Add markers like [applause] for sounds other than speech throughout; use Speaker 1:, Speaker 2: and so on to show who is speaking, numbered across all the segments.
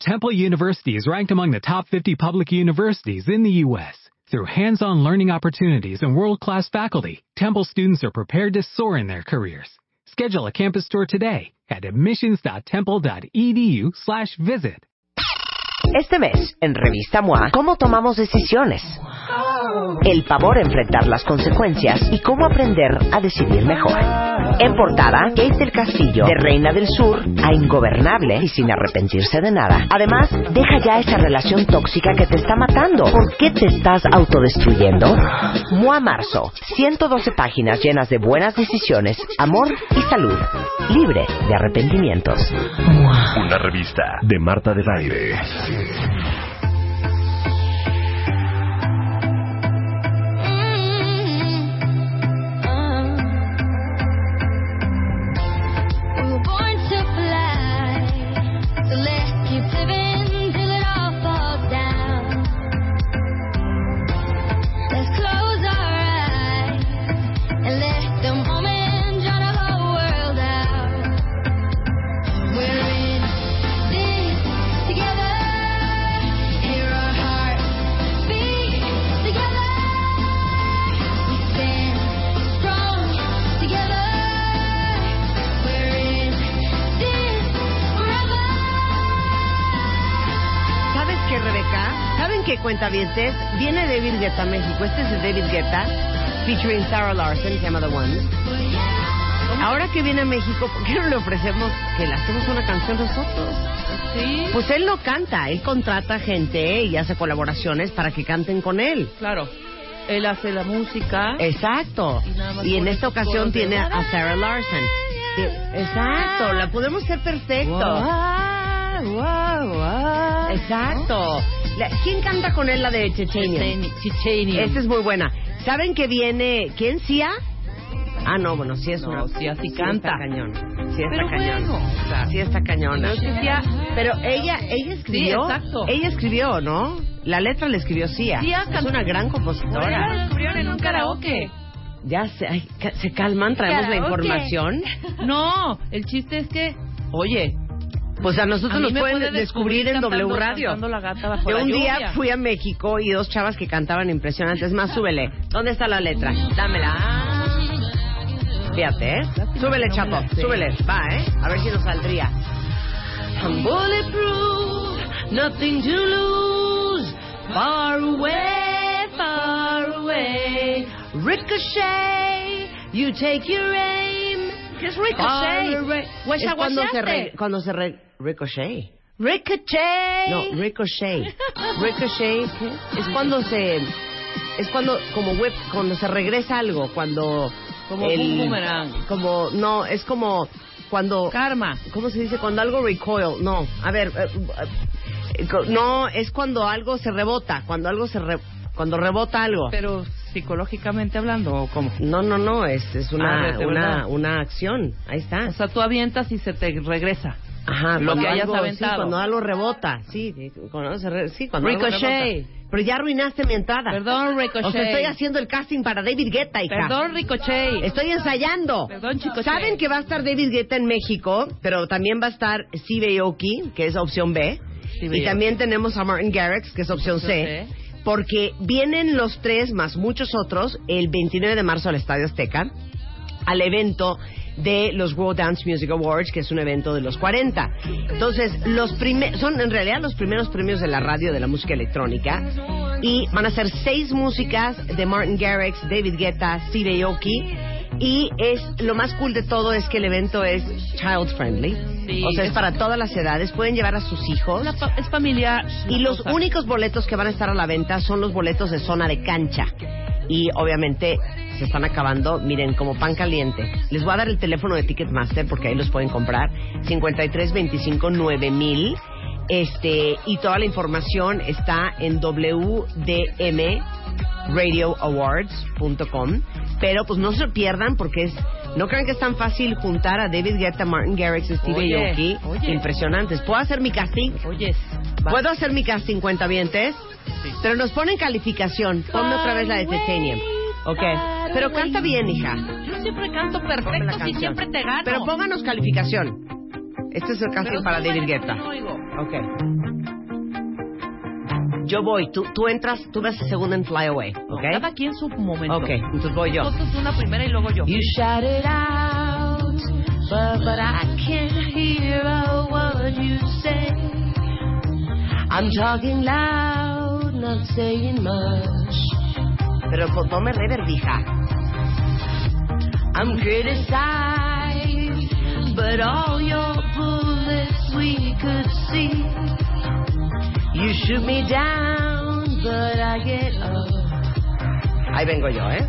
Speaker 1: Temple University is ranked among the top 50 public universities in the U.S. Through hands-on learning opportunities and world-class faculty, Temple students are prepared to soar in their careers. Schedule a campus tour today at E admissions.temple.edu/visit.
Speaker 2: Este mes, en Revista MOA, ¿cómo tomamos decisiones? El pavor a enfrentar las consecuencias y cómo aprender a decidir mejor. En portada, Kate del Castillo, de Reina del Sur, a ingobernable y sin arrepentirse de nada. Además, deja ya esa relación tóxica que te está matando. ¿Por qué te estás autodestruyendo? MOA Marzo, 112 páginas llenas de buenas decisiones, amor y salud, libre de arrepentimientos.
Speaker 3: Una revista de Marta de Baile.
Speaker 2: ¿Sabes qué, Rebeca? ¿Saben qué cuenta vientes? Viene David Guetta a México. Este es de David Guetta, featuring Sarah Larson, se llama The One. Ahora que viene a México, ¿por qué no le ofrecemos que le hacemos una canción nosotros?
Speaker 4: Sí,
Speaker 2: Pues él no canta, él contrata gente y hace colaboraciones para que canten con él.
Speaker 4: claro. Él hace la música.
Speaker 2: Exacto.
Speaker 4: Y nada más
Speaker 2: Y en
Speaker 4: pone
Speaker 2: esta
Speaker 4: sus
Speaker 2: ocasión
Speaker 4: coros de-
Speaker 2: tiene a Sarah Larson. Sí, Exacto, la podemos hacer perfecto. Exacto. La- ¿Quién canta con él la de Chechenia?
Speaker 4: Chichenia.
Speaker 2: Esta es muy buena. ¿Saben que viene? ¿Quién Sia? Ah, no, bueno, sí es
Speaker 4: No,
Speaker 2: una.
Speaker 4: Sia sí
Speaker 2: Está
Speaker 4: canta.
Speaker 2: cañón. Sí está
Speaker 4: Pero
Speaker 2: cañón.
Speaker 4: bueno.
Speaker 2: Claro, Sí está cañona.
Speaker 4: No, sí, Sia.
Speaker 2: Pero ella, ella escribió.
Speaker 4: Sí, exacto.
Speaker 2: Ella escribió, ¿no? La letra la escribió Sia.
Speaker 4: Sia
Speaker 2: es
Speaker 4: canta-
Speaker 2: una gran
Speaker 4: Por ahí la
Speaker 2: compositora.
Speaker 4: descubrieron en un karaoke.
Speaker 2: Ya se, ay, ca- se calman, traemos la
Speaker 4: Karaoke.
Speaker 2: información.
Speaker 4: [laughs] No, el chiste es que
Speaker 2: Oye, pues a nosotros
Speaker 4: A mí
Speaker 2: nos
Speaker 4: me
Speaker 2: pueden
Speaker 4: puede
Speaker 2: descubrir,
Speaker 4: descubrir
Speaker 2: en
Speaker 4: cantando-
Speaker 2: W Radio.
Speaker 4: cantando La Gata Bajo
Speaker 2: Yo
Speaker 4: la
Speaker 2: un día
Speaker 4: Lluvia.
Speaker 2: fui a México y dos chavas que cantaban impresionantes. Más, súbele. ¿Dónde está la letra? Dámela. Fíjate, ¿eh? Súbele,
Speaker 4: no me
Speaker 2: chapo.
Speaker 4: la sé.
Speaker 2: Súbele. Va, ¿eh? A ver si nos saldría. I'm bulletproof, nothing to lose. Far away, far away. Ricochet, you take your aim.
Speaker 4: ¿Qué es ricochet? Pues
Speaker 2: Far away.
Speaker 4: Guasha,
Speaker 2: Ah, Es cuando se,
Speaker 4: guashaste.
Speaker 2: re- cuando se re- ricochet.
Speaker 4: Ricochet.
Speaker 2: No, ricochet. Ricochet es cuando se es cuando como web cuando se regresa algo, cuando
Speaker 4: Como un boomerang.
Speaker 2: como no, es como cuando
Speaker 4: Karma.
Speaker 2: ¿cómo se dice? Cuando algo recoil, no. A ver, eh, eh, co- no, es cuando algo se rebota, cuando algo se re- cuando rebota algo.
Speaker 4: Pero psicológicamente hablando, ¿o cómo?
Speaker 2: No, no, no, es, es
Speaker 4: Ah,
Speaker 2: una,
Speaker 4: de
Speaker 2: una,
Speaker 4: verdad.
Speaker 2: una acción. Ahí está.
Speaker 4: O sea, tú avientas y se te regresa.
Speaker 2: Ajá,
Speaker 4: Lo
Speaker 2: cuando
Speaker 4: que hayas
Speaker 2: algo-
Speaker 4: aventado.
Speaker 2: Sí, cuando algo rebota, sí, sí, cuando algo se re- sí, cuando algo
Speaker 4: Ricochet.
Speaker 2: rebota. Pero ya arruinaste mi entrada.
Speaker 4: Perdón, Ricochet.
Speaker 2: O sea, estoy haciendo el casting para David Guetta, hija.
Speaker 4: Perdón, Ricochet.
Speaker 2: Estoy ensayando.
Speaker 4: Perdón, chicos.
Speaker 2: Saben que va a estar David Guetta en México, pero también va a estar Steve Aoki, que es opción B.
Speaker 4: Steve
Speaker 2: Y
Speaker 4: Aoki.
Speaker 2: también tenemos a Martin Garrix, que es opción
Speaker 4: Opción
Speaker 2: C.
Speaker 4: C.
Speaker 2: Porque vienen los tres, más muchos otros, el 29 de marzo al Estadio Azteca, al evento de los World Dance Music Awards, que es un evento de los 40. Entonces, los prime- son en realidad los primeros premios de la radio de la música electrónica. Y van a ser seis músicas de Martin Garrix, David Guetta, Steve Aoki. Y es lo más cool de todo es que el evento es child friendly.
Speaker 4: Sí.
Speaker 2: o sea, es para todas las edades. Pueden llevar a sus hijos.
Speaker 4: Una fa- es familiar.
Speaker 2: Y los
Speaker 4: O sea,
Speaker 2: únicos boletos que van a estar a la venta son los boletos de zona de cancha. Y obviamente se están acabando, miren, como pan caliente. Les voy a dar el teléfono de Ticketmaster porque ahí los pueden comprar. 53 25 9000. Este, y toda la información está en wdmradioawards.com. Pero pues no se pierdan porque es. No crean que es tan fácil juntar a David Guetta, Martin Garrix, Steve
Speaker 4: Oye,
Speaker 2: Aoki.
Speaker 4: oye.
Speaker 2: Impresionantes. ¿Puedo hacer mi casting?
Speaker 4: Oyes. va.
Speaker 2: Puedo hacer mi casting cuentavientes, pero nos ponen calificación. Ponme otra vez la de Titanium. Ok. Pero canta bien, hija.
Speaker 4: Yo siempre canto
Speaker 2: Ponme la
Speaker 4: perfecto y
Speaker 2: canción.
Speaker 4: siempre te gano.
Speaker 2: Pero pónganos calificación. Este es el casting
Speaker 4: Ah, Pero
Speaker 2: para
Speaker 4: tú me
Speaker 2: David
Speaker 4: ganas,
Speaker 2: Guetta.
Speaker 4: yo no oigo.
Speaker 2: Ok. Yo voy, tú, tú entras, tú ves el segundo en Fly Away, ¿ok?
Speaker 4: Cada quien su momento.
Speaker 2: Ok, entonces voy yo.
Speaker 4: Nosotros una primera y luego yo.
Speaker 2: You shout it
Speaker 5: out, but, but I can't hear a word you say. I'm talking loud, not saying much.
Speaker 2: Pero pues, no me reverdija.
Speaker 5: I'm criticized, but all your bullets we could see. You shoot me down, but I get up.
Speaker 2: Ahí vengo yo, ¿eh?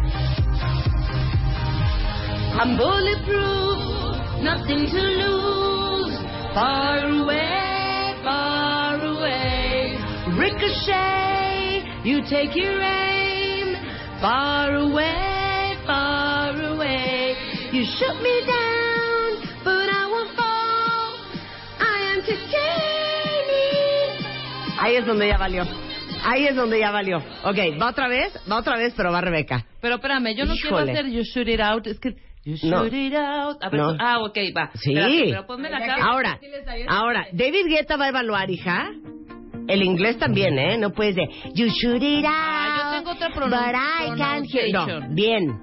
Speaker 5: I'm bulletproof, nothing to lose. Far away, far away. Ricochet, you take your aim. Far away, far away. You shoot me down, but I won't fall. I am titanium.
Speaker 2: Ahí es donde ya valió. Ahí es donde ya valió. Ok, va otra vez, va otra vez, pero va Rebeca.
Speaker 4: Pero espérame, yo no quiero
Speaker 2: Híjole.
Speaker 4: hacer You Shoot It Out. Es que. You Shoot
Speaker 2: No.
Speaker 4: It Out. A ver,
Speaker 2: No.
Speaker 4: tú- ah, ok, va.
Speaker 2: Sí.
Speaker 4: Espérate, pero ponme la cara.
Speaker 2: Ahora, ahora, David Guetta va a evaluar, hija. El inglés también, ¿eh? No puedes de you should it out.
Speaker 4: Ah, yo tengo otra pronun-
Speaker 2: but I can't hear-" No,
Speaker 4: pronunciation.
Speaker 2: bien.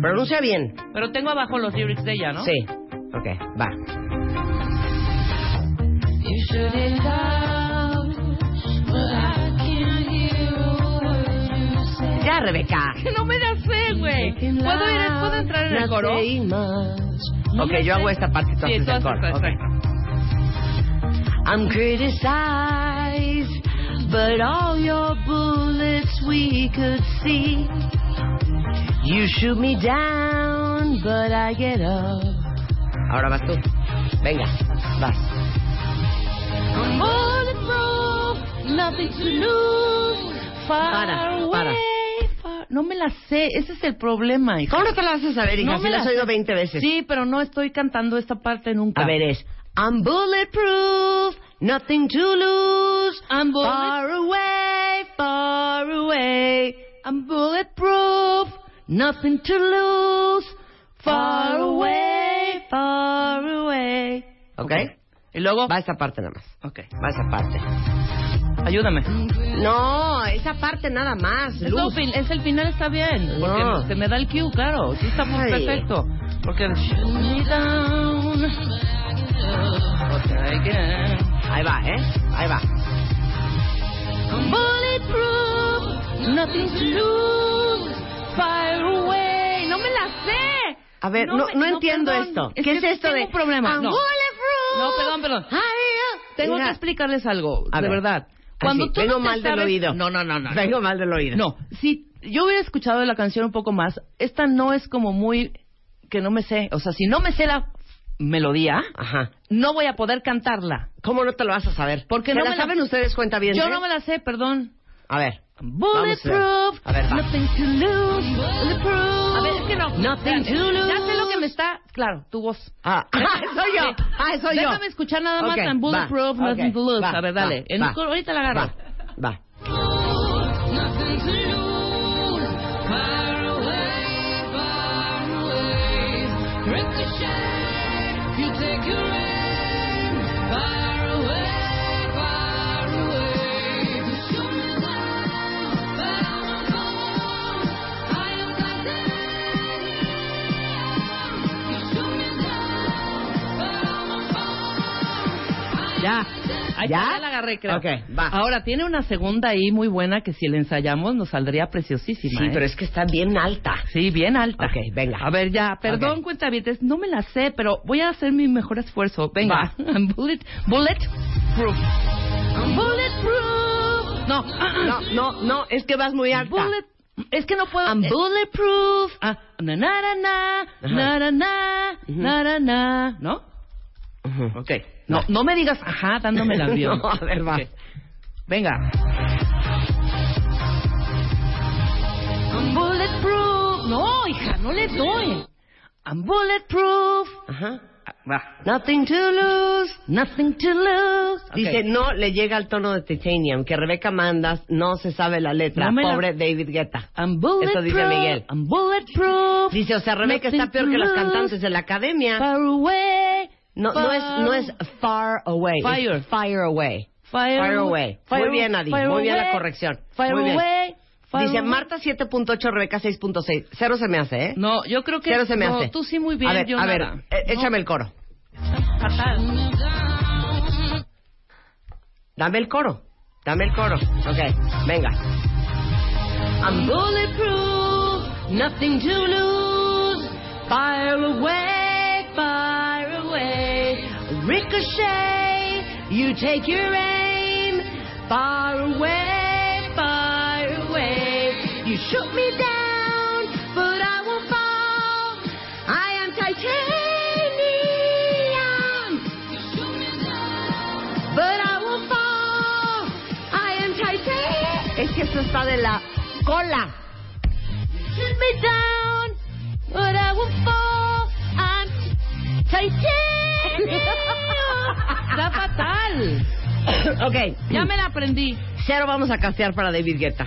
Speaker 2: Pronuncia bien.
Speaker 4: Pero tengo abajo los lyrics de ella, ¿no?
Speaker 2: Sí. Ok, va.
Speaker 5: You should it out, but I can't hear a word you say.
Speaker 2: Ya, Rebeca.
Speaker 4: [laughs] No me la sé, güey. ¿Puedo, ir, ¿Puedo entrar en el coro? No
Speaker 2: Ok,
Speaker 4: me
Speaker 2: yo
Speaker 4: sé.
Speaker 2: hago esta parte, tú
Speaker 4: Sí,
Speaker 2: haces
Speaker 4: tú
Speaker 2: el
Speaker 4: haces
Speaker 2: coro.
Speaker 4: esta,
Speaker 2: Ok.
Speaker 4: exacto.
Speaker 5: I'm criticized, but all your bullets we could see. You shoot me down, but I get up.
Speaker 2: Ahora vas tú. Venga, vas.
Speaker 5: I'm bulletproof, nothing to lose. Far
Speaker 2: Para,
Speaker 5: away.
Speaker 2: para.
Speaker 4: Fa- No me la sé, ese es el problema, hija.
Speaker 2: ¿Cómo no te la vas a saber, hija?
Speaker 4: No
Speaker 2: si
Speaker 4: me
Speaker 2: la
Speaker 4: la
Speaker 2: has oído
Speaker 4: sé.
Speaker 2: 20 veces.
Speaker 4: Sí, pero no estoy cantando esta parte nunca.
Speaker 2: A ver, es I'm bulletproof, nothing to lose.
Speaker 4: I'm bullet-
Speaker 2: Far away, far away. I'm bulletproof, nothing to lose. Far away, far away. ¿Ok?
Speaker 4: Y luego.
Speaker 2: Va esa parte nada más.
Speaker 4: Ok.
Speaker 2: Va esa parte.
Speaker 4: Ayúdame.
Speaker 2: No, esa parte nada más.
Speaker 4: Es, lo
Speaker 2: Luz.
Speaker 4: fin- es el final, está bien. Porque
Speaker 2: No.
Speaker 4: se me da el cue, claro. Sí, está muy
Speaker 2: Ay.
Speaker 4: perfecto. Porque. Ok,
Speaker 2: Ahí va, ¿eh? Ahí va.
Speaker 5: I'm bulletproof, nothing to lose. Fire away. No me la sé.
Speaker 2: A ver, no, no,
Speaker 4: me-
Speaker 2: entiendo
Speaker 4: perdón.
Speaker 2: esto.
Speaker 4: Es
Speaker 2: ¿Qué
Speaker 4: que
Speaker 2: es esto
Speaker 4: tengo
Speaker 2: de
Speaker 4: un problema.
Speaker 2: I'm
Speaker 4: No.
Speaker 2: bulletproof?
Speaker 4: No, perdón, perdón.
Speaker 2: Ay,
Speaker 4: Tengo
Speaker 2: mira.
Speaker 4: que explicarles algo,
Speaker 2: A
Speaker 4: de
Speaker 2: ver.
Speaker 4: verdad.
Speaker 2: Así,
Speaker 4: tú
Speaker 2: vengo
Speaker 4: no te
Speaker 2: mal del
Speaker 4: sabes-
Speaker 2: oído.
Speaker 4: No, no, no, no.
Speaker 2: Vengo mal del oído.
Speaker 4: No, si yo hubiera escuchado la canción un poco más, esta no es como muy que no me sé, o sea, si no me sé la melodía,
Speaker 2: Ajá.
Speaker 4: no voy a poder cantarla.
Speaker 2: ¿Cómo no te lo vas a saber?
Speaker 4: Porque
Speaker 2: ¿Se
Speaker 4: no
Speaker 2: la
Speaker 4: me la-
Speaker 2: saben ustedes cuenta bien. ¿eh?
Speaker 4: Yo no me la sé, perdón.
Speaker 2: A ver.
Speaker 4: Bulletproof,
Speaker 2: A ver, va.
Speaker 4: nothing to lose, bulletproof. A ver, es que no.
Speaker 2: Nothing
Speaker 4: Espérate.
Speaker 2: to lose.
Speaker 4: Ya sé lo que me está, claro, tu voz. [laughs]
Speaker 2: Ah, ah, soy yo.
Speaker 4: Sí.
Speaker 2: Ah, soy yo.
Speaker 4: Déjame escuchar nada más
Speaker 2: Ok,
Speaker 4: tan bulletproof,
Speaker 2: va,
Speaker 4: nothing
Speaker 2: ok,
Speaker 4: to lose.
Speaker 2: va,
Speaker 4: A ver, dale.
Speaker 2: va,
Speaker 4: En
Speaker 2: va.
Speaker 4: el coro, ahorita la agarro.
Speaker 2: Va, va.
Speaker 5: Nothing to lose. Far away, far away. Ricochet, you take your aim. Far away, far away. You shoot me down, but I won't fall. I am titanium. You shoot me down, but I won't fall. I
Speaker 4: Ya. Ahí
Speaker 2: ¿Ya?
Speaker 4: está, ya la agarré, creo.
Speaker 2: Ok, va.
Speaker 4: Ahora, tiene una segunda ahí muy buena que si la ensayamos nos saldría preciosísima.
Speaker 2: Sí,
Speaker 4: ¿eh?
Speaker 2: pero es que está bien alta.
Speaker 4: Sí, bien alta.
Speaker 2: Ok, venga.
Speaker 4: A ver, ya. Perdón,
Speaker 2: Ok.
Speaker 4: cuentavientes, no me la sé, pero voy a hacer mi mejor esfuerzo. Venga. [laughs] Bullet, bullet proof. Bullet proof. No,
Speaker 2: No, no, no, es que vas muy alta.
Speaker 4: Bullet. Es que no puedo.
Speaker 2: I'm
Speaker 4: eh,
Speaker 2: bulletproof.
Speaker 4: ah, na na na na,
Speaker 2: Ajá.
Speaker 4: na na na,
Speaker 2: Ujú.
Speaker 4: na na na. ¿No?
Speaker 2: Ujú.
Speaker 4: Ok. No, no me digas ajá dándome
Speaker 2: [laughs]
Speaker 4: el avión.
Speaker 2: No, a ver, va.
Speaker 4: Ok. Venga. I'm bulletproof. No, hija, no le doy. I'm bulletproof.
Speaker 2: Ajá.
Speaker 4: Ah, Va.
Speaker 2: Nothing to lose.
Speaker 4: Nothing to lose.
Speaker 2: Dice, no le llega al tono de Titanium, que Rebeca Mandas no se sabe la letra.
Speaker 4: No me la-
Speaker 2: Pobre David Guetta.
Speaker 4: I'm bulletproof.
Speaker 2: Eso dice Miguel.
Speaker 4: I'm bulletproof.
Speaker 2: Dice, o sea, Rebeca
Speaker 4: Nothing
Speaker 2: está peor que las
Speaker 4: to lose.
Speaker 2: cantantes de la academia.
Speaker 4: Far away,
Speaker 2: No, no es, no es far away.
Speaker 4: Fire.
Speaker 2: Es fire away.
Speaker 4: Fire,
Speaker 2: Fire away.
Speaker 4: fire-
Speaker 2: Muy bien, Adi.
Speaker 4: fire
Speaker 2: Muy bien la
Speaker 4: away,
Speaker 2: corrección.
Speaker 4: Fire
Speaker 2: Muy bien.
Speaker 4: away, fire
Speaker 2: Dice
Speaker 4: away.
Speaker 2: Marta 7.8, Rebeca 6.6. Cero se me hace, ¿eh?
Speaker 4: No, yo creo que.
Speaker 2: Cero se me
Speaker 4: no,
Speaker 2: hace.
Speaker 4: tú sí muy bien,
Speaker 2: A ver,
Speaker 4: yo
Speaker 2: a ver,
Speaker 4: nada.
Speaker 2: eh, échame el coro.
Speaker 4: Fatal.
Speaker 2: Dame el coro. Dame el coro. Ok, venga.
Speaker 5: I'm bulletproof, nothing to lose. Fire away, fire away. Ricochet, you take your aim. Fire away, fire away. You shoot me down, but I won't fall. I am titanium. You shoot me down, but I won't fall. I am titanium.
Speaker 2: Es que esto está de la cola.
Speaker 5: Sit me down, but I will fall. I'm
Speaker 2: [laughs]
Speaker 5: titanium.
Speaker 4: Está fatal.
Speaker 2: [coughs] ok.
Speaker 4: Ya me la aprendí.
Speaker 2: Cero vamos a castear para David Guetta.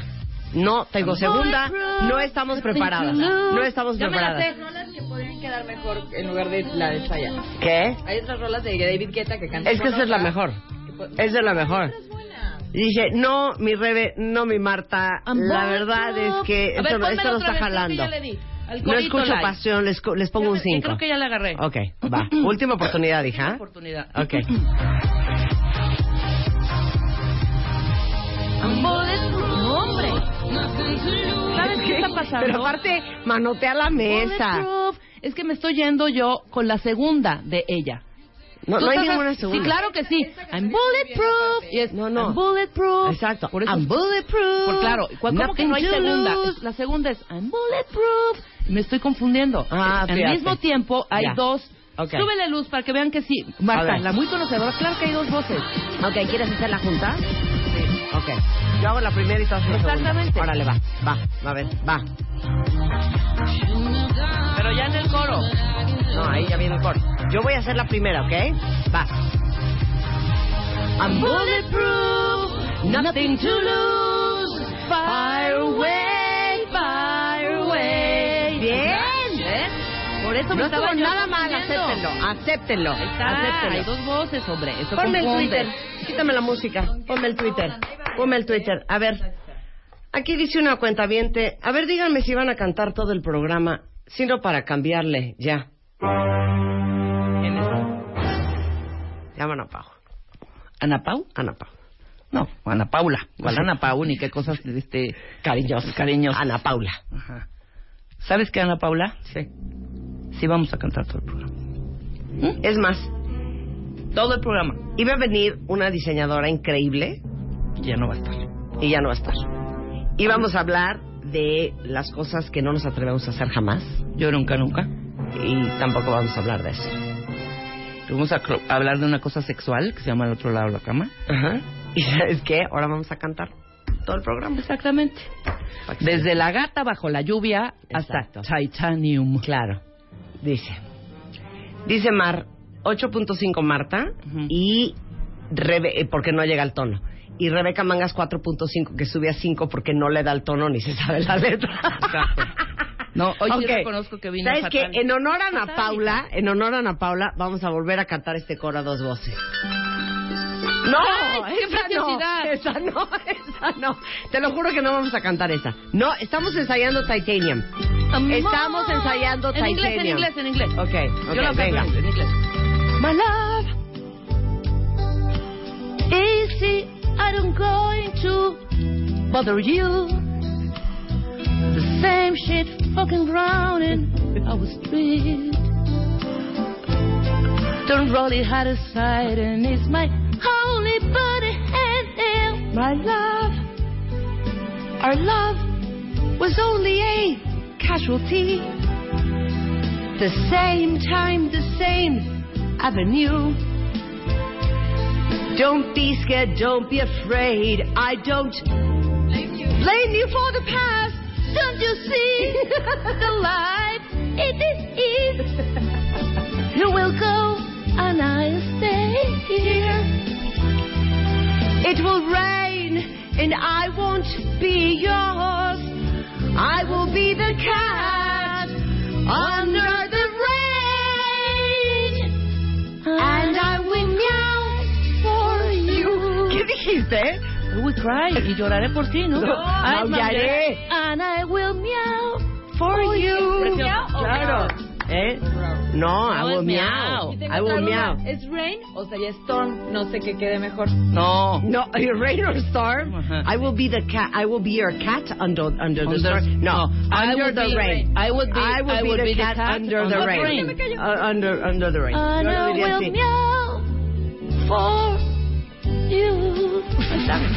Speaker 2: No tengo segunda, no estamos preparadas. No estamos
Speaker 4: Ya me la
Speaker 2: preparadas.
Speaker 6: rolas que podrían quedar mejor en lugar de la de Saya.
Speaker 2: ¿Qué?
Speaker 6: Hay otras rolas de David Guetta que canta.
Speaker 2: Es que
Speaker 6: con
Speaker 2: esa es la
Speaker 6: otra.
Speaker 2: mejor.
Speaker 6: Que po-
Speaker 2: Esa es la mejor.
Speaker 6: Otras buenas.
Speaker 2: Dice, no, mi Rebe, no, mi Marta. La verdad es que
Speaker 4: A ver,
Speaker 2: esto, no-
Speaker 4: pónmela
Speaker 2: esto no
Speaker 4: otra vez,
Speaker 2: está
Speaker 4: creo que
Speaker 2: jalando.
Speaker 4: ya le di. Al
Speaker 2: No
Speaker 4: corito
Speaker 2: escucho
Speaker 4: live.
Speaker 2: pasión, les, co- les pongo
Speaker 4: Creo
Speaker 2: un
Speaker 4: que-
Speaker 2: 5.
Speaker 4: Creo que ya la agarré.
Speaker 2: Ok,
Speaker 4: [laughs]
Speaker 2: va. Última oportunidad, hija. Ah.
Speaker 4: Oportunidad.
Speaker 2: Ok.
Speaker 4: Hombre. ¿Sabes qué está pasando?
Speaker 2: Pero aparte, manotea la mesa.
Speaker 4: Bulletproof. Es que me estoy yendo yo con la segunda de ella.
Speaker 2: No,
Speaker 4: Tú
Speaker 2: no hay
Speaker 4: estás-
Speaker 2: ninguna segunda.
Speaker 4: Sí, claro que sí. I'm bulletproof. Y es,
Speaker 2: No, no.
Speaker 4: I'm bulletproof.
Speaker 2: Exacto.
Speaker 4: Por eso
Speaker 2: I'm bulletproof.
Speaker 4: Por claro, ¿cu- ¿cómo que no hay
Speaker 2: Nothing to
Speaker 4: segunda?
Speaker 2: lose.
Speaker 4: La segunda es I'm bulletproof. Me estoy confundiendo.
Speaker 2: Ah,
Speaker 4: Al
Speaker 2: fíjate.
Speaker 4: mismo tiempo hay
Speaker 2: Ya.
Speaker 4: dos.
Speaker 2: Ok.
Speaker 4: Súbele luz para que vean que sí.
Speaker 2: A
Speaker 4: Marta,
Speaker 2: ver.
Speaker 4: la muy conocedora, claro que hay dos voces.
Speaker 2: Ok, ¿quieres hacer la junta? Sí. Ok. Yo hago la primera y tú haces la segunda.
Speaker 4: Exactamente.
Speaker 2: Órale, va. Va, a ver, va.
Speaker 4: Pero ya en el coro.
Speaker 2: No, ahí ya viene el coro. Yo voy a hacer la primera, ¿ok? Va.
Speaker 5: I'm bulletproof, nothing to lose. Fire away, fire away.
Speaker 2: Bien.
Speaker 4: ¿eh? Por eso me
Speaker 2: No
Speaker 4: estaba
Speaker 2: estuvo
Speaker 4: yo
Speaker 2: nada mal,
Speaker 4: confundiendo.
Speaker 2: acéptenlo, acéptenlo,
Speaker 4: Ahí está, hay
Speaker 2: acéptenlo.
Speaker 4: dos voces, hombre. Eso
Speaker 2: Ponme el
Speaker 4: confunde.
Speaker 2: Twitter, quítame la música, ponme el Twitter, ponme el Twitter. A ver, aquí dice una cuenta a ver díganme si van a cantar todo el programa, sino para cambiarle ya. Llaman a Pau,
Speaker 4: ¿Ana Pau?
Speaker 2: Ana Pau.
Speaker 4: No, Ana Paula. ¿Cuál Ana Pau? Ni qué cosas este, cariñosas. Cariñosas.
Speaker 2: Ana Paula.
Speaker 4: Ajá. ¿Sabes qué, Ana Paula? Sí. Sí, vamos a cantar todo el programa. ¿Mm?
Speaker 2: Es más,
Speaker 4: Todo el programa.
Speaker 2: iba a venir una diseñadora increíble
Speaker 4: Ya no va a estar.
Speaker 2: y ya no va a estar. Y vamos a hablar de las cosas que no nos atrevemos a hacer jamás
Speaker 4: Yo nunca, nunca.
Speaker 2: y tampoco vamos a hablar de eso.
Speaker 4: Vamos a cro- hablar de una cosa sexual que se llama el otro lado de la cama.
Speaker 2: Ajá. [laughs] ¿Y sabes qué? Ahora vamos a cantar todo el programa.
Speaker 4: Exactamente. Desde la gata bajo la lluvia
Speaker 2: Exacto.
Speaker 4: hasta Titanium.
Speaker 2: Claro. Dice. Dice Mar, 8.5 Marta
Speaker 4: Ujú.
Speaker 2: y Rebe- eh, porque no llega al tono. Y Rebeca Mangas 4.5 que sube a 5 porque no le da el tono ni se sabe la letra.
Speaker 4: Exacto. No, hoy sí
Speaker 2: Ok.
Speaker 4: reconozco que vino
Speaker 2: ¿Sabes
Speaker 4: fatal.
Speaker 2: qué? En honor a Ana
Speaker 4: Fatal,
Speaker 2: Paula, en honor a Ana Paula, vamos a volver a cantar este coro a dos voces. No,
Speaker 4: Ay, qué
Speaker 2: esa no,
Speaker 4: preciosidad.
Speaker 2: esa no, [laughs] esa no. Te lo juro que no vamos a cantar esa. No, estamos ensayando Titanium. Estamos ensayando
Speaker 4: En inglés, en
Speaker 2: Titanium.
Speaker 4: inglés, en inglés.
Speaker 2: Ok,
Speaker 4: Yo lo
Speaker 2: ok,
Speaker 4: canto
Speaker 2: venga.
Speaker 4: en inglés.
Speaker 5: My love, easy, I don't going to bother you. The same shit fucking drowning I was street. Don't roll it hard aside and it's my only body and ill. My love, our love was only a casualty. The same time, the same Avenue. Don't be scared, don't be afraid. I don't blame you for the past. Don't you see [laughs] the life it is? easy. You will go and I'll stay here. It will rain and I won't be yours. I will be the cat under the rain. I
Speaker 4: chiste, ¿eh? I will cry y lloraré por ti, ¿no?
Speaker 2: No,
Speaker 4: I
Speaker 2: maullaré.
Speaker 4: will- And I will meow for you. oh,
Speaker 6: ¿Miau o
Speaker 2: Claro. ¿Eh? No,
Speaker 4: No,
Speaker 2: hago
Speaker 4: Ah, es miau.
Speaker 2: miau.
Speaker 6: Y tengo
Speaker 2: Hago
Speaker 6: otra duda.
Speaker 2: miau.
Speaker 6: ¿Es rain o sería storm? No sé qué quede mejor.
Speaker 4: No.
Speaker 2: [laughs] No, you rain or storm,
Speaker 4: Ajá.
Speaker 2: I will be the cat. I will be your cat under under the
Speaker 4: Under-
Speaker 2: storm. No,
Speaker 4: no, I
Speaker 2: under
Speaker 4: will
Speaker 2: the
Speaker 4: be-
Speaker 2: rain.
Speaker 4: I will be-
Speaker 2: I will
Speaker 4: I
Speaker 2: be
Speaker 4: will
Speaker 2: the
Speaker 4: be the
Speaker 2: cat
Speaker 4: cat
Speaker 2: under
Speaker 4: under
Speaker 2: the
Speaker 4: the
Speaker 2: rain.
Speaker 4: rain.
Speaker 2: Uh, under under the rain.
Speaker 4: And
Speaker 2: Yo
Speaker 4: I
Speaker 2: lo diría
Speaker 4: will
Speaker 2: así.
Speaker 4: meow for you.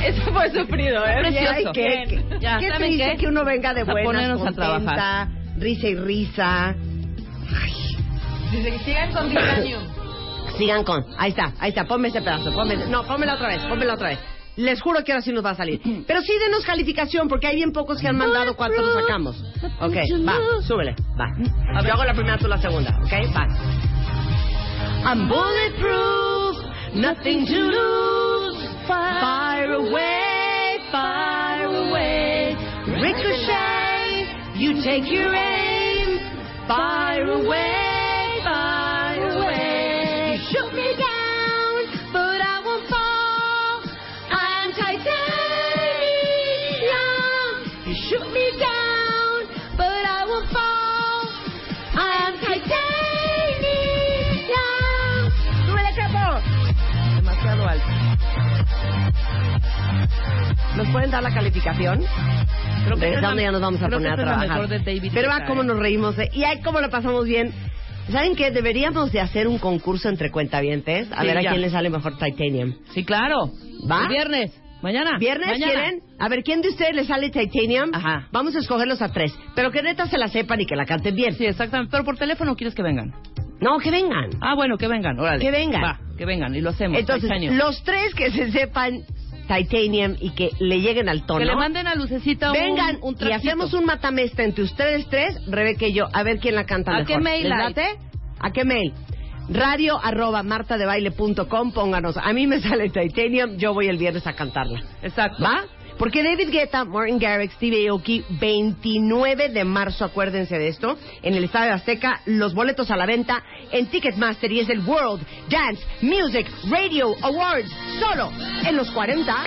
Speaker 6: Eso fue sufrido, ¿eh?
Speaker 2: Ay,
Speaker 4: Precioso.
Speaker 2: ¿qué, qué,
Speaker 4: Ya,
Speaker 2: qué
Speaker 4: ¿saben
Speaker 2: triste
Speaker 4: qué?
Speaker 2: que uno venga de
Speaker 4: A
Speaker 2: buenas,
Speaker 4: ponernos a
Speaker 2: contenta,
Speaker 4: trabajar.
Speaker 2: risa y risa.
Speaker 6: Dice que sigan con Titanium.
Speaker 2: Sigan con. Ahí está, ahí está. Ponme ese pedazo. Ponme ese- No, pónmela otra vez. Pónmela otra vez. Les juro que ahora sí nos va a salir. Pero sí denos calificación porque hay bien pocos que han mandado cuánto nos sacamos. Ok, va, súbele, va. Yo hago la primera, tú la segunda, ok, va. I'm bulletproof, nothing to lose. Fire away, fire away. Ricochet, you take your aim. Fire away, fire away. You shoot me down, but I won't fall. I'm titanium. You shoot me down, but I won't fall. I'm titanium. Súbele, capo. Demasiado alto. ¿Nos pueden dar la calificación? Creo
Speaker 4: que esa es la-
Speaker 2: dónde ya nos vamos a
Speaker 4: creo que
Speaker 2: poner
Speaker 4: esa
Speaker 2: a
Speaker 4: es la mejor
Speaker 2: trabajar.
Speaker 4: de David
Speaker 2: Pero va
Speaker 4: Guetta,
Speaker 2: cómo
Speaker 4: ¿eh?
Speaker 2: nos reímos eh, y ahí cómo la pasamos bien. ¿Saben qué? Deberíamos de hacer un concurso entre cuentavientes. A
Speaker 4: Sí,
Speaker 2: ver a
Speaker 4: ya.
Speaker 2: quién le sale mejor Titanium.
Speaker 4: Sí, claro.
Speaker 2: ¿Va?
Speaker 4: El viernes. Mañana.
Speaker 2: ¿Viernes
Speaker 4: Mañana.
Speaker 2: quieren? A ver, ¿quién de ustedes le sale Titanium?
Speaker 4: Ajá.
Speaker 2: Vamos a escogerlos a tres. Pero que neta se la sepan y que la canten bien.
Speaker 4: Sí, exactamente. Pero por teléfono quieres que vengan.
Speaker 2: No, que vengan.
Speaker 4: Ah, bueno, que vengan. Órale.
Speaker 2: Que vengan.
Speaker 4: Va, que vengan y lo hacemos.
Speaker 2: Entonces,
Speaker 4: Titanium.
Speaker 2: los tres que se sepan Titanium y que le lleguen al tono.
Speaker 4: Que le manden a Lucecita un-
Speaker 2: Vengan
Speaker 4: un,
Speaker 2: y
Speaker 4: trapito.
Speaker 2: hacemos un matamesta entre ustedes tres, Rebeca y yo, a ver quién la canta
Speaker 4: ¿A
Speaker 2: mejor.
Speaker 4: qué mail,
Speaker 2: ¿Les
Speaker 4: Light?
Speaker 2: late? ¿A qué mail? Radio arroba martadebaile.com, pónganos. A mí me sale Titanium, yo voy el viernes a cantarla.
Speaker 4: Exacto.
Speaker 2: ¿Va? Porque David Guetta, Martin Garrix, Steve Aoki, 29 de marzo, acuérdense de esto, en el Estadio Azteca, los boletos a la venta en Ticketmaster y es el World Dance Music Radio Awards, solo en los 40.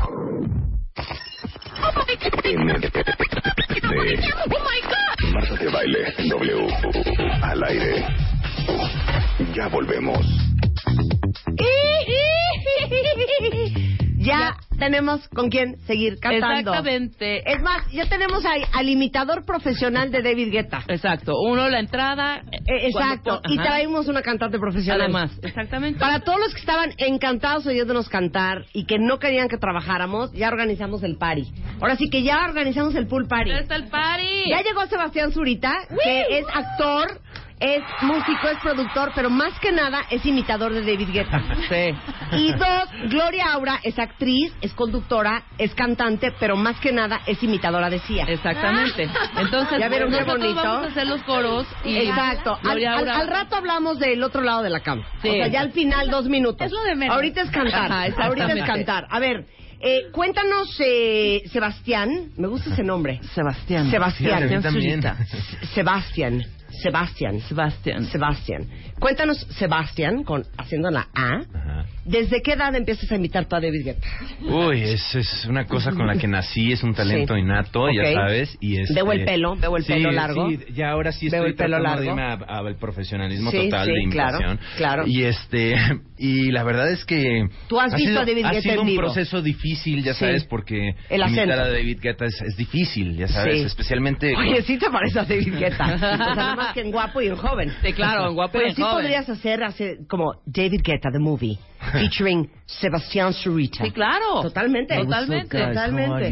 Speaker 7: En el de Marta de Baile W al aire. Ya volvemos.
Speaker 2: Ya tenemos con quién seguir cantando.
Speaker 4: Exactamente.
Speaker 2: Es más, ya tenemos ahí al imitador profesional de David Guetta.
Speaker 4: Exacto. Uno, la entrada.
Speaker 2: Eh, exacto.
Speaker 4: cuando pon-
Speaker 2: Y
Speaker 4: Ajá.
Speaker 2: traemos una cantante profesional.
Speaker 4: Además. Exactamente.
Speaker 2: Para todos los que estaban encantados oyéndonos cantar y que no querían que trabajáramos, ya organizamos el party. Ahora sí que ya organizamos el pool party.
Speaker 4: ¡Ya está el party!
Speaker 2: Ya llegó Sebastián Zurita, que es actor, es músico, es productor, pero más que nada es imitador de David Guetta.
Speaker 4: Sí.
Speaker 2: Y dos, Gloria Aura es actriz, es conductora, es cantante, pero más que nada es imitadora de CIA.
Speaker 4: Exactamente. Entonces,
Speaker 2: ¿Ya vieron qué
Speaker 4: nosotros
Speaker 2: bonito?
Speaker 4: vamos a hacer los coros. Y
Speaker 2: Exacto. Al,
Speaker 4: Gloria
Speaker 2: al-
Speaker 4: Aura-
Speaker 2: al rato hablamos del otro lado de la cama.
Speaker 4: Sí.
Speaker 2: O sea, ya al final dos minutos.
Speaker 6: Es lo de menos.
Speaker 2: Ahorita es cantar.
Speaker 4: Ajá, exactamente.
Speaker 2: Ahorita es cantar. A ver, eh, cuéntanos, eh, Sebastián. Me gusta ese nombre.
Speaker 4: Sebastián.
Speaker 2: Sebastián.
Speaker 4: Sebastián.
Speaker 2: Sebastián. Sebastián.
Speaker 4: Sebastián.
Speaker 2: Sebastián. Cuéntanos, Sebastián, con, haciendo la A. ¿Desde qué edad empiezas a imitar tú a David Guetta?
Speaker 8: Uy, es, es una cosa con la que nací, es un talento
Speaker 2: Sí.
Speaker 8: innato,
Speaker 2: Ok.
Speaker 8: ya sabes. Y este-
Speaker 2: Veo el pelo, veo el
Speaker 8: Sí,
Speaker 2: pelo largo.
Speaker 8: sí, ya ahora sí estoy
Speaker 2: Veo el pelo
Speaker 8: tratando de
Speaker 2: largo.
Speaker 8: irme a- a- al profesionalismo
Speaker 2: Sí,
Speaker 8: total
Speaker 2: sí,
Speaker 8: de
Speaker 2: claro,
Speaker 8: imitación.
Speaker 2: claro.
Speaker 8: Y este y la verdad es que
Speaker 2: Tú has
Speaker 8: ha
Speaker 2: visto
Speaker 8: sido,
Speaker 2: a David
Speaker 8: ha
Speaker 2: Guetta
Speaker 8: sido
Speaker 2: en
Speaker 8: un
Speaker 2: vivo.
Speaker 8: proceso difícil, ya
Speaker 2: Sí.
Speaker 8: sabes, porque
Speaker 2: El
Speaker 8: imitar
Speaker 2: acento.
Speaker 8: a David Guetta es, es difícil, ya sabes,
Speaker 2: Sí.
Speaker 8: especialmente
Speaker 2: Oye, sí te parece a David Guetta.
Speaker 4: [laughs]
Speaker 2: O sea, nada más que en guapo y en joven.
Speaker 4: Sí, claro,
Speaker 2: [laughs]
Speaker 4: en guapo y
Speaker 2: Pero
Speaker 4: en
Speaker 2: sí
Speaker 4: joven.
Speaker 2: podrías hacer, hacer como David Guetta,
Speaker 8: [laughs]
Speaker 2: the movie, featuring Sebastián Zurita.
Speaker 4: Sí, claro.
Speaker 2: Totalmente.
Speaker 4: Totalmente.
Speaker 2: Totalmente.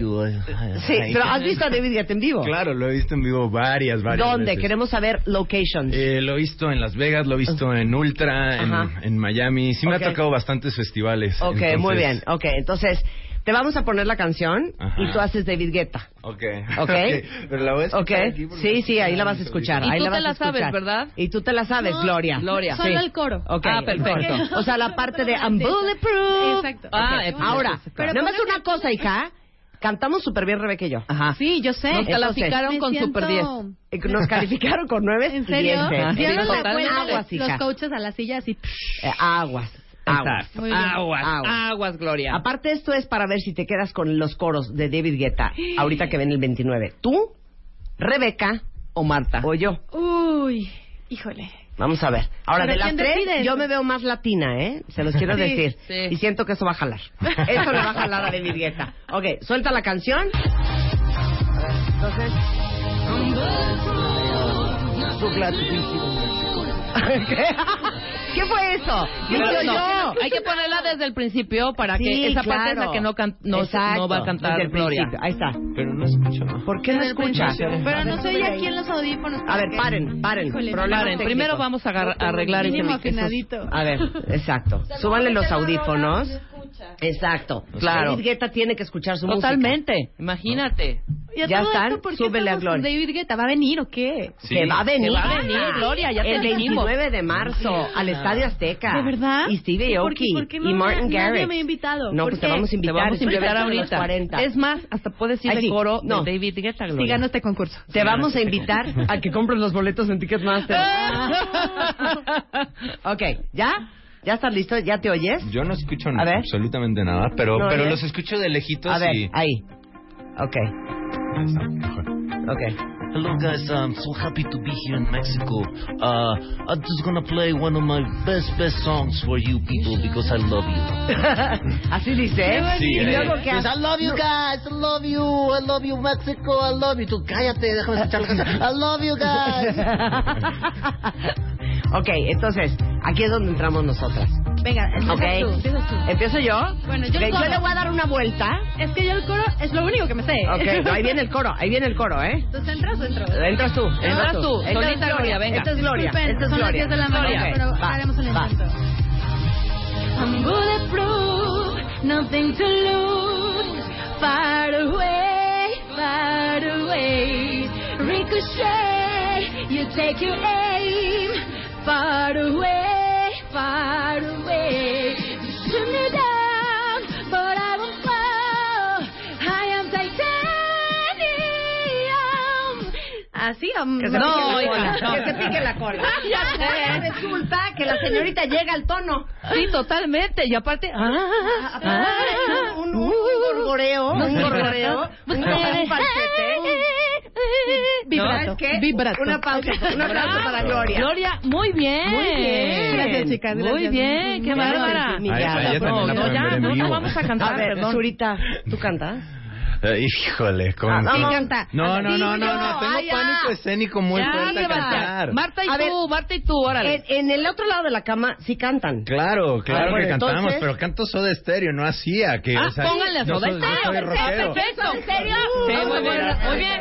Speaker 2: Sí, pero ¿has visto a David Guetta en vivo?
Speaker 8: Claro, lo he visto en vivo varias, varias
Speaker 2: ¿Dónde?
Speaker 8: veces.
Speaker 2: Queremos saber locations.
Speaker 8: Eh, lo he visto en Las Vegas, lo he visto en Ultra,
Speaker 2: Ajá.
Speaker 8: en, en Miami. Sí me
Speaker 2: Ok.
Speaker 8: ha tocado bastantes festivales.
Speaker 2: ok, muy
Speaker 8: entonces-
Speaker 2: bien. Ok, entonces te vamos a poner la canción
Speaker 8: Ajá.
Speaker 2: y tú haces David Guetta.
Speaker 8: Ok.
Speaker 2: Ok.
Speaker 8: Pero la voy a escuchar
Speaker 2: Ok,
Speaker 8: aquí porque-
Speaker 2: sí, sí, ahí la vas a escuchar.
Speaker 4: Y
Speaker 2: ahí
Speaker 4: tú te
Speaker 2: la vas a
Speaker 4: la sabes,
Speaker 2: escuchar.
Speaker 4: ¿verdad?
Speaker 2: Y tú te la sabes,
Speaker 6: No,
Speaker 2: Gloria.
Speaker 4: Gloria.
Speaker 6: solo el coro.
Speaker 2: Ok,
Speaker 4: Ah,
Speaker 2: el
Speaker 4: perfecto.
Speaker 2: coro. O
Speaker 4: [laughs]
Speaker 2: sea, la parte de I'm bulletproof.
Speaker 6: Exacto.
Speaker 4: Ah,
Speaker 6: Ok.
Speaker 4: eh, pues,
Speaker 2: Ahora,
Speaker 4: Pero
Speaker 2: nada más
Speaker 6: ponle
Speaker 2: una
Speaker 6: atención.
Speaker 2: cosa, hija. Cantamos súper bien Rebeca y yo.
Speaker 4: Ajá.
Speaker 6: Sí, yo sé.
Speaker 4: Nos
Speaker 2: Entonces,
Speaker 4: calificaron
Speaker 6: me
Speaker 4: con
Speaker 6: siento-
Speaker 4: Super 10.
Speaker 2: Eh, [laughs] Nos calificaron con nueve
Speaker 6: ¿En serio?
Speaker 2: y diez de-
Speaker 6: Dieron
Speaker 4: Sí,
Speaker 6: la
Speaker 4: total,
Speaker 6: vuelta
Speaker 2: aguas,
Speaker 6: los
Speaker 2: hija.
Speaker 6: coaches a la silla así.
Speaker 2: Eh, aguas, aguas.
Speaker 6: Muy bien.
Speaker 4: Aguas,
Speaker 2: Aguas.
Speaker 4: aguas, Gloria.
Speaker 2: Aparte, esto es para ver si te quedas con los coros de David Guetta, ahorita que ven el 29. ¿Tú, Rebeca o Marta? O yo.
Speaker 6: Uy, híjole.
Speaker 2: Vamos a ver. Ahora,
Speaker 6: Pero
Speaker 2: de las
Speaker 6: ¿quién
Speaker 2: tres,
Speaker 6: decide?
Speaker 2: yo me veo más latina, ¿eh? Se los quiero
Speaker 6: Sí,
Speaker 2: decir.
Speaker 4: sí.
Speaker 2: Y siento que eso va a jalar.
Speaker 4: ¿eh?
Speaker 2: [laughs] Eso le va a jalar a David Guetta. Ok, suelta
Speaker 4: [laughs]
Speaker 2: la canción. Entonces... ¿Qué? ¿Qué fue eso?
Speaker 4: Pero
Speaker 2: Dije
Speaker 4: no,
Speaker 2: yo.
Speaker 4: Hay que ponerla desde el principio para
Speaker 2: Sí,
Speaker 4: que esa parte es
Speaker 2: claro.
Speaker 4: la que no, can- no,
Speaker 2: Exacto,
Speaker 4: no va a cantar
Speaker 2: desde el
Speaker 4: Gloria.
Speaker 2: principio. Ahí está.
Speaker 8: Pero no escucho.
Speaker 2: ¿Por qué no escuchas?
Speaker 6: Pero no soy aquí en los audífonos.
Speaker 2: A ver, paren, paren.
Speaker 6: Híjole,
Speaker 2: Problemas
Speaker 6: paren,
Speaker 2: técnicos.
Speaker 4: Primero vamos a, agar- a arreglar ese
Speaker 6: Mínimo
Speaker 4: mic- esos-
Speaker 6: afinadito.
Speaker 2: A ver, exacto. Súbanle los audífonos. Exacto.
Speaker 4: pues, Claro.
Speaker 2: David Guetta tiene que escuchar su música.
Speaker 4: Totalmente, imagínate.
Speaker 6: Y a
Speaker 2: Ya
Speaker 6: todo
Speaker 2: están,
Speaker 6: esto, ¿por qué
Speaker 2: súbele a
Speaker 6: estamos con
Speaker 2: Gloria.
Speaker 6: David Guetta, ¿va a venir o qué?
Speaker 8: Sí.
Speaker 2: Que va a venir. Ah.
Speaker 4: Que va a venir, Gloria, ya te lo
Speaker 2: El
Speaker 4: dijimos.
Speaker 2: 29 de marzo al Estadio Azteca.
Speaker 6: ¿De verdad?
Speaker 2: Y Steve
Speaker 6: ¿Y por
Speaker 2: Aoki.
Speaker 6: qué- por qué no
Speaker 2: y Martin
Speaker 6: nadie
Speaker 2: Garrett.
Speaker 6: me ha invitado?
Speaker 2: No,
Speaker 6: ¿Por
Speaker 2: pues te
Speaker 6: qué?
Speaker 2: vamos a
Speaker 4: Te
Speaker 2: invitar.
Speaker 4: vamos a
Speaker 2: estoy
Speaker 4: invitar
Speaker 2: hablando de los
Speaker 4: ahorita.
Speaker 2: 40.
Speaker 4: Es más, hasta puedes ir
Speaker 2: Ay, sí.
Speaker 4: de coro
Speaker 2: No.
Speaker 4: de David Guetta,
Speaker 6: Si
Speaker 4: Gloria.
Speaker 6: gano este concurso.
Speaker 2: Te vamos a invitar
Speaker 4: [laughs]
Speaker 2: a que compres los boletos en Ticketmaster. ok, ¿ya? ¿Ya estás listo? ¿Ya te oyes?
Speaker 8: Yo no escucho
Speaker 2: A ver.
Speaker 8: absolutamente nada, pero,
Speaker 2: No,
Speaker 8: pero
Speaker 2: ya.
Speaker 8: los escucho de lejitos
Speaker 2: A ver,
Speaker 8: y...
Speaker 2: ahí. Ok, ok.
Speaker 9: Hello guys, I'm so happy to be here in Mexico. Uh, I'm just gonna play one of my best, best songs for you people because I love
Speaker 2: [laughs]
Speaker 9: you.
Speaker 2: Así dice.
Speaker 8: Sí,
Speaker 2: y
Speaker 8: eh.
Speaker 2: luego que
Speaker 9: Yes, I love you guys, I love you, I love you Mexico, I love you. Tú cállate, déjame escuchar la canción. I love you guys.
Speaker 2: [laughs] ok, entonces, aquí es donde entramos nosotras.
Speaker 6: Venga, empiezas
Speaker 2: Ok.
Speaker 6: tú, empiezas tú.
Speaker 2: ¿Empiezo yo?
Speaker 6: Bueno, yo el
Speaker 2: Ve,
Speaker 6: coro.
Speaker 2: le voy a dar una vuelta.
Speaker 6: Es que yo el coro es lo único que me sé.
Speaker 2: Ok, no, ahí viene el coro, ahí viene el coro, ¿eh?
Speaker 6: ¿Entonces entras o entro?
Speaker 2: Entras tú.
Speaker 4: Entras tú,
Speaker 2: Esta es
Speaker 4: solita, Gloria, venga.
Speaker 2: Esta es Gloria.
Speaker 6: Disculpen,
Speaker 2: Esta es
Speaker 6: son las
Speaker 2: Gloria.
Speaker 6: 10 de la
Speaker 2: Gloria.
Speaker 6: mañana, pero
Speaker 2: Va,
Speaker 6: haremos el
Speaker 2: va.
Speaker 6: intento. I'm bulletproof, nothing to lose. Far away, far away. Ricochet, you take your aim. Far away, far away. You shoot me down, but I won't fall. I am titanium. Así, um,
Speaker 2: Que se
Speaker 6: no,
Speaker 2: pique la
Speaker 6: oiga,
Speaker 2: cola.
Speaker 6: no.
Speaker 2: [laughs] Que se pique la
Speaker 4: [laughs]
Speaker 2: cola.
Speaker 6: [laughs]
Speaker 2: Eh,
Speaker 6: Ya sé.
Speaker 2: Resulta que la señorita llega al tono.
Speaker 4: Sí, totalmente. Y aparte, ah, ah,
Speaker 2: Un, un, un gorgoreo.
Speaker 4: No,
Speaker 2: Un
Speaker 4: sí. [laughs]
Speaker 2: gorgoreo. Un,
Speaker 4: Pues,
Speaker 2: un
Speaker 4: [laughs]
Speaker 2: falsete.
Speaker 6: Vibrato.
Speaker 2: ¿Sabes qué?
Speaker 6: Vibrato.
Speaker 2: Una pausa. Un aplauso
Speaker 4: Bravo.
Speaker 2: para Gloria.
Speaker 4: Gloria, muy bien.
Speaker 2: Muy bien.
Speaker 6: Gracias, chicas,
Speaker 4: Muy
Speaker 6: gracias.
Speaker 4: bien, qué
Speaker 2: Ya me
Speaker 4: bárbara.
Speaker 2: sentí
Speaker 8: Ahí está, ya
Speaker 2: humillada.
Speaker 8: también la
Speaker 4: No,
Speaker 8: pueden
Speaker 4: ya,
Speaker 8: ver en
Speaker 4: no, no
Speaker 8: vivo.
Speaker 4: vamos a cantar,
Speaker 2: A ver,
Speaker 4: perdón.
Speaker 2: Zurita, ¿tú cantas?
Speaker 8: Eh, híjole, con...
Speaker 2: Ah,
Speaker 8: con-
Speaker 2: no, no.
Speaker 8: No, no, no, no, no, tengo
Speaker 4: Ah, ya.
Speaker 8: pánico escénico muy
Speaker 4: Ya,
Speaker 8: fuerte a
Speaker 4: levanta.
Speaker 8: cantar.
Speaker 4: Marta y
Speaker 2: A ver.
Speaker 4: tú, Marta y tú, órale.
Speaker 2: En, en el otro lado de la cama sí cantan.
Speaker 8: Claro, claro
Speaker 2: Ah, bueno,
Speaker 8: que cantamos,
Speaker 2: entonces-
Speaker 8: pero canto Soda Estéreo, no hacía que...
Speaker 4: Ah,
Speaker 8: o sea,
Speaker 4: pónganle a
Speaker 8: no
Speaker 4: Soda
Speaker 8: soy- no
Speaker 4: Stereo,
Speaker 8: soy rockero.
Speaker 4: Perfecto.
Speaker 6: ¿En serio?
Speaker 4: Sí,
Speaker 2: vamos
Speaker 4: muy
Speaker 2: a
Speaker 4: bien.
Speaker 2: ver.
Speaker 4: Muy bien.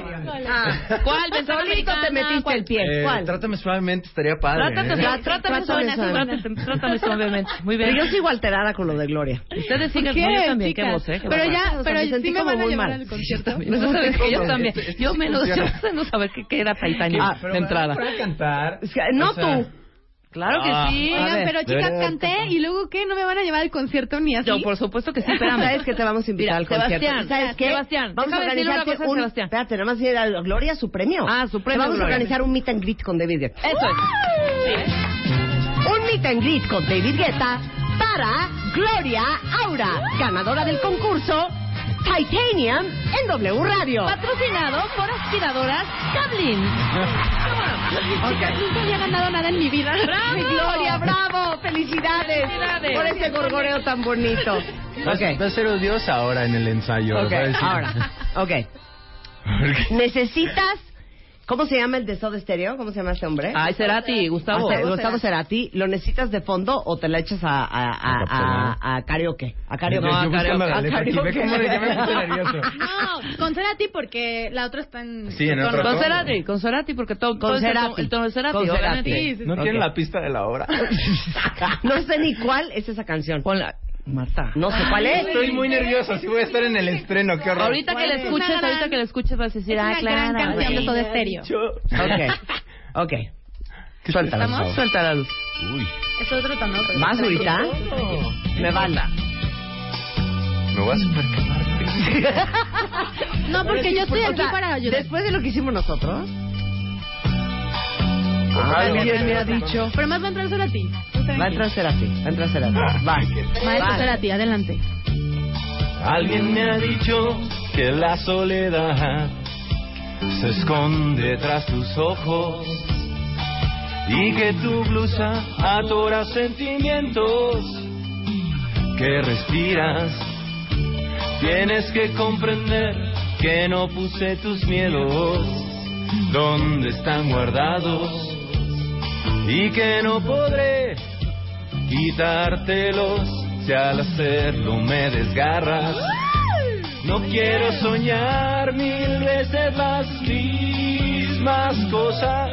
Speaker 2: Ah.
Speaker 4: ¿Cuál? Ventana
Speaker 2: Solito te
Speaker 4: americana,
Speaker 2: metiste
Speaker 4: ¿cuál?
Speaker 2: el pie.
Speaker 8: Eh,
Speaker 2: ¿Cuál?
Speaker 8: Trátame suavemente, estaría padre.
Speaker 4: Trátame,
Speaker 8: ¿eh?
Speaker 4: suave- trátame
Speaker 2: Trátame
Speaker 4: suave,
Speaker 2: suave.
Speaker 4: trátame- trátame suavemente. Muy
Speaker 2: Pero
Speaker 4: bien.
Speaker 2: yo sigo alterada con lo de Gloria.
Speaker 4: Ustedes sigan
Speaker 6: ¿Qué,
Speaker 4: no, yo también, qué
Speaker 6: chicas?
Speaker 4: voz, eh. Qué
Speaker 6: Pero
Speaker 4: bárbara.
Speaker 6: ya,
Speaker 2: O sea,
Speaker 6: pero
Speaker 2: me sentí
Speaker 6: sí me
Speaker 2: como
Speaker 6: van a
Speaker 2: muy
Speaker 6: llevar
Speaker 2: mal.
Speaker 6: al concierto.
Speaker 4: No sabes que yo
Speaker 8: Esto-
Speaker 4: también.
Speaker 8: esto- esto
Speaker 4: Yo
Speaker 8: sí
Speaker 4: menos, [laughs]
Speaker 5: [laughs]
Speaker 4: yo
Speaker 8: funciona.
Speaker 4: no saber qué, qué era Titanium
Speaker 2: Ah,
Speaker 4: de entrada.
Speaker 8: Para cantar...
Speaker 2: Es que- no
Speaker 8: o sea,
Speaker 2: tú.
Speaker 4: Claro que
Speaker 8: Ah.
Speaker 4: sí.
Speaker 6: Oigan, pero chicas,
Speaker 8: debería-
Speaker 6: canté y luego ¿qué? ¿No me van a llevar al concierto ni así?
Speaker 4: Yo, por supuesto que sí, espérame.
Speaker 2: ¿Sabes que te vamos a invitar
Speaker 4: Mira,
Speaker 2: al concierto?
Speaker 4: Sebastián,
Speaker 2: ¿Y ¿Sabes qué?
Speaker 4: Sebastián,
Speaker 2: vamos a
Speaker 4: déjame decirle una
Speaker 2: organizar
Speaker 4: cosa a
Speaker 2: un...
Speaker 4: Sebastián.
Speaker 2: Espérate, nada más ir a Gloria su premio.
Speaker 4: Ah, su premio,
Speaker 2: Te vamos
Speaker 4: Gloria.
Speaker 2: a organizar un meet and greet con David Guetta.
Speaker 4: Eso es.
Speaker 2: Un meet and greet con David Guetta para Gloria Aura, ganadora del concurso Titanium en W Radio.
Speaker 6: Patrocinado por aspiradoras Cablin. Nunca había ganado nada en mi vida.
Speaker 2: Mi Gloria, bravo, felicidades,
Speaker 6: Felicidades.
Speaker 2: por este gorgoreo tan bonito.
Speaker 8: Va, va a ser odiosa ahora en el ensayo.
Speaker 2: Ok,
Speaker 8: va a decir-
Speaker 2: ahora, ok.
Speaker 8: [laughs]
Speaker 2: Necesitas, ¿cómo se llama el de Soda Stereo? ¿Cómo se llama este hombre?
Speaker 4: Ay, Cerati, Gustavo.
Speaker 2: Ah, Cer- Gustavo Cerati, ¿lo necesitas de fondo o te la echas a, a, a, a- a karaoke? A karaoke.
Speaker 8: Yo- yo
Speaker 2: a
Speaker 8: buscando la letra aquí, ve cómo le- ya me puse nervioso.
Speaker 6: No, con Cerati porque la otra está en...
Speaker 8: Sí, en
Speaker 6: con-
Speaker 8: otro
Speaker 6: con Pues
Speaker 8: tono.
Speaker 6: Cerati.
Speaker 4: Cerati, con Cerati, porque todo,
Speaker 2: Con
Speaker 4: todo es el
Speaker 2: Cerati.
Speaker 4: tono- el tono de Cerati.
Speaker 2: Con Cerati.
Speaker 4: obviamente. Sí, sí, sí.
Speaker 8: ¿No
Speaker 2: Ok.
Speaker 8: tienen la pista de la obra?
Speaker 2: [laughs] No sé ni cuál es esa canción.
Speaker 4: Marta.
Speaker 2: No sé cuál es.
Speaker 8: Estoy muy nervioso, así voy a estar en el estreno, qué horror.
Speaker 4: Ahorita que la
Speaker 6: Es
Speaker 4: escuches,
Speaker 6: una gran-
Speaker 4: ahorita que la escuches vas a decir,
Speaker 6: Es
Speaker 4: ah,
Speaker 6: una gran
Speaker 4: claro.
Speaker 6: canción de
Speaker 4: güey".
Speaker 6: Soda Stereo.
Speaker 10: [laughs]
Speaker 2: Ok, ok.
Speaker 8: Suéltala, por
Speaker 6: ¿Estamos?
Speaker 8: favor.
Speaker 4: Suelta la luz.
Speaker 8: Uy,
Speaker 6: Es otro tono. pero-
Speaker 2: ¿Vas ahorita? Me banda.
Speaker 8: me voy a supercamar.
Speaker 6: No, porque yo estoy aquí para ayudar.
Speaker 2: Después de lo que hicimos nosotros.
Speaker 8: Alguien me ha
Speaker 2: dicho.
Speaker 6: Pero más va a entrar Cerati.
Speaker 2: Va a entrar Cerati, va a entrar Cerati. Va.
Speaker 6: Maestro
Speaker 2: Va.
Speaker 6: Cerati, adelante.
Speaker 8: Alguien me ha dicho que la soledad se esconde tras tus ojos y que tu blusa atora sentimientos que respiras. Tienes que comprender que no puse tus miedos donde están guardados y que no podré quitártelos si al hacerlo me desgarras. No quiero soñar mil veces las mismas cosas.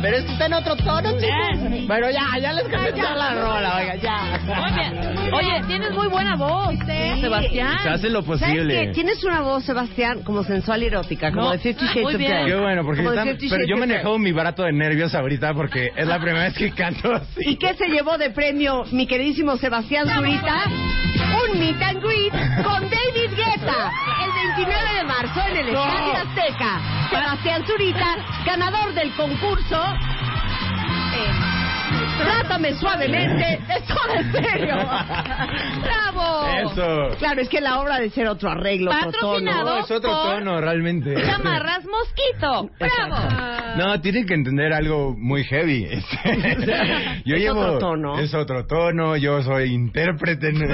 Speaker 8: Pero es que está en otro tono, chicos. Bueno, ya, ya les cambié toda la rola, oiga,
Speaker 4: Muy
Speaker 8: ya.
Speaker 4: bien. Oye, tienes muy buena voz,
Speaker 5: [laughs]
Speaker 4: Sebastián.
Speaker 8: Se hace lo
Speaker 2: ¿Sabes qué?
Speaker 8: posible.
Speaker 2: Tienes una voz, Sebastián, como sensual y erótica, como
Speaker 4: No.
Speaker 2: de Fifty
Speaker 4: Ah,
Speaker 2: Shades
Speaker 4: muy
Speaker 2: of
Speaker 4: bien.
Speaker 2: Grey.
Speaker 8: Qué bueno, porque
Speaker 2: Como de
Speaker 8: están-
Speaker 2: Fifty
Speaker 8: pero
Speaker 2: Shades
Speaker 8: yo
Speaker 2: of
Speaker 8: manejo
Speaker 2: Grey.
Speaker 8: mi barato de nervios ahorita porque es la primera vez que canto así.
Speaker 2: ¿Y qué se llevó de premio mi queridísimo Sebastián Zurita? Un meet and greet con David Guetta el 29 de marzo en el Estadio Azteca. Sebastián Zurita, ganador del concurso eh, Trátame
Speaker 8: [laughs]
Speaker 2: suavemente, esto de serio. ¡Bravo!
Speaker 8: Eso.
Speaker 2: Claro, es que la obra de ser otro arreglo,
Speaker 6: Patrocinado.
Speaker 8: No, es otro
Speaker 6: por
Speaker 8: tono realmente.
Speaker 6: Chamarras Mosquito. ¡Bravo!
Speaker 8: [laughs] No, tienen que entender algo muy heavy. [laughs] Este, yo
Speaker 2: Es
Speaker 8: llevo,
Speaker 2: otro tono.
Speaker 8: Es otro tono, yo soy intérprete, no,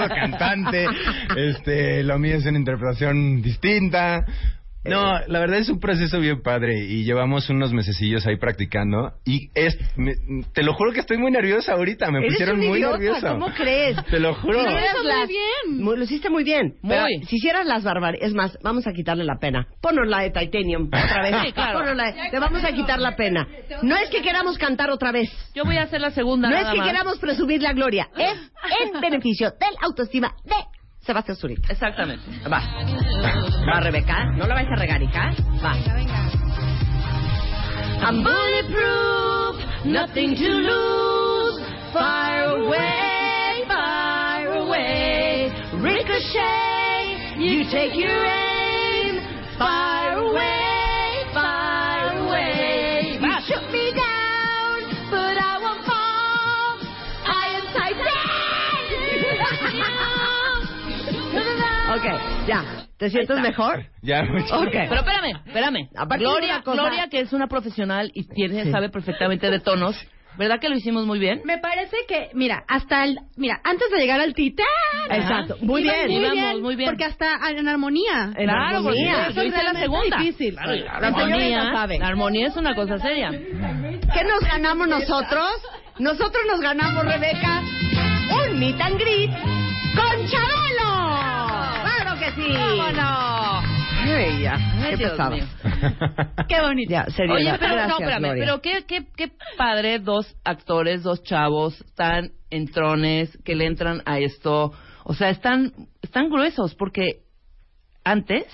Speaker 2: [laughs]
Speaker 8: no cantante. Este, lo mío es una interpretación distinta. No,
Speaker 2: Eh.
Speaker 8: la verdad es un proceso bien padre y llevamos unos mesecillos ahí practicando y es, me- te lo juro que estoy muy nerviosa ahorita, me
Speaker 2: Eres
Speaker 8: pusieron
Speaker 2: un
Speaker 8: muy
Speaker 2: idiota,
Speaker 8: nerviosa.
Speaker 2: ¿cómo crees?
Speaker 8: Te lo juro.
Speaker 2: Si
Speaker 6: Pero
Speaker 2: hicieras
Speaker 6: eso muy bien.
Speaker 2: Muy- lo hiciste muy bien.
Speaker 4: Muy.
Speaker 2: Pero si hicieras las barbaridades, es más, vamos a quitarle la pena. Ponos la de
Speaker 4: [laughs]
Speaker 2: Titanium otra vez.
Speaker 4: Sí, claro.
Speaker 2: Ponos la de- te vamos a quitar la pena. No es que queramos cantar otra vez.
Speaker 4: Yo voy a hacer la segunda.
Speaker 2: No es
Speaker 4: nada
Speaker 2: que
Speaker 4: más.
Speaker 2: queramos presumir la
Speaker 4: [laughs]
Speaker 2: gloria. Es en beneficio del autoestima de Sebastián Zurita.
Speaker 4: Exactamente.
Speaker 2: Va. Va, Rebeca. No la vais a regaricar. Va.
Speaker 5: I'm bulletproof, nothing to lose. Fire away, fire away. Ricochet, you take your aim. Fire away, fire away. You shoot me down, but I won't fall. I am [laughs] titanium.
Speaker 2: Ok, ya. ¿Te sientes mejor?
Speaker 8: Ya, mucho.
Speaker 2: Ok.
Speaker 4: Pero espérame, espérame.
Speaker 2: Aparte de
Speaker 4: Gloria,
Speaker 2: una cosa-
Speaker 4: Gloria, que es una profesional y tiene, sabe perfectamente de tonos. ¿Verdad que lo hicimos muy bien?
Speaker 6: Me parece que, mira, hasta el, mira, antes de llegar al titán.
Speaker 2: Exacto.
Speaker 6: Ajá.
Speaker 2: Muy
Speaker 6: Iban
Speaker 2: bien.
Speaker 6: Muy
Speaker 4: Íbamos
Speaker 6: bien,
Speaker 4: muy bien.
Speaker 6: Porque hasta en armonía.
Speaker 2: En
Speaker 4: Claro, porque
Speaker 2: armonía.
Speaker 4: yo hice la
Speaker 6: Realmente
Speaker 4: segunda.
Speaker 6: difícil.
Speaker 4: Claro, la
Speaker 2: La señora ya
Speaker 4: armonía,
Speaker 2: sabe.
Speaker 4: la armonía es una cosa seria.
Speaker 2: ¿Qué nos ganamos nosotros? Nosotros nos ganamos, Rebeca, un meet and greet con Chabelo. ¡Claro que sí!
Speaker 4: ¡Vámonos!
Speaker 2: Ay, ya.
Speaker 4: Ay,
Speaker 2: ¿Qué
Speaker 4: Dios
Speaker 2: pesado. [laughs]
Speaker 4: mío.
Speaker 6: Qué bonito.
Speaker 2: Ya, serio.
Speaker 4: Oye, pero
Speaker 2: Gracias,
Speaker 4: no, espérame,
Speaker 2: Gloria.
Speaker 4: pero qué, qué, qué padre dos actores, dos chavos tan entrones que le entran a esto. O sea, están, están gruesos porque antes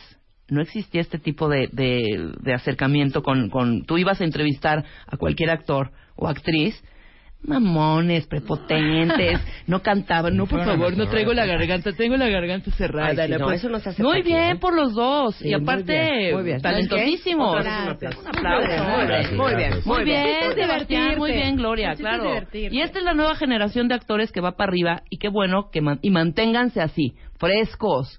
Speaker 4: no existía este tipo de, de, de acercamiento con, con... Tú ibas a entrevistar a cualquier actor o actriz mamones, prepotentes, no cantaban, no, por
Speaker 2: Fueron
Speaker 4: favor, no
Speaker 2: los
Speaker 4: traigo la garganta, tengo la garganta cerrada.
Speaker 2: Ay, sí,
Speaker 4: La
Speaker 2: no,
Speaker 4: pues-
Speaker 2: eso no se hace
Speaker 4: Muy
Speaker 2: aquí,
Speaker 4: bien
Speaker 2: ¿eh?
Speaker 4: por los dos,
Speaker 2: Sí,
Speaker 4: y
Speaker 2: muy
Speaker 4: aparte,
Speaker 2: bien, muy bien. ¿Sabes qué?
Speaker 4: talentosísimos.
Speaker 2: Otra vez un aplauso.
Speaker 4: Un aplauso.
Speaker 2: Muy bien, muy bien,
Speaker 4: Muy
Speaker 2: muy bien.
Speaker 4: bien,
Speaker 2: Muy bien.
Speaker 4: Sebastián, muy bien, Gloria,
Speaker 2: Necesitas
Speaker 4: claro.
Speaker 2: divertirte.
Speaker 4: Y esta es la nueva generación de actores que va para arriba, y qué bueno, que man- y manténganse así, frescos,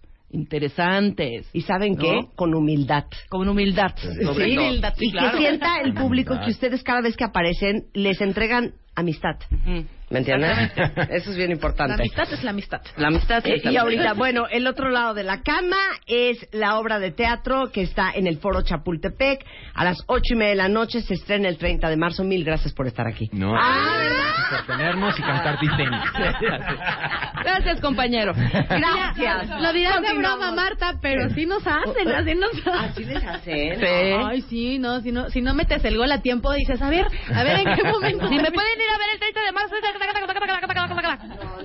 Speaker 4: interesantes.
Speaker 2: ¿Y saben qué? Con humildad.
Speaker 4: Con humildad. sobre
Speaker 2: Sí,
Speaker 4: todo.
Speaker 2: y que
Speaker 4: claro.
Speaker 2: sienta el público que ustedes cada vez que aparecen les entregan amistad. ¿Me entiendes? Eso es bien importante.
Speaker 6: La amistad es la amistad.
Speaker 4: La amistad
Speaker 2: Eh, y ahorita, bueno, el otro lado de la cama es la obra de teatro que está en el Foro Chapultepec. A las ocho y media de la noche se estrena el 30 de marzo. Mil gracias por estar aquí.
Speaker 8: No.
Speaker 2: Ah,
Speaker 8: Sostenernos y
Speaker 2: [laughs]
Speaker 8: cantar
Speaker 4: Gracias, [laughs] compañero.
Speaker 2: Gracias.
Speaker 6: Lo dirás de
Speaker 2: Continuamos.
Speaker 6: broma, Marta, pero sí nos hacen, así nos hacen.
Speaker 2: Así les hacen.
Speaker 6: Ay, sí, no, si no, si no metes el gol a tiempo, dices, a ver, a ver [laughs] en qué momento.
Speaker 4: Si me
Speaker 6: pueden ir a ver el 30 de marzo.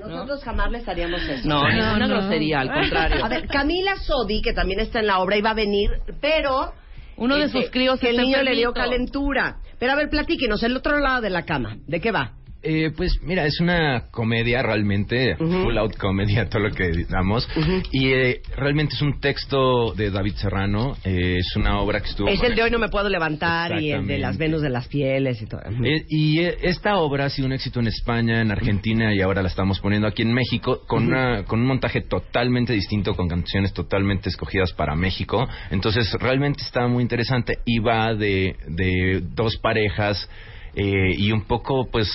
Speaker 2: Nosotros jamás les haríamos eso.
Speaker 4: No,
Speaker 6: No,
Speaker 4: ninguna
Speaker 6: no.
Speaker 4: grosería, al contrario.
Speaker 2: A ver, Camila Sodi, que también está en la obra, iba a venir, pero...
Speaker 4: Uno de
Speaker 2: este,
Speaker 4: sus críos
Speaker 2: Que el
Speaker 4: está
Speaker 2: niño le dio
Speaker 4: enfermito.
Speaker 2: calentura. Pero a ver, platíquenos, el otro lado de la cama, ¿de qué va?
Speaker 8: Eh, pues mira, es una comedia realmente, full out comedia, todo lo que damos. Y eh, realmente es un texto de David Serrano, eh, es una obra que estuvo...
Speaker 2: es
Speaker 8: con
Speaker 2: el
Speaker 8: él.
Speaker 2: de hoy no me puedo levantar y el de las
Speaker 8: Exactamente.
Speaker 2: Venus de las pieles y todo. Ujú.
Speaker 8: Eh, y eh, esta obra ha sido un éxito en España, en Argentina y ahora la estamos poniendo aquí en México con, una- con un montaje totalmente distinto, con canciones totalmente escogidas para México. Entonces realmente está muy interesante y va de, de dos parejas eh, y un poco pues...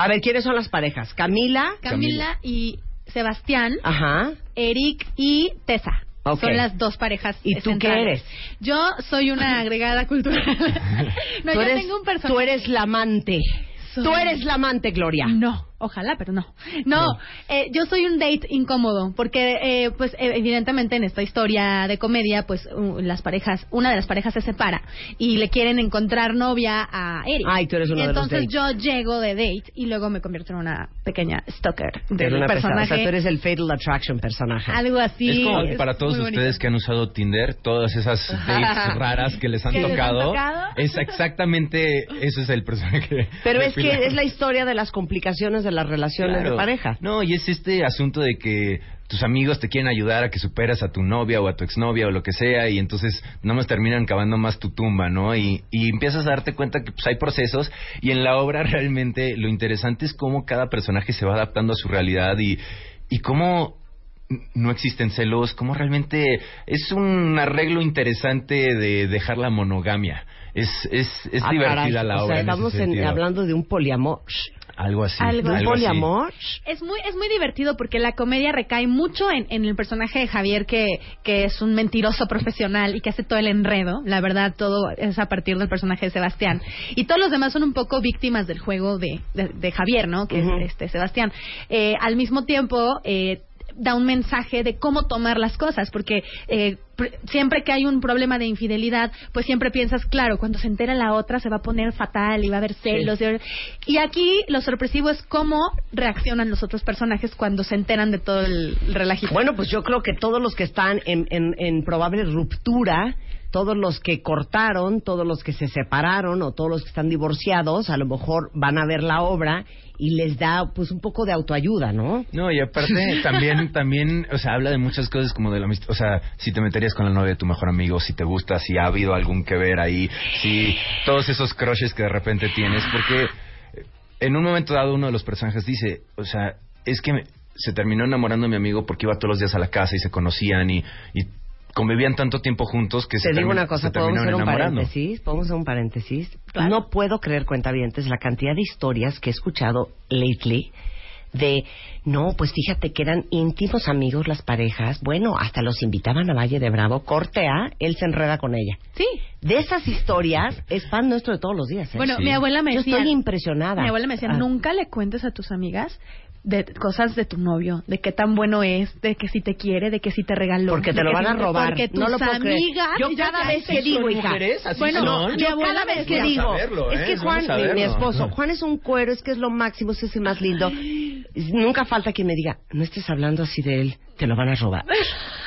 Speaker 2: A ver, ¿quiénes son las parejas? Camila.
Speaker 6: Camila y Sebastián,
Speaker 2: Ajá.
Speaker 6: Eric y Tessa.
Speaker 2: Ok.
Speaker 6: Son las dos parejas.
Speaker 2: ¿Y tú qué
Speaker 6: centrales.
Speaker 2: eres?
Speaker 6: Yo soy
Speaker 2: [laughs]
Speaker 6: una agregada cultural. no,
Speaker 2: tú
Speaker 6: yo
Speaker 2: eres,
Speaker 6: tengo un
Speaker 2: Tú
Speaker 6: personaje.
Speaker 2: eres la amante.
Speaker 6: Soy-
Speaker 2: Tú eres la amante, Gloria.
Speaker 6: No, ojalá, pero no. No, eh, yo soy un date incómodo porque, eh, pues, eh, evidentemente en esta historia de comedia, pues, u- las parejas, una de las parejas se separa y le quieren encontrar novia a Eric.
Speaker 2: Ay, tú eres uno de los
Speaker 6: Entonces
Speaker 2: dates.
Speaker 6: yo llego de date y luego me convierto en una pequeña stalker
Speaker 2: Eres
Speaker 6: del
Speaker 2: una pesada. O
Speaker 6: personaje.
Speaker 2: sea, tú eres el Fatal Attraction
Speaker 4: Ah.
Speaker 2: personaje.
Speaker 6: Algo así.
Speaker 8: es como
Speaker 6: es
Speaker 8: para todos
Speaker 6: muy bonito.
Speaker 8: ustedes que han usado Tinder, todas esas dates raras que les han,
Speaker 6: Que les han
Speaker 8: tocado,
Speaker 6: tocado.
Speaker 8: Es exactamente, ese es el personaje.
Speaker 2: Pero
Speaker 8: de
Speaker 2: es que
Speaker 4: [laughs]
Speaker 8: Pilar.
Speaker 2: es la historia de las complicaciones de las relaciones
Speaker 8: Claro.
Speaker 2: de pareja.
Speaker 8: No, y es este asunto de que tus amigos te quieren ayudar a que superas a tu novia o a tu exnovia o lo que sea y entonces nada más terminan cavando más tu tumba, ¿no? Y, y empiezas a darte cuenta que pues, hay procesos y en la obra [laughs] realmente lo interesante es cómo cada personaje se va adaptando a su realidad y, y cómo n- no existen celos, cómo realmente es un arreglo interesante de dejar la monogamia. Es, es, es
Speaker 2: Ah,
Speaker 8: divertida
Speaker 2: caray.
Speaker 8: la obra.
Speaker 2: O sea,
Speaker 8: en ese
Speaker 2: estamos en-
Speaker 8: sentido.
Speaker 2: hablando de un poliamor.
Speaker 8: Algo así.
Speaker 6: Algo-
Speaker 2: ¿De un
Speaker 8: algo así.
Speaker 2: poliamor?
Speaker 6: Es muy, es muy divertido porque la comedia recae mucho en, en el personaje de Javier, que, que es un mentiroso profesional y que hace todo el enredo. La verdad, todo es a partir del personaje de Sebastián. Y todos los demás son un poco víctimas del juego de, de- de Javier, ¿no? Que
Speaker 2: Ujú.
Speaker 6: es este Sebastián. Eh, al mismo tiempo, eh, da un mensaje de cómo tomar las cosas, porque eh, pr- siempre que hay un problema de infidelidad, pues siempre piensas, claro, cuando se entera la otra se va a poner fatal y va a haber celos. Y y aquí lo sorpresivo es cómo reaccionan los otros personajes cuando se enteran de todo el el relajito.
Speaker 2: Bueno, pues yo creo que todos los que están en, en, en probable ruptura, todos los que cortaron, todos los que se separaron o todos los que están divorciados, a lo mejor van a ver la obra y les da pues un poco de autoayuda, ¿no?
Speaker 8: No, y
Speaker 2: [laughs]
Speaker 8: aparte también, también, o sea, habla de muchas cosas como de la amistad, o sea, si te meterías con la novia de tu mejor amigo, si te gusta, si ha habido algún que ver ahí, si todos esos crushes que de repente tienes, porque eh, en un momento dado uno de los personajes dice, o sea, es que me- se terminó enamorando de mi amigo porque iba todos los días a la casa y se conocían y, y convivían tanto tiempo juntos que se,
Speaker 2: Te digo
Speaker 8: termi-
Speaker 2: una
Speaker 8: se
Speaker 2: cosa, podemos
Speaker 8: terminaron
Speaker 2: hacer un
Speaker 8: enamorando.
Speaker 2: paréntesis, podemos hacer un paréntesis.
Speaker 6: Claro.
Speaker 2: No puedo creer, cuentavientes, la cantidad de historias que he escuchado lately de, no, pues fíjate que eran íntimos amigos las parejas, bueno, hasta los invitaban a Valle de Bravo, corte A, él se enreda con ella.
Speaker 6: sí.
Speaker 2: De esas historias es pan nuestro de todos los días. ¿eh?
Speaker 6: Bueno,
Speaker 8: Sí.
Speaker 6: mi abuela me
Speaker 2: yo
Speaker 6: decía...
Speaker 2: estoy impresionada.
Speaker 6: Mi abuela me decía,
Speaker 2: Ah,
Speaker 6: nunca le cuentes a tus amigas de cosas de tu novio, de qué tan bueno es, de que si te quiere, de que si te regaló.
Speaker 2: Porque te
Speaker 6: de
Speaker 2: lo
Speaker 6: que
Speaker 2: van a
Speaker 6: si-
Speaker 2: robar.
Speaker 6: Porque tus
Speaker 2: No lo puedo creer.
Speaker 6: amigas...
Speaker 2: Yo
Speaker 6: Y
Speaker 2: cada
Speaker 6: "Ay,
Speaker 2: vez que
Speaker 6: son
Speaker 2: digo, hija".
Speaker 6: mujeres, así
Speaker 2: bueno,
Speaker 6: son.
Speaker 2: yo
Speaker 6: Mi abuela
Speaker 2: cada
Speaker 6: me
Speaker 2: vez que
Speaker 6: decía.
Speaker 2: digo,
Speaker 8: Vamos a verlo,
Speaker 2: es
Speaker 8: ¿eh?
Speaker 2: que Juan,
Speaker 8: Vamos a
Speaker 2: mi, mi
Speaker 8: verlo.
Speaker 2: esposo, Juan es un cuero, es que es lo máximo, es el
Speaker 6: [laughs]
Speaker 2: más lindo. Nunca falta que me diga, no estés hablando así de él, te lo van a robar.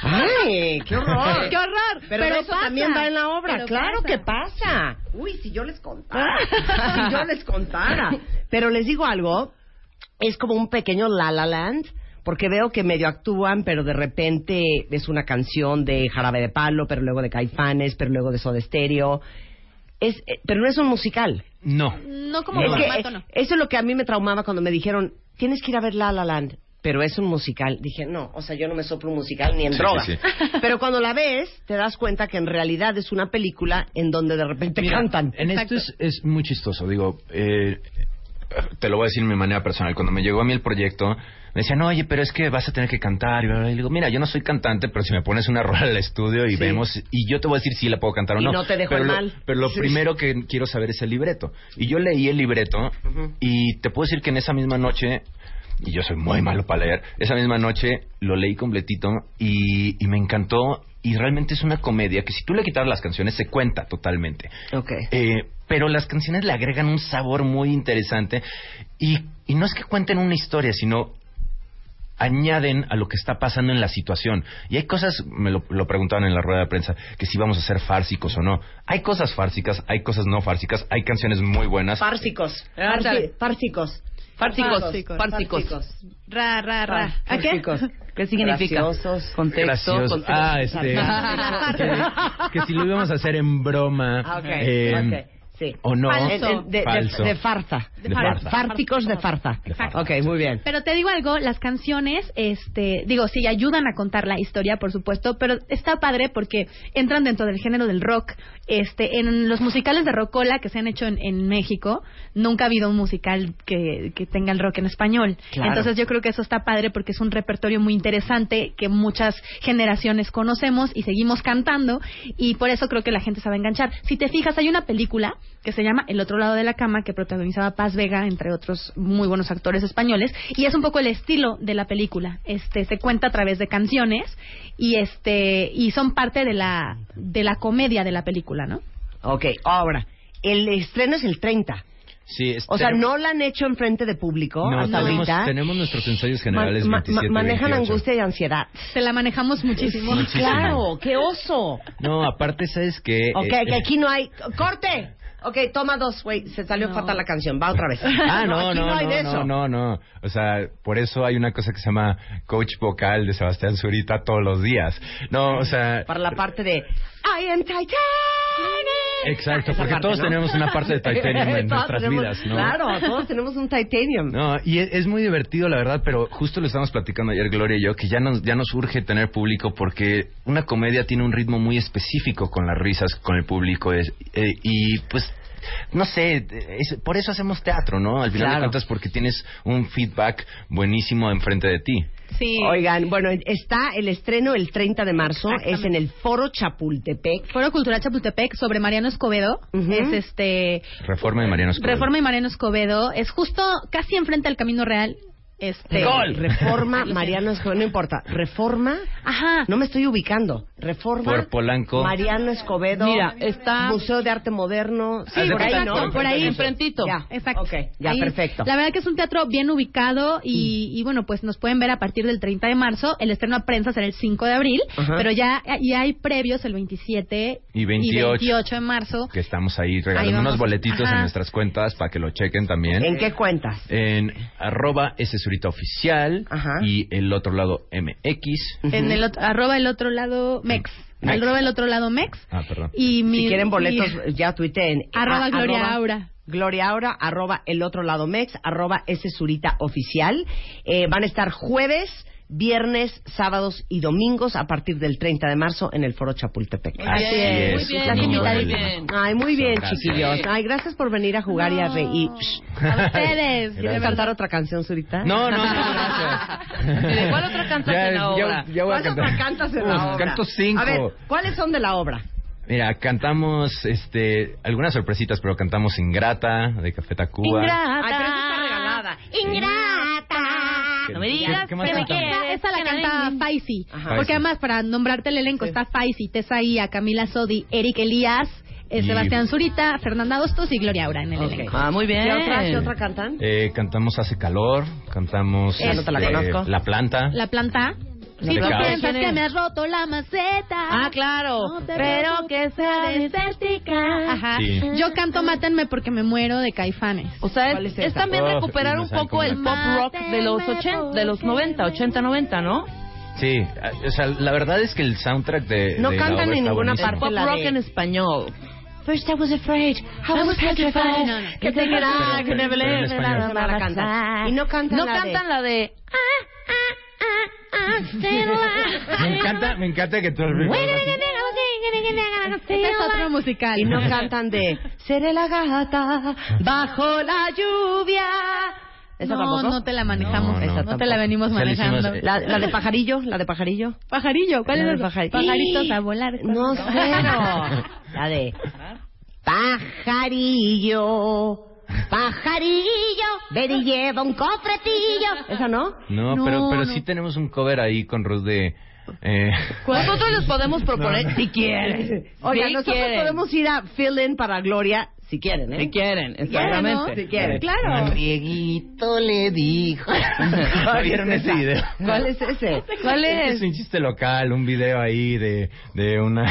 Speaker 2: ¡Ay, qué horror!
Speaker 6: ¡Qué horror!
Speaker 2: Pero,
Speaker 6: Pero
Speaker 2: eso
Speaker 6: pasa.
Speaker 2: también va en la obra,
Speaker 6: Pero
Speaker 2: claro
Speaker 6: pasa.
Speaker 2: que pasa. Uy, si yo les contara. [laughs] si yo les contara. Pero les digo algo, es como un pequeño La La Land, porque veo que medio actúan, pero de repente es una canción de Jarabe de Palo, pero luego de Caifanes, pero luego de Soda Stereo. Es, eh, pero no es un musical.
Speaker 8: No.
Speaker 6: No como
Speaker 2: Es que,
Speaker 6: formato,
Speaker 2: eh,
Speaker 6: no.
Speaker 2: Eso es lo que a mí me traumaba cuando me dijeron, tienes que ir a ver La La Land, pero es un musical. Dije, no, o sea, yo no me soplo un musical ni en
Speaker 10: Sí,
Speaker 2: droga.
Speaker 10: sí,
Speaker 2: [laughs] Pero cuando la ves, te das cuenta que en realidad es una película en donde de repente
Speaker 8: Mira,
Speaker 2: cantan.
Speaker 8: En esto es, es muy chistoso. Digo, eh, te lo voy a decir de mi manera personal. Cuando me llegó a mí el proyecto, me decían, oye, pero es que vas a tener que cantar. Y bla, bla, bla. Y digo, mira, yo no soy cantante, pero si me pones una [laughs] rola al estudio y
Speaker 2: Sí.
Speaker 8: vemos, y yo te voy a decir si la puedo cantar o
Speaker 2: Y
Speaker 8: no.
Speaker 2: no te dejo
Speaker 8: pero
Speaker 2: en
Speaker 8: lo-
Speaker 2: mal.
Speaker 8: pero lo
Speaker 2: Sí.
Speaker 8: primero que quiero saber es el libreto. Y yo leí el libreto
Speaker 2: Ujú.
Speaker 8: y te puedo decir que en esa misma noche, y yo soy muy malo para leer, esa misma noche lo leí completito y, y me encantó. Y realmente es una comedia que si tú le quitas las canciones se cuenta totalmente.
Speaker 2: Ok.
Speaker 8: Eh, pero las canciones le agregan un sabor muy interesante. Y, y no es que cuenten una historia, sino añaden a lo que está pasando en la situación. Y hay cosas, me lo, lo preguntaban en la rueda de prensa, que si vamos a ser fársicos o no. Hay cosas fársicas, hay cosas no fársicas, hay canciones muy buenas.
Speaker 2: Fársicos.
Speaker 8: Ah,
Speaker 4: Ándale.
Speaker 2: Farsi- Fársicos.
Speaker 4: Fárticos,
Speaker 2: Fársicos.
Speaker 4: fárticos.
Speaker 6: Ra, ra, ra.
Speaker 8: Ah,
Speaker 6: ¿A qué?
Speaker 2: Fársicos. [laughs]
Speaker 4: ¿Qué significa?
Speaker 2: Graciosos.
Speaker 4: Contexto,
Speaker 8: Gracioso.
Speaker 4: contexto.
Speaker 8: Ah, este. que,
Speaker 4: [laughs]
Speaker 8: que si lo íbamos a hacer en broma.
Speaker 2: Ah, ok.
Speaker 8: em,
Speaker 2: ok, Sí.
Speaker 8: O no.
Speaker 6: Falso.
Speaker 2: De, de- de-
Speaker 8: Falso.
Speaker 2: de farsa.
Speaker 8: De farsa.
Speaker 2: Fárticos de farsa.
Speaker 8: De farsa.
Speaker 2: Ok, muy bien.
Speaker 6: Pero te digo algo, las canciones, este, digo, sí ayudan a contar la historia, por supuesto, pero está padre porque entran dentro del género del rock. Este, en los musicales de rockola que se han hecho en, en México, nunca ha habido un musical que, que tenga el rock en español.
Speaker 2: Claro.
Speaker 6: Entonces yo creo que eso está padre porque es un repertorio muy interesante que muchas generaciones conocemos y seguimos cantando y por eso creo que la gente se va a enganchar. Si te fijas, hay una película que se llama El otro lado de la cama que protagonizaba Paz Vega, entre otros muy buenos actores españoles, y es un poco el estilo de la película. Este se cuenta a través de canciones y este y son parte de la de la comedia de la película, ¿no?
Speaker 2: Ok, ahora. El estreno es el 30.
Speaker 8: Sí, es-
Speaker 2: O sea,
Speaker 8: tenemos-
Speaker 2: no la han hecho enfrente de público
Speaker 8: no,
Speaker 2: hasta
Speaker 8: tenemos,
Speaker 2: ahorita.
Speaker 8: tenemos nuestros ensayos generales
Speaker 2: Ma- ma-
Speaker 8: 27,
Speaker 2: manejan
Speaker 8: 28.
Speaker 2: angustia y ansiedad.
Speaker 6: Se la manejamos muchísimo.
Speaker 8: Sí, sí,
Speaker 2: Claro, qué oso.
Speaker 8: No, aparte, ¿sabes Eh, que
Speaker 2: Ok, que aquí no hay. ¡Corte! Ok, toma dos, güey. Se salió
Speaker 6: No.
Speaker 2: fatal la canción. Va otra vez.
Speaker 8: [laughs] Ah, no,
Speaker 2: aquí
Speaker 8: no,
Speaker 2: hay
Speaker 8: no,
Speaker 2: de
Speaker 8: no,
Speaker 2: eso.
Speaker 8: no, no. O sea, por eso hay una cosa que se llama coach vocal de Sebastián Zurita todos los días. No, o sea...
Speaker 2: Para la parte de. I am Titanic.
Speaker 8: Exacto,
Speaker 2: Esa
Speaker 8: porque
Speaker 2: parte,
Speaker 8: todos
Speaker 2: ¿no?
Speaker 8: tenemos una
Speaker 2: [laughs]
Speaker 8: parte de Titanium en
Speaker 2: Todos
Speaker 8: nuestras
Speaker 2: tenemos-
Speaker 8: vidas, ¿no?
Speaker 2: Claro, todos tenemos un Titanium.
Speaker 8: No, y e-, es, es muy divertido, la verdad, pero justo lo estábamos platicando ayer, Gloria y yo, que ya nos, ya nos urge tener público porque una comedia tiene un ritmo muy específico con las risas, con el público, es- eh, y pues... No sé, es- por eso hacemos teatro, ¿no? Al final
Speaker 2: Claro.
Speaker 8: de cuentas, porque tienes un feedback buenísimo enfrente de ti.
Speaker 6: Sí.
Speaker 2: Oigan, bueno, está el estreno el 30 de marzo. Es en el Foro Chapultepec.
Speaker 6: Foro Cultural Chapultepec sobre Mariano Escobedo
Speaker 2: Ujú.
Speaker 6: es este
Speaker 8: Reforma de Mariano Escobedo.
Speaker 6: Reforma y Mariano Escobedo es justo casi enfrente al Camino Real. Este,
Speaker 2: Reforma, Mariano Escobedo, no importa. Reforma,
Speaker 6: Ajá.
Speaker 2: no me estoy ubicando. Reforma,
Speaker 8: Por Polanco.
Speaker 2: Mariano Escobedo,
Speaker 4: Mira, está-
Speaker 2: Museo de Arte Moderno.
Speaker 6: Sí, por ahí,
Speaker 2: ¿no?
Speaker 6: exacto, por ahí.
Speaker 4: Enfrentito.
Speaker 2: Ya,
Speaker 6: Exacto.
Speaker 2: ok, ya,
Speaker 6: Ahí,
Speaker 2: perfecto. Mm.
Speaker 6: La verdad que es un teatro bien ubicado y, y bueno, pues nos pueden ver a partir del 30 de marzo. El estreno a prensa será el 5 de abril,
Speaker 2: Ajá.
Speaker 6: pero ya y hay previos el 27
Speaker 8: Y 28.
Speaker 6: de marzo.
Speaker 8: Que estamos ahí
Speaker 6: Ahí
Speaker 8: regalando
Speaker 6: vamos.
Speaker 8: unos boletitos
Speaker 6: Ajá.
Speaker 8: en nuestras cuentas para que lo chequen también.
Speaker 2: ¿En qué cuentas?
Speaker 8: en arroba ese Zurita oficial
Speaker 2: Ajá.
Speaker 8: y el otro lado MX.
Speaker 6: En el otro- arroba el otro lado mex.
Speaker 8: Mex.
Speaker 6: Arroba el otro lado mex.
Speaker 8: Ah, perdón.
Speaker 6: Y mi-
Speaker 2: si quieren boletos,
Speaker 6: y-
Speaker 2: ya tuiteen.
Speaker 6: Arroba
Speaker 2: A-
Speaker 6: Gloria Aura.
Speaker 2: Gloria Aura, arroba el otro lado mex, arroba ese surita oficial. Eh, van a estar jueves, viernes, sábados y domingos a partir del 30 de marzo en el Foro Chapultepec.
Speaker 8: Así
Speaker 4: bien,
Speaker 8: es.
Speaker 4: muy bien,
Speaker 8: con
Speaker 4: muy
Speaker 8: un buen
Speaker 4: bien.
Speaker 8: ritmo.
Speaker 2: Ay, muy bien,
Speaker 8: Gracias.
Speaker 2: chiquillos. Ay, gracias por venir a jugar y a reír. Shh.
Speaker 6: A ustedes.
Speaker 8: Gracias.
Speaker 2: ¿Quieres cantar otra canción, Zurita?
Speaker 8: No, no, no, gracias.
Speaker 4: ¿Y de cuál otra cantas
Speaker 8: Ya,
Speaker 4: en la
Speaker 8: ya-
Speaker 4: obra?
Speaker 8: ya voy a
Speaker 2: ¿Cuál otra
Speaker 8: cantar.
Speaker 2: cantas en
Speaker 8: Uf,
Speaker 2: la obra?
Speaker 8: Canto cinco.
Speaker 2: A ver, ¿cuáles son de la obra?
Speaker 8: Mira, cantamos este, algunas sorpresitas, pero cantamos Ingrata de Café Tacuba.
Speaker 6: Ingrata.
Speaker 2: Ay, pero esa está regalada.
Speaker 8: ¿Qué-
Speaker 4: No me
Speaker 8: qué-
Speaker 4: digas
Speaker 8: qué más
Speaker 4: que me
Speaker 8: cantamos?
Speaker 4: quieres.
Speaker 6: Esta, esta la canta Faisy.
Speaker 2: Ajá.
Speaker 6: Porque
Speaker 8: Faisy.
Speaker 6: además, para nombrarte el elenco, está Faisy, Tesaía, Camila Sodi, Eric Elías, eh,
Speaker 8: Y-
Speaker 6: Sebastián Zurita, Fernanda Hostos y Gloria Aura en el
Speaker 2: Ok.
Speaker 6: elenco.
Speaker 4: Ah, muy bien.
Speaker 2: ¿Qué otra, qué otra cantan?
Speaker 8: Eh, cantamos Hace Calor, cantamos
Speaker 2: Esa no te la
Speaker 8: este,
Speaker 2: conozco.
Speaker 8: La Planta,
Speaker 6: La planta. Si tú
Speaker 8: Pecado.
Speaker 6: piensas que me has roto la maceta.
Speaker 5: Ah, claro.
Speaker 6: no te
Speaker 5: Pero que sea
Speaker 6: preocupes,
Speaker 5: desértica.
Speaker 6: Ajá.
Speaker 8: Sí.
Speaker 6: Yo canto Mátenme porque me muero de caifanes.
Speaker 4: O sea,
Speaker 2: ¿Cuál
Speaker 4: es,
Speaker 2: es esa?
Speaker 4: es también
Speaker 8: Oh,
Speaker 4: recuperar
Speaker 8: no
Speaker 4: un
Speaker 8: saben
Speaker 4: poco
Speaker 8: cómo
Speaker 4: el
Speaker 8: me-
Speaker 4: pop rock de los 80, de los 90, 80, 90, ¿no?
Speaker 8: Sí, ah, o sea, la verdad es que el soundtrack de.
Speaker 2: No
Speaker 8: de Eh, la
Speaker 2: cantan
Speaker 8: obra
Speaker 2: en
Speaker 8: está
Speaker 2: ninguna
Speaker 8: buenísimo.
Speaker 2: parte.
Speaker 4: Pop
Speaker 2: La de-
Speaker 4: rock en español.
Speaker 5: First I was afraid. I was petrified.
Speaker 6: No, no.
Speaker 5: Que te quedará,
Speaker 8: Pero-
Speaker 5: que te
Speaker 8: pero en
Speaker 5: believe,
Speaker 8: español.
Speaker 5: la, la, la, la, la.
Speaker 2: Y no cantan
Speaker 4: No
Speaker 2: la de-
Speaker 4: cantan la de...
Speaker 5: Ah, ah, ah, ah, stay alive.
Speaker 4: ah,
Speaker 8: Me encanta, me encanta que todo el
Speaker 5: We're gonna get there, we're gonna get there, we're gonna
Speaker 6: Este
Speaker 5: stay
Speaker 6: es otro
Speaker 5: alive.
Speaker 6: musical.
Speaker 2: Y no
Speaker 8: [laughs]
Speaker 2: cantan de Seré la gata bajo la lluvia. ¿Esa
Speaker 6: no,
Speaker 2: tampoco?
Speaker 6: no te la manejamos.
Speaker 8: No, no.
Speaker 6: esa
Speaker 8: Esa
Speaker 6: no te
Speaker 2: tampoco.
Speaker 6: la venimos
Speaker 8: O sea, le hicimos,
Speaker 6: manejando.
Speaker 8: eh,
Speaker 2: La, la
Speaker 6: [laughs]
Speaker 2: de pajarillo, la de pajarillo.
Speaker 6: Pajarillo, ¿cuál
Speaker 2: la
Speaker 6: es
Speaker 2: de
Speaker 6: el
Speaker 2: pajarillo.
Speaker 6: Pajaritos a volar.
Speaker 2: No [laughs] sé. no.
Speaker 11: La de pajarillo, pajarillo, ven y lleva un cofretillo.
Speaker 2: ¿Esa no?
Speaker 8: No,
Speaker 6: No,
Speaker 8: pero, pero
Speaker 6: no.
Speaker 8: sí tenemos un cover ahí con Ruth de. Eh,
Speaker 4: Nosotros les podemos proponer si quieren.
Speaker 2: Oiga,
Speaker 4: Si
Speaker 2: nosotros
Speaker 4: quieren.
Speaker 2: podemos ir a fill in para Gloria si quieren, ¿eh?
Speaker 4: Si quieren,
Speaker 6: ¿no?
Speaker 4: exactamente.
Speaker 2: Si quieren.
Speaker 6: Claro.
Speaker 11: Dieguito le
Speaker 4: [laughs]
Speaker 11: dijo.
Speaker 8: ¿No vieron ese
Speaker 2: esa?
Speaker 8: video?
Speaker 2: ¿Cuál es ese?
Speaker 4: ¿Cuál
Speaker 8: Este
Speaker 4: es?
Speaker 8: Es un chiste local, un video ahí de, de una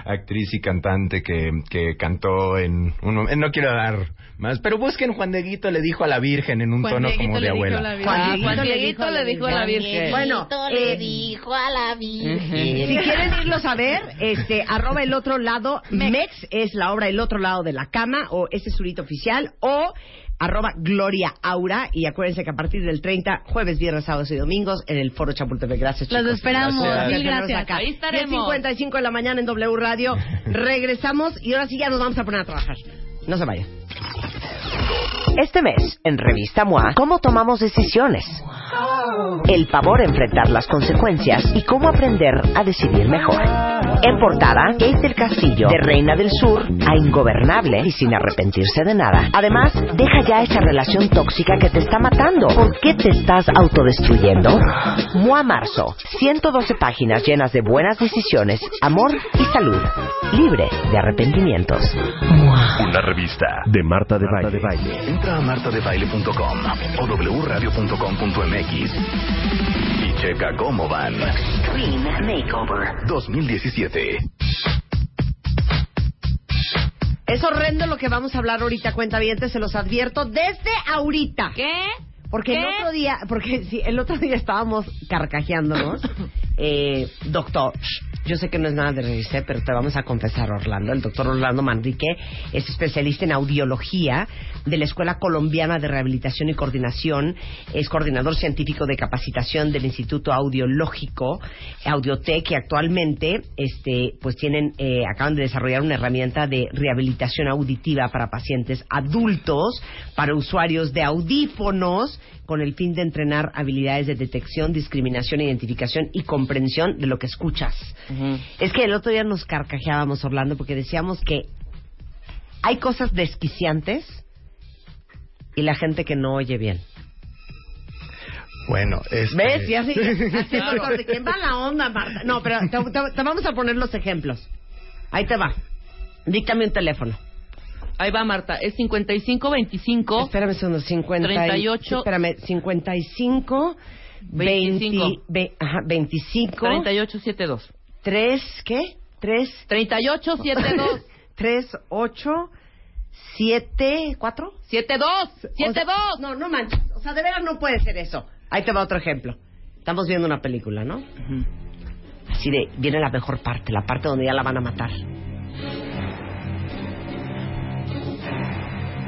Speaker 8: [laughs] actriz y cantante que, que cantó en un... en- No quiero dar más, pero busquen Juan Dieguito le dijo a la Virgen en un
Speaker 6: Juan
Speaker 8: tono
Speaker 6: Dieguito
Speaker 8: como de
Speaker 6: le dijo a
Speaker 8: abuela.
Speaker 6: la Virgen.
Speaker 4: Ah,
Speaker 2: Juan
Speaker 4: Juan
Speaker 2: Dieguito
Speaker 4: Dieguito le dijo a la Virgen.
Speaker 2: Bueno,
Speaker 11: le
Speaker 2: eh,
Speaker 11: dijo a la Virgen.
Speaker 2: Si quieren irlos a ver, este, arroba el otro lado, Mex. es la obra El otro lado de la cama, o ese es su hito oficial, o arroba Gloria Aura, y acuérdense que a partir del 30, jueves, viernes, sábados y domingos, en el Foro Chapultepec. Gracias, chicos.
Speaker 6: Los esperamos.
Speaker 8: Gracias.
Speaker 6: Mil gracias.
Speaker 2: Acá.
Speaker 4: Ahí estaremos.
Speaker 2: 10.55 de la mañana en W Radio. Regresamos y ahora sí ya nos vamos a poner a trabajar. No se vayan.
Speaker 11: Este mes, en Revista MOA, cómo tomamos decisiones,
Speaker 4: Oh.
Speaker 11: el pavor a enfrentar las consecuencias y cómo aprender a decidir mejor. En portada, Kate del Castillo, de Reina del Sur, a Ingobernable y sin arrepentirse de nada. Además, deja ya esa relación tóxica que te está matando. ¿Por qué te estás autodestruyendo? MOA Marzo, 112 páginas llenas de buenas decisiones, amor y salud, libre de arrepentimientos.
Speaker 3: Una revista de Marta de Baile.
Speaker 7: Entra a martadebaile.com o wradio.com.mx y checa cómo van.
Speaker 11: Green Makeover.
Speaker 7: 2017.
Speaker 2: Es horrendo lo que vamos a hablar ahorita, cuenta se los advierto desde ahorita.
Speaker 4: ¿Qué?
Speaker 2: Porque el
Speaker 4: ¿Qué?
Speaker 2: otro día, porque [laughs] sí, el otro día estábamos carcajeándonos. Eh, doctor, shh, yo sé que no es nada de reírse, pero te vamos a confesar, Orlando. El doctor Orlando Manrique es especialista en audiología de la Escuela Colombiana de Rehabilitación y Coordinación. Es coordinador científico de capacitación del Instituto Audiológico, Audiotech, que actualmente este, pues tienen, eh, acaban de desarrollar una herramienta de rehabilitación auditiva para pacientes adultos, para usuarios de audífonos, con el fin de entrenar habilidades de detección, discriminación, identificación y comprensión de lo que escuchas. Es que el otro día nos carcajeábamos, Orlando, porque decíamos que hay cosas desquiciantes y la gente que no oye bien.
Speaker 8: Bueno, es...
Speaker 10: este,
Speaker 2: ¿Ves? Y así, así fue cuando- ¿Quién va la onda, Marta? No, pero te, te- te vamos a poner los ejemplos. Ahí te va. Díctame un teléfono.
Speaker 4: Ahí va Marta, es 5525.
Speaker 2: Espérame, son los 50. y-
Speaker 4: 38.
Speaker 2: Espérame, 55.
Speaker 4: 25.
Speaker 2: 20, ve- ajá, 25.
Speaker 4: 3872.
Speaker 2: 3, ¿qué? 3. [laughs]
Speaker 4: 3872.
Speaker 2: 3, 8, 7, 4.
Speaker 4: 72. 72.
Speaker 2: No, no manches. O sea, de veras no puede ser eso. Ahí te va otro ejemplo. Estamos viendo una película, ¿no? Así de, viene la mejor parte, la parte donde ya la van a matar.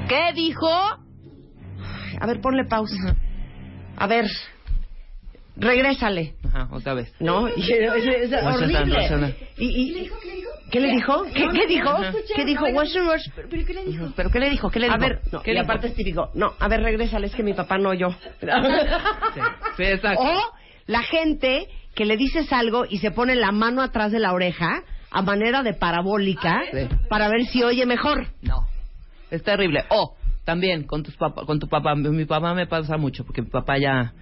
Speaker 4: ¿Qué dijo?
Speaker 2: A ver, ponle pausa. A ver, regrésale,
Speaker 4: Ajá, otra vez.
Speaker 2: ¿no? [laughs] Y es, es
Speaker 4: Washington, Washington.
Speaker 2: horrible. Y, y- ¿Qué le dijo? ¿Qué, qué dijo?
Speaker 4: no escuché,
Speaker 2: ¿Qué dijo? Washington, Wash-
Speaker 4: ¿Pero qué le dijo? ¿Qué le dijo?
Speaker 2: A ver, no,
Speaker 4: ¿Qué
Speaker 2: y
Speaker 4: le
Speaker 2: aparte es típico. No, a ver, regrésale, es que
Speaker 4: [laughs]
Speaker 2: mi papá no oyó.
Speaker 4: Sí, exacto.
Speaker 2: O la gente que le dices algo y se pone la mano atrás de la oreja a manera de parabólica para ver si oye mejor.
Speaker 4: No. Es terrible. O también con tus papá, con tu papá. Mi mi papá me pasa mucho porque mi papá ya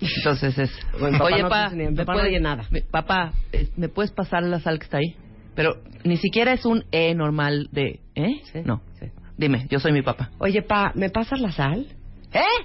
Speaker 4: entonces es.
Speaker 2: [laughs] Bueno, mi papá
Speaker 4: Oye,
Speaker 2: no
Speaker 4: pa,
Speaker 2: dice ni- mi
Speaker 4: ¿me
Speaker 2: papá no
Speaker 4: puede-
Speaker 2: oye nada.
Speaker 4: mi- papá, eh, ¿me puedes pasar la sal que está ahí? Pero ni siquiera es un E normal de, ¿eh?
Speaker 2: Sí,
Speaker 4: no.
Speaker 2: sí.
Speaker 4: Dime, yo soy mi papá.
Speaker 2: Oye, pa, ¿me pasas la sal? ¿Eh?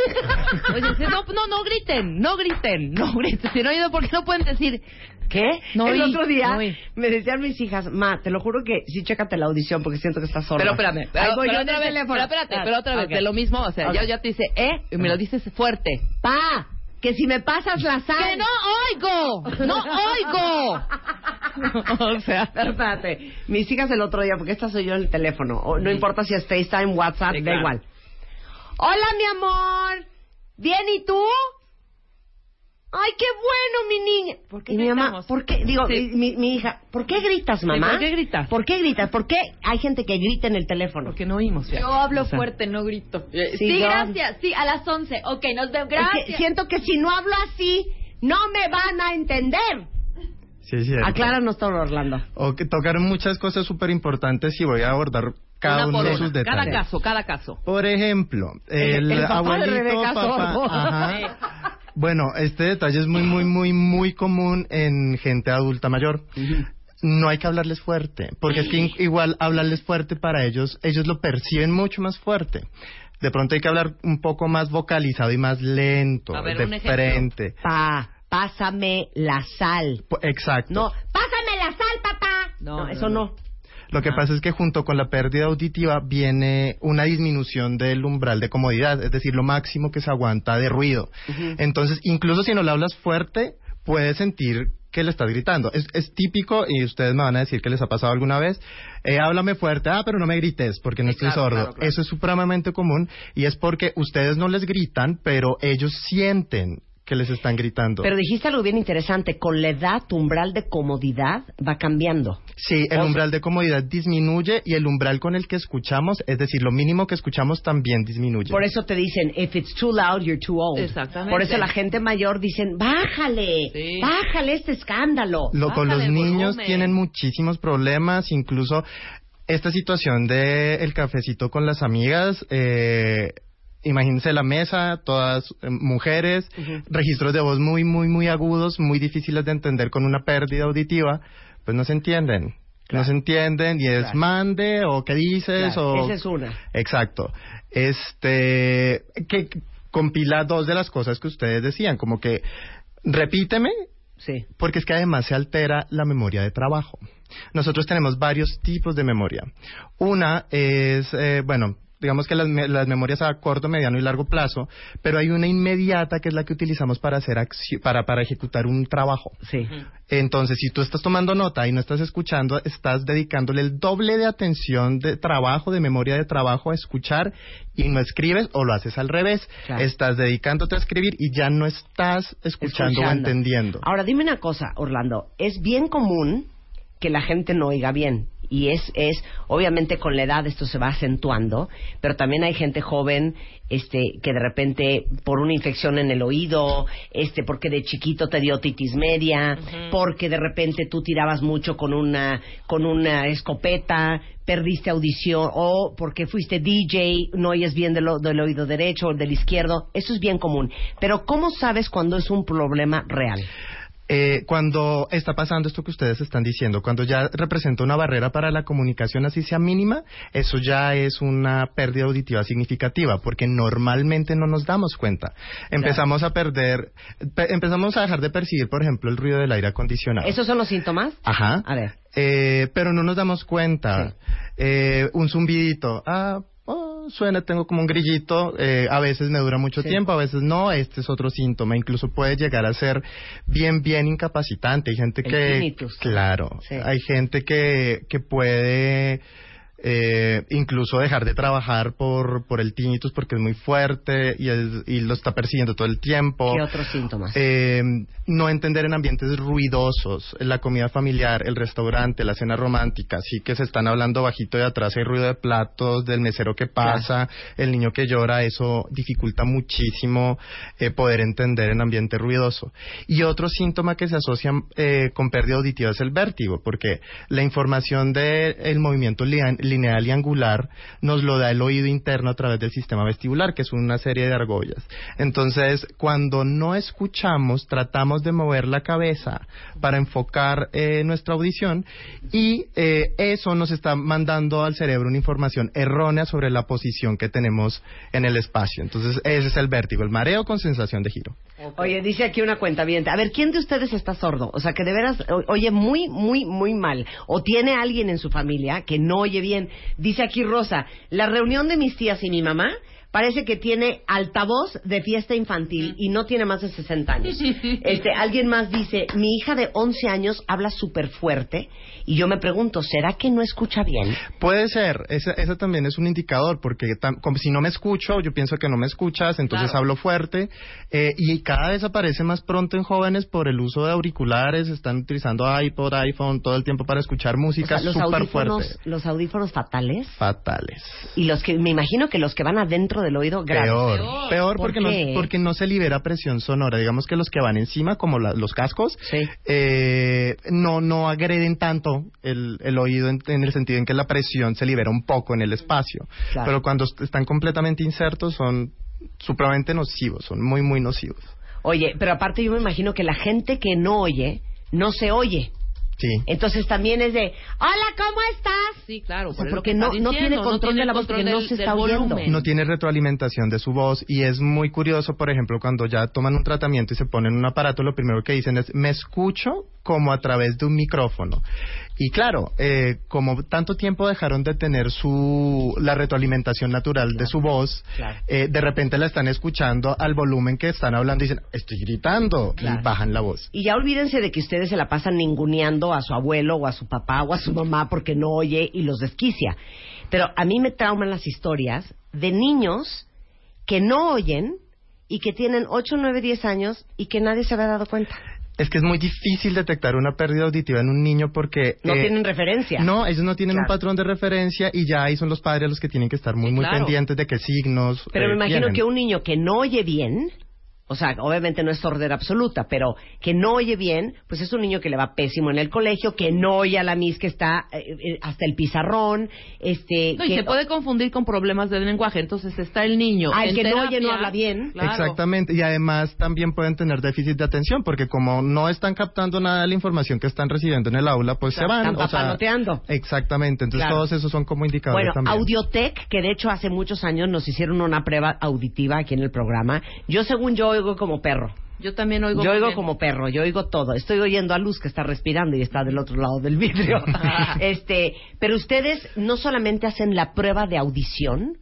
Speaker 4: [laughs] Oye, dice, no, no, no griten, no griten, no griten. Si no oído, ¿por qué no pueden decir?
Speaker 2: ¿Qué?
Speaker 4: No
Speaker 2: el
Speaker 4: oí,
Speaker 2: otro día
Speaker 4: no oí.
Speaker 2: me decían mis hijas, ma, te lo juro que sí, chécate la audición porque siento que estás sorda.
Speaker 4: Pero espérame, pero,
Speaker 2: Ahí voy
Speaker 4: pero
Speaker 2: yo en
Speaker 4: otra vez,
Speaker 2: el teléfono.
Speaker 4: pero espérate, pero otra vez,
Speaker 2: Ah, Ok.
Speaker 4: de lo mismo, o sea,
Speaker 2: Ok.
Speaker 4: ya, ya te dice, eh, y me lo dices fuerte.
Speaker 2: Pa, que si me pasas la sal.
Speaker 4: ¡Que no oigo!
Speaker 2: [laughs]
Speaker 4: ¡No oigo! o sea,
Speaker 2: Pero espérate, mis hijas el otro día, porque esta soy yo en el teléfono, o no importa si es FaceTime, WhatsApp,
Speaker 4: Sí,
Speaker 2: da
Speaker 4: claro.
Speaker 2: igual. Hola, mi amor. ¿Bien y tú? Ay, qué bueno, mi niña.
Speaker 4: ¿Por qué
Speaker 2: y mi mamá,
Speaker 4: gritamos?
Speaker 2: ¿por qué? Digo,
Speaker 4: Sí.
Speaker 2: mi, mi- mi hija, ¿por qué gritas, mamá?
Speaker 4: ¿por qué gritas?
Speaker 2: ¿Por qué gritas? ¿Por qué hay gente que grita en el teléfono?
Speaker 4: porque no oímos. fíjate.
Speaker 5: Yo hablo
Speaker 4: O sea,
Speaker 5: fuerte, no grito. Eh,
Speaker 2: Sí,
Speaker 5: Sí,
Speaker 2: yo-
Speaker 5: gracias. Sí, a las 11. Ok, nos vemos.
Speaker 2: Es que
Speaker 5: Gracias.
Speaker 2: siento que si no hablo así, no me van a entender.
Speaker 10: Sí, es cierto.
Speaker 2: Acláranos todo, Orlando.
Speaker 10: O que tocar muchas cosas súper importantes y voy a abordar cada
Speaker 4: una
Speaker 10: uno
Speaker 4: por
Speaker 10: de
Speaker 4: una,
Speaker 10: sus detalles.
Speaker 4: Cada caso, cada caso.
Speaker 10: Por ejemplo, el,
Speaker 2: El papá de
Speaker 10: abuelito,
Speaker 2: Rebeca
Speaker 10: papá,
Speaker 2: Sordo.
Speaker 4: [laughs]
Speaker 10: ajá. Bueno, este detalle es muy, muy, muy, muy común en gente adulta mayor. No hay que hablarles fuerte, porque es que in- igual hablarles fuerte para ellos, ellos lo perciben mucho más fuerte. De pronto hay que hablar un poco más vocalizado y más lento,
Speaker 4: A ver, un
Speaker 10: de
Speaker 4: ejemplo.
Speaker 10: frente.
Speaker 2: Pa, pásame la sal.
Speaker 10: Po- Exacto.
Speaker 2: No, pásame la sal, papá.
Speaker 4: No, no,
Speaker 2: eso no.
Speaker 10: Lo que pasa es que junto con la pérdida auditiva viene una disminución del umbral de comodidad, es decir, lo máximo que se aguanta de ruido. Entonces, incluso si no le hablas fuerte, puedes sentir que le estás gritando. Es, es típico, y ustedes me van a decir que les ha pasado alguna vez, eh, háblame fuerte, ah, pero no me grites porque no
Speaker 4: Sí,
Speaker 10: estoy
Speaker 4: claro,
Speaker 10: sordo.
Speaker 4: claro, claro.
Speaker 10: Eso es supremamente común y es porque ustedes no les gritan, pero ellos sienten que les están gritando.
Speaker 2: Pero dijiste algo bien interesante. Con la edad, tu umbral de comodidad va cambiando.
Speaker 10: Sí, el umbral de comodidad disminuye y el umbral con el que escuchamos, es decir, lo mínimo que escuchamos también disminuye.
Speaker 2: Por eso te dicen, if it's too loud, you're too old.
Speaker 4: Exactamente.
Speaker 2: Por eso la gente mayor dicen, bájale,
Speaker 4: Sí.
Speaker 2: bájale este escándalo.
Speaker 10: Lo- con los
Speaker 4: Bájale el
Speaker 10: niños
Speaker 4: volumen.
Speaker 10: tienen muchísimos problemas, incluso esta situación de el cafecito con las amigas. Eh, Imagínense la mesa, todas eh, mujeres, registros de voz muy, muy, muy agudos, muy difíciles de entender con una pérdida auditiva, pues no se entienden. No se entienden y es mande o qué dices
Speaker 2: Claro,
Speaker 10: o...
Speaker 2: Esa es una.
Speaker 10: Exacto. Este, que compila dos de las cosas que ustedes decían, como que repíteme,
Speaker 2: Sí.
Speaker 10: porque es que además se altera la memoria de trabajo. Nosotros tenemos varios tipos de memoria. Una es, eh, bueno, digamos que las, me- las memorias a corto, mediano y largo plazo, pero hay una inmediata que es la que utilizamos para hacer acci- para para ejecutar un trabajo.
Speaker 2: Sí.
Speaker 10: Entonces, si tú estás tomando nota y no estás escuchando, estás dedicándole el doble de atención de trabajo, de memoria de trabajo a escuchar y no escribes o lo haces al revés.
Speaker 2: Claro.
Speaker 10: Estás dedicándote a escribir y ya no estás escuchando, o
Speaker 2: Escuchando.
Speaker 10: entendiendo.
Speaker 2: Ahora, dime una cosa, Orlando. Es bien común que la gente no oiga bien. Y es, es, obviamente con la edad esto se va acentuando, pero también hay gente joven, este, que de repente por una infección en el oído, este, porque de chiquito te dio titis media, porque de repente tú tirabas mucho con una, con una escopeta, perdiste audición, o porque fuiste DJ, no oyes bien del, o- del oído derecho o del izquierdo, eso es bien común. Pero ¿cómo sabes cuando es un problema real?
Speaker 10: Eh, cuando está pasando esto que ustedes están diciendo, cuando ya representa una barrera para la comunicación, así sea mínima, eso ya es una pérdida auditiva significativa, porque normalmente no nos damos cuenta. Empezamos a perder, pe- empezamos a dejar de percibir, por ejemplo, el ruido del aire acondicionado.
Speaker 2: ¿Esos son los síntomas?
Speaker 10: Ajá.
Speaker 2: A ver.
Speaker 10: Eh, pero no nos damos cuenta. Eh, un zumbidito. Ah, oh, suena, tengo como un grillito. Eh, a veces me dura mucho
Speaker 2: Sí.
Speaker 10: tiempo, a veces no. Este es otro síntoma. Incluso puede llegar a ser bien, bien incapacitante. Hay gente
Speaker 2: El
Speaker 10: que.
Speaker 2: tinnitus.
Speaker 10: Claro.
Speaker 2: Sí.
Speaker 10: Hay gente que, que puede. eh, incluso dejar de trabajar por, por el tinnitus porque es muy fuerte y, es- y lo está persiguiendo todo el tiempo.
Speaker 2: ¿Qué otros síntomas?
Speaker 10: Eh, no entender en ambientes ruidosos, la comida familiar, el restaurante, la cena romántica, sí que se están hablando bajito de atrás, hay ruido de platos, del mesero que pasa, el niño que llora, eso dificulta muchísimo eh, poder entender en ambiente ruidoso. Y otro síntoma que se asocia eh, con pérdida auditiva es el vértigo, porque la información del movimiento lian- lineal, lineal y angular nos lo da el oído interno a través del sistema vestibular, que es una serie de argollas. Entonces, cuando no escuchamos, tratamos de mover la cabeza para enfocar eh, nuestra audición y eh, eso nos está mandando al cerebro una información errónea sobre la posición que tenemos en el espacio. Entonces, ese es el vértigo, el mareo con sensación de giro.
Speaker 2: Oye, dice aquí una cuenta bien. A ver, ¿quién de ustedes está sordo? O sea, que de veras o- oye muy, muy, muy mal. O tiene alguien en su familia que no oye bien. Dice aquí Rosa, la reunión de mis tías y mi mamá parece que tiene altavoz de fiesta infantil y no tiene más de 60 años. Este, alguien más dice, mi hija de 11 años habla súper fuerte y yo me pregunto, ¿será que no escucha bien?
Speaker 10: Puede ser, ese, ese también es un indicador, porque tam- como si no me escucho, yo pienso que no me escuchas, entonces
Speaker 2: Claro.
Speaker 10: hablo fuerte, eh, y cada vez aparece más pronto en jóvenes por el uso de auriculares, están utilizando iPod, iPhone todo el tiempo para escuchar
Speaker 2: O
Speaker 10: música
Speaker 2: sea, los
Speaker 10: súper fuerte.
Speaker 2: audífonos, los audífonos fatales
Speaker 10: Fatales.
Speaker 2: y los que me imagino que los que van adentro del oído graves.
Speaker 10: Peor, peor porque,
Speaker 2: ¿Por qué?
Speaker 10: no, porque no se libera presión sonora. Digamos que los que van encima, como la- los cascos, eh, no, no agreden tanto el, el oído en, en el sentido en que la presión se libera un poco en el espacio.
Speaker 2: Claro.
Speaker 10: Pero cuando est- están completamente insertos son supremamente nocivos, son muy, muy nocivos.
Speaker 2: Oye, pero aparte yo me imagino que la gente que no oye, no se oye.
Speaker 10: Sí.
Speaker 2: Entonces también es de, hola, ¿cómo estás?
Speaker 4: Sí, claro.
Speaker 2: O sea,
Speaker 4: pero es lo
Speaker 2: porque
Speaker 4: que
Speaker 2: no,
Speaker 4: está
Speaker 2: no tiene
Speaker 4: diciendo, no
Speaker 2: control
Speaker 4: tiene
Speaker 2: de la voz,
Speaker 4: control
Speaker 2: porque no
Speaker 4: del-
Speaker 2: se
Speaker 4: del
Speaker 2: está oyendo.
Speaker 4: volumen.
Speaker 10: No tiene retroalimentación de su voz y es muy curioso, por ejemplo, cuando ya toman un tratamiento y se ponen un aparato, lo primero que dicen es, me escucho como a través de un micrófono. Y claro, eh, como tanto tiempo dejaron de tener su, la retroalimentación natural de su voz,
Speaker 2: Claro.
Speaker 10: eh, de repente la están escuchando al volumen que están hablando y dicen, estoy gritando, y bajan la voz.
Speaker 2: Y ya olvídense de que ustedes se la pasan ninguneando a su abuelo o a su papá o a su mamá porque no oye y los desquicia. Pero a mí me trauman las historias de niños que no oyen y que tienen 8, 9, 10 años y que nadie se había dado cuenta.
Speaker 10: Es que es muy difícil detectar una pérdida auditiva en un niño porque...
Speaker 2: No
Speaker 10: eh,
Speaker 2: tienen referencia.
Speaker 10: No, ellos no tienen
Speaker 2: Claro.
Speaker 10: un patrón de referencia y ya ahí son los padres los que tienen que estar muy, muy
Speaker 2: claro.
Speaker 10: pendientes de qué signos.
Speaker 2: Pero
Speaker 10: eh,
Speaker 2: me imagino
Speaker 10: vienen.
Speaker 2: que un niño que no oye bien, o sea, obviamente no es sordera absoluta, pero que no oye bien, pues es un niño que le va pésimo en el colegio, que no oye a la mis que está eh, eh, hasta el pizarrón, este,
Speaker 4: No, y
Speaker 2: que
Speaker 4: se puede confundir con problemas de lenguaje. Entonces está el niño.
Speaker 2: Ah, el
Speaker 4: en
Speaker 2: que no
Speaker 4: terapia.
Speaker 2: oye no habla bien.
Speaker 4: Claro.
Speaker 10: Exactamente, y además también pueden tener déficit de atención porque como no están captando nada de la información que están recibiendo en el aula, pues
Speaker 2: Claro,
Speaker 10: se van.
Speaker 2: están
Speaker 10: o sea,
Speaker 2: papaloteando.
Speaker 10: exactamente, entonces
Speaker 2: Claro.
Speaker 10: todos esos son como indicadores
Speaker 2: bueno,
Speaker 10: también.
Speaker 2: Audiotech, que de hecho hace muchos años nos hicieron una prueba auditiva aquí en el programa. Yo, según yo, oigo como perro.
Speaker 4: Yo también oigo.
Speaker 2: yo
Speaker 4: muy
Speaker 2: oigo
Speaker 4: bien.
Speaker 2: como perro, yo oigo todo. Estoy oyendo a Luz que está respirando y está del otro lado
Speaker 4: [laughs]
Speaker 2: del vidrio. [laughs] este, pero ustedes no solamente hacen la prueba de audición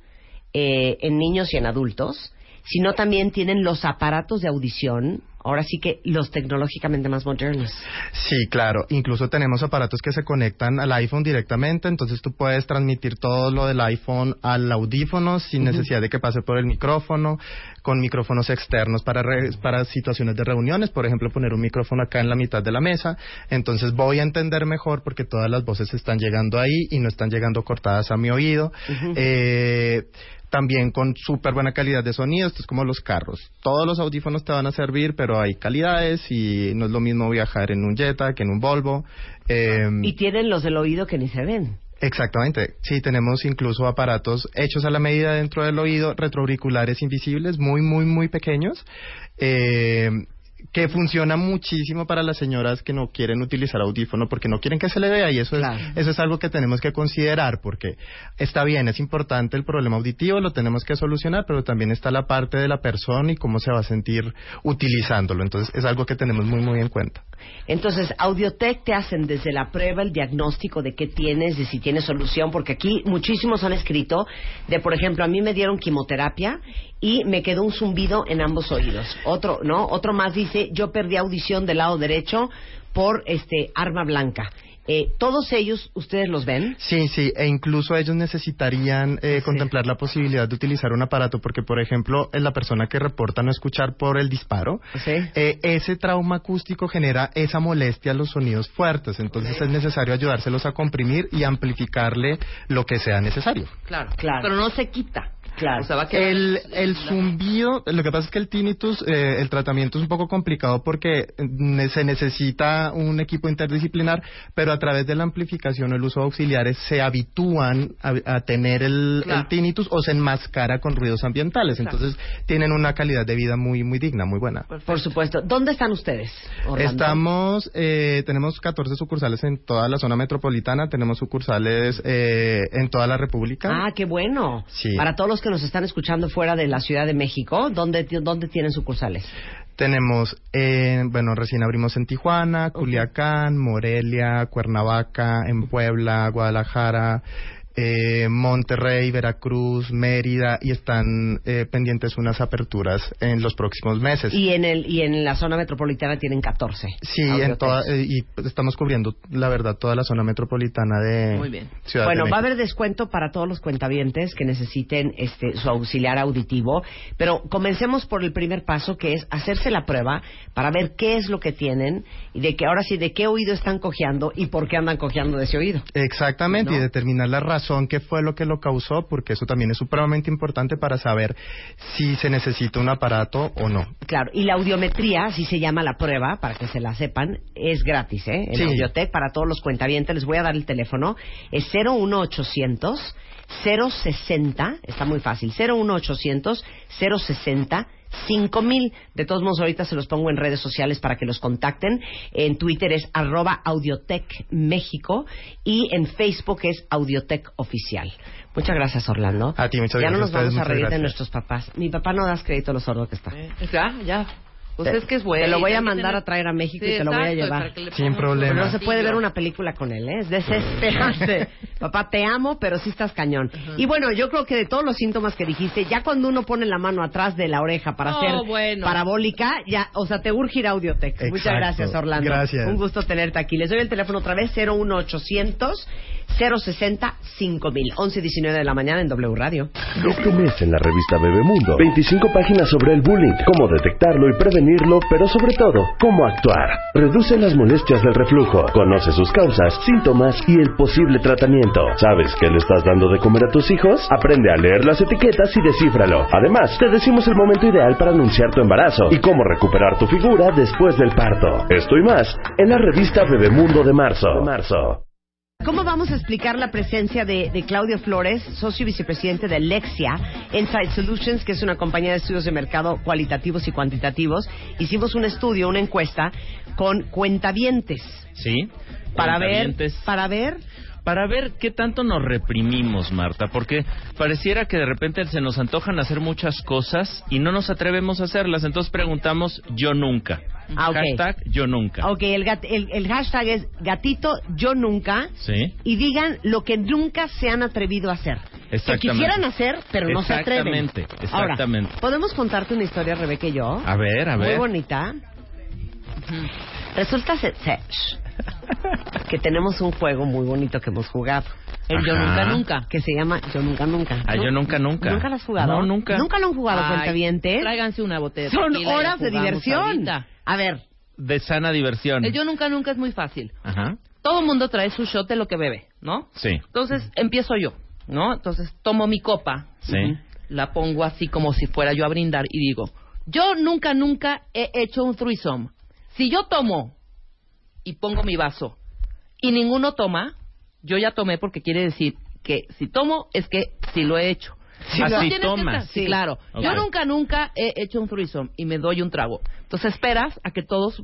Speaker 2: eh, en niños y en adultos, sino también tienen los aparatos de audición, ahora sí que los tecnológicamente más modernos.
Speaker 10: Sí, claro. Incluso tenemos aparatos que se conectan al iPhone directamente, entonces tú puedes transmitir todo lo del iPhone al audífono sin necesidad de que pase por el micrófono, con micrófonos externos para, re- para situaciones de reuniones, por ejemplo, poner un micrófono acá en la mitad de la mesa, entonces voy a entender mejor porque todas las voces están llegando ahí y no están llegando cortadas a mi oído. Eh, también con súper buena calidad de sonido, esto es como los carros. Todos los audífonos te van a servir, pero hay calidades y no es lo mismo viajar en un Jetta que en un Volvo. Eh,
Speaker 2: Y tienen los del oído que ni se ven.
Speaker 10: Exactamente, sí, tenemos incluso aparatos hechos a la medida dentro del oído, retroauriculares invisibles, muy, muy, muy pequeños. eh, que funciona muchísimo para las señoras que no quieren utilizar audífono porque no quieren que se le vea y eso es eso es algo que tenemos que considerar porque está bien es importante el problema auditivo lo tenemos que solucionar pero también está la parte de la persona y cómo se va a sentir utilizándolo entonces es algo que tenemos muy muy en cuenta
Speaker 2: Entonces, Audiotech te hacen desde la prueba el diagnóstico de qué tienes, de si tienes solución, porque aquí muchísimos han escrito de, por ejemplo, a mí me dieron quimioterapia y me quedó un zumbido en ambos oídos. Otro, ¿no? Otro más dice, yo perdí audición del lado derecho por este arma blanca. Eh, Todos ellos, ¿ustedes los ven?
Speaker 10: Sí, sí, e incluso ellos necesitarían eh, contemplar la posibilidad de utilizar un aparato, porque, por ejemplo, eh, la persona que reporta no escuchar por el disparo, eh, ese trauma acústico genera esa molestia a los sonidos fuertes, entonces es necesario ayudárselos a comprimir y amplificarle lo que sea necesario.
Speaker 4: Claro,
Speaker 2: Claro.
Speaker 4: Pero no se quita.
Speaker 11: Claro.
Speaker 4: O sea, va a quedar
Speaker 10: El, el zumbido, lo que pasa es que el tinnitus, eh, el tratamiento es un poco complicado porque ne- se necesita un equipo interdisciplinar, pero a través de la amplificación o el uso de auxiliares se habitúan a, a tener el,
Speaker 4: Claro.
Speaker 10: el tinnitus o se enmascara con ruidos ambientales.
Speaker 4: Exacto.
Speaker 10: Entonces tienen una calidad de vida muy, muy digna, muy buena.
Speaker 2: Por supuesto. ¿Dónde están ustedes? Pues, Orlando?
Speaker 10: Estamos, eh, tenemos 14 sucursales en toda la zona metropolitana, tenemos sucursales eh, en toda la República.
Speaker 2: Ah, qué bueno.
Speaker 10: Sí.
Speaker 2: Para todos los que nos están escuchando fuera de la Ciudad de México, ¿dónde, dónde tienen sucursales?
Speaker 10: Tenemos, eh, bueno, recién abrimos en Tijuana, Culiacán, Morelia, Cuernavaca, en Puebla, Guadalajara, eh, Monterrey, Veracruz, Mérida y están eh, pendientes unas aperturas en los próximos meses.
Speaker 2: Y Ah, en, el, y en la zona metropolitana tienen 14.
Speaker 10: Sí,
Speaker 2: Audio
Speaker 10: en toda, eh, y estamos cubriendo, la verdad, toda la zona metropolitana de
Speaker 4: Muy bien.
Speaker 10: Ciudad de
Speaker 2: bueno, va
Speaker 10: México.
Speaker 2: a haber descuento para todos los cuentavientes que necesiten este, su auxiliar auditivo, pero comencemos por el primer paso que es hacerse la prueba para ver qué es lo que tienen y de que ahora sí de qué oído están cojeando y por qué andan cojeando de ese oído.
Speaker 10: Exactamente, y
Speaker 2: ¿No?
Speaker 10: determinar la razón que fue lo que lo causó, porque eso también es supremamente importante para saber si se necesita un aparato o no.
Speaker 2: Claro, y la audiometría, así se llama la prueba, para que se la sepan, es gratis, ¿eh? En
Speaker 10: Sí.
Speaker 2: Audiotech, para todos los cuentavientes, les voy a dar el teléfono, es 01800 060, está muy fácil, 01800 060 5000. De todos modos, ahorita se los pongo en redes sociales para que los contacten. En Twitter es arroba Audiotech México y en Facebook es Audiotech Oficial. Muchas gracias, Orlando.
Speaker 10: A ti, muchas
Speaker 2: ya
Speaker 10: gracias
Speaker 2: no nos
Speaker 10: a ustedes,
Speaker 2: vamos a
Speaker 10: muchas
Speaker 2: reír de
Speaker 10: gracias.
Speaker 2: nuestros papás. Mi papá no das crédito a lo sordo que está.
Speaker 4: Ya, ya. Usted
Speaker 2: Te-
Speaker 4: es que es bueno.
Speaker 2: Te lo voy a mandar a traer a México y te lo voy a llevar.
Speaker 10: Sin problema.
Speaker 2: Pero no se puede ver una película con él, ¿eh?
Speaker 4: [laughs]
Speaker 2: Es desesperante. Papá, te amo, pero sí estás cañón. Y bueno, yo creo que de todos los síntomas que dijiste, ya cuando uno pone la mano atrás de la oreja para
Speaker 4: No,
Speaker 2: hacer
Speaker 4: bueno.
Speaker 2: parabólica, ya, o sea, te urge ir a Audiotech. Muchas
Speaker 10: Exacto.
Speaker 2: gracias, Orlando.
Speaker 10: Gracias.
Speaker 2: Un gusto tenerte aquí. Les doy el teléfono otra vez, 01800 060 5000. 11 19 de la mañana en W Radio.
Speaker 3: Este mes en la revista Bebemundo, 25 páginas sobre el bullying, cómo detectarlo y prevenirlo, pero sobre todo, cómo actuar. Reduce las molestias del reflujo, conoce sus causas, síntomas y el posible tratamiento. ¿Sabes qué le estás dando de comer a tus hijos? Aprende a leer las etiquetas y descífralo. Además, te decimos el momento ideal para anunciar tu embarazo y cómo recuperar tu figura después del parto. Esto y más en la revista Bebemundo de marzo. De marzo.
Speaker 2: ¿Cómo vamos a explicar la presencia de, de Claudio Flores, socio y vicepresidente de Lexia Insight Solutions, que es una compañía de estudios de mercado cualitativos y cuantitativos? Hicimos un estudio, una encuesta con cuentavientes
Speaker 9: Sí.
Speaker 2: para ver,
Speaker 9: Cuentavientes.
Speaker 2: para ver,
Speaker 9: para ver qué tanto nos reprimimos, Marta, porque pareciera que de repente se nos antojan hacer muchas cosas y no nos atrevemos a hacerlas. Entonces preguntamos yo nunca.
Speaker 2: Ah, ok.
Speaker 9: Hashtag yo nunca.
Speaker 2: ok, el, gat- el- el hashtag es gatito yo nunca
Speaker 9: Sí.
Speaker 2: y digan lo que nunca se han atrevido a hacer. Que
Speaker 9: Exactamente.
Speaker 2: quisieran hacer, pero no se atreven.
Speaker 9: Exactamente,
Speaker 2: Ahora,
Speaker 9: exactamente.
Speaker 2: ¿podemos contarte una historia, Rebeca y yo?
Speaker 9: A ver, a
Speaker 2: Muy
Speaker 9: ver.
Speaker 2: bonita. Resulta ser- ser que tenemos un juego muy bonito que hemos jugado.
Speaker 9: El Yo Ajá. Nunca Nunca.
Speaker 2: Que se llama Yo Nunca Nunca.
Speaker 9: Ah, yo nunca, nunca.
Speaker 2: ¿Nunca lo has jugado?
Speaker 9: No, nunca.
Speaker 2: ¿Nunca lo han jugado, cuentavientes?
Speaker 4: Tráiganse una botella. de
Speaker 2: Son
Speaker 4: tequila y la
Speaker 2: horas de
Speaker 4: jugamos
Speaker 2: diversión.
Speaker 4: ahorita.
Speaker 2: A ver,
Speaker 9: De sana diversión.
Speaker 4: El yo nunca, nunca es muy fácil.
Speaker 9: Ajá.
Speaker 4: Todo el mundo trae su shot de lo que bebe, ¿no?
Speaker 9: Sí.
Speaker 4: Entonces empiezo yo, ¿no? Entonces tomo mi copa,
Speaker 9: Sí.
Speaker 4: ujú, la pongo así como si fuera yo a brindar y digo, yo nunca, nunca he hecho un threesome. Si yo tomo y pongo mi vaso y ninguno toma, yo ya tomé porque quiere decir que si tomo es que sí lo he hecho.
Speaker 9: Sí,
Speaker 4: Así
Speaker 9: lo-
Speaker 4: tienes que
Speaker 9: tomas.
Speaker 4: estar- Sí,
Speaker 9: Sí.
Speaker 4: claro.
Speaker 9: Ok.
Speaker 4: Yo nunca, nunca he hecho un threesome y me doy un trago. Entonces esperas a que todos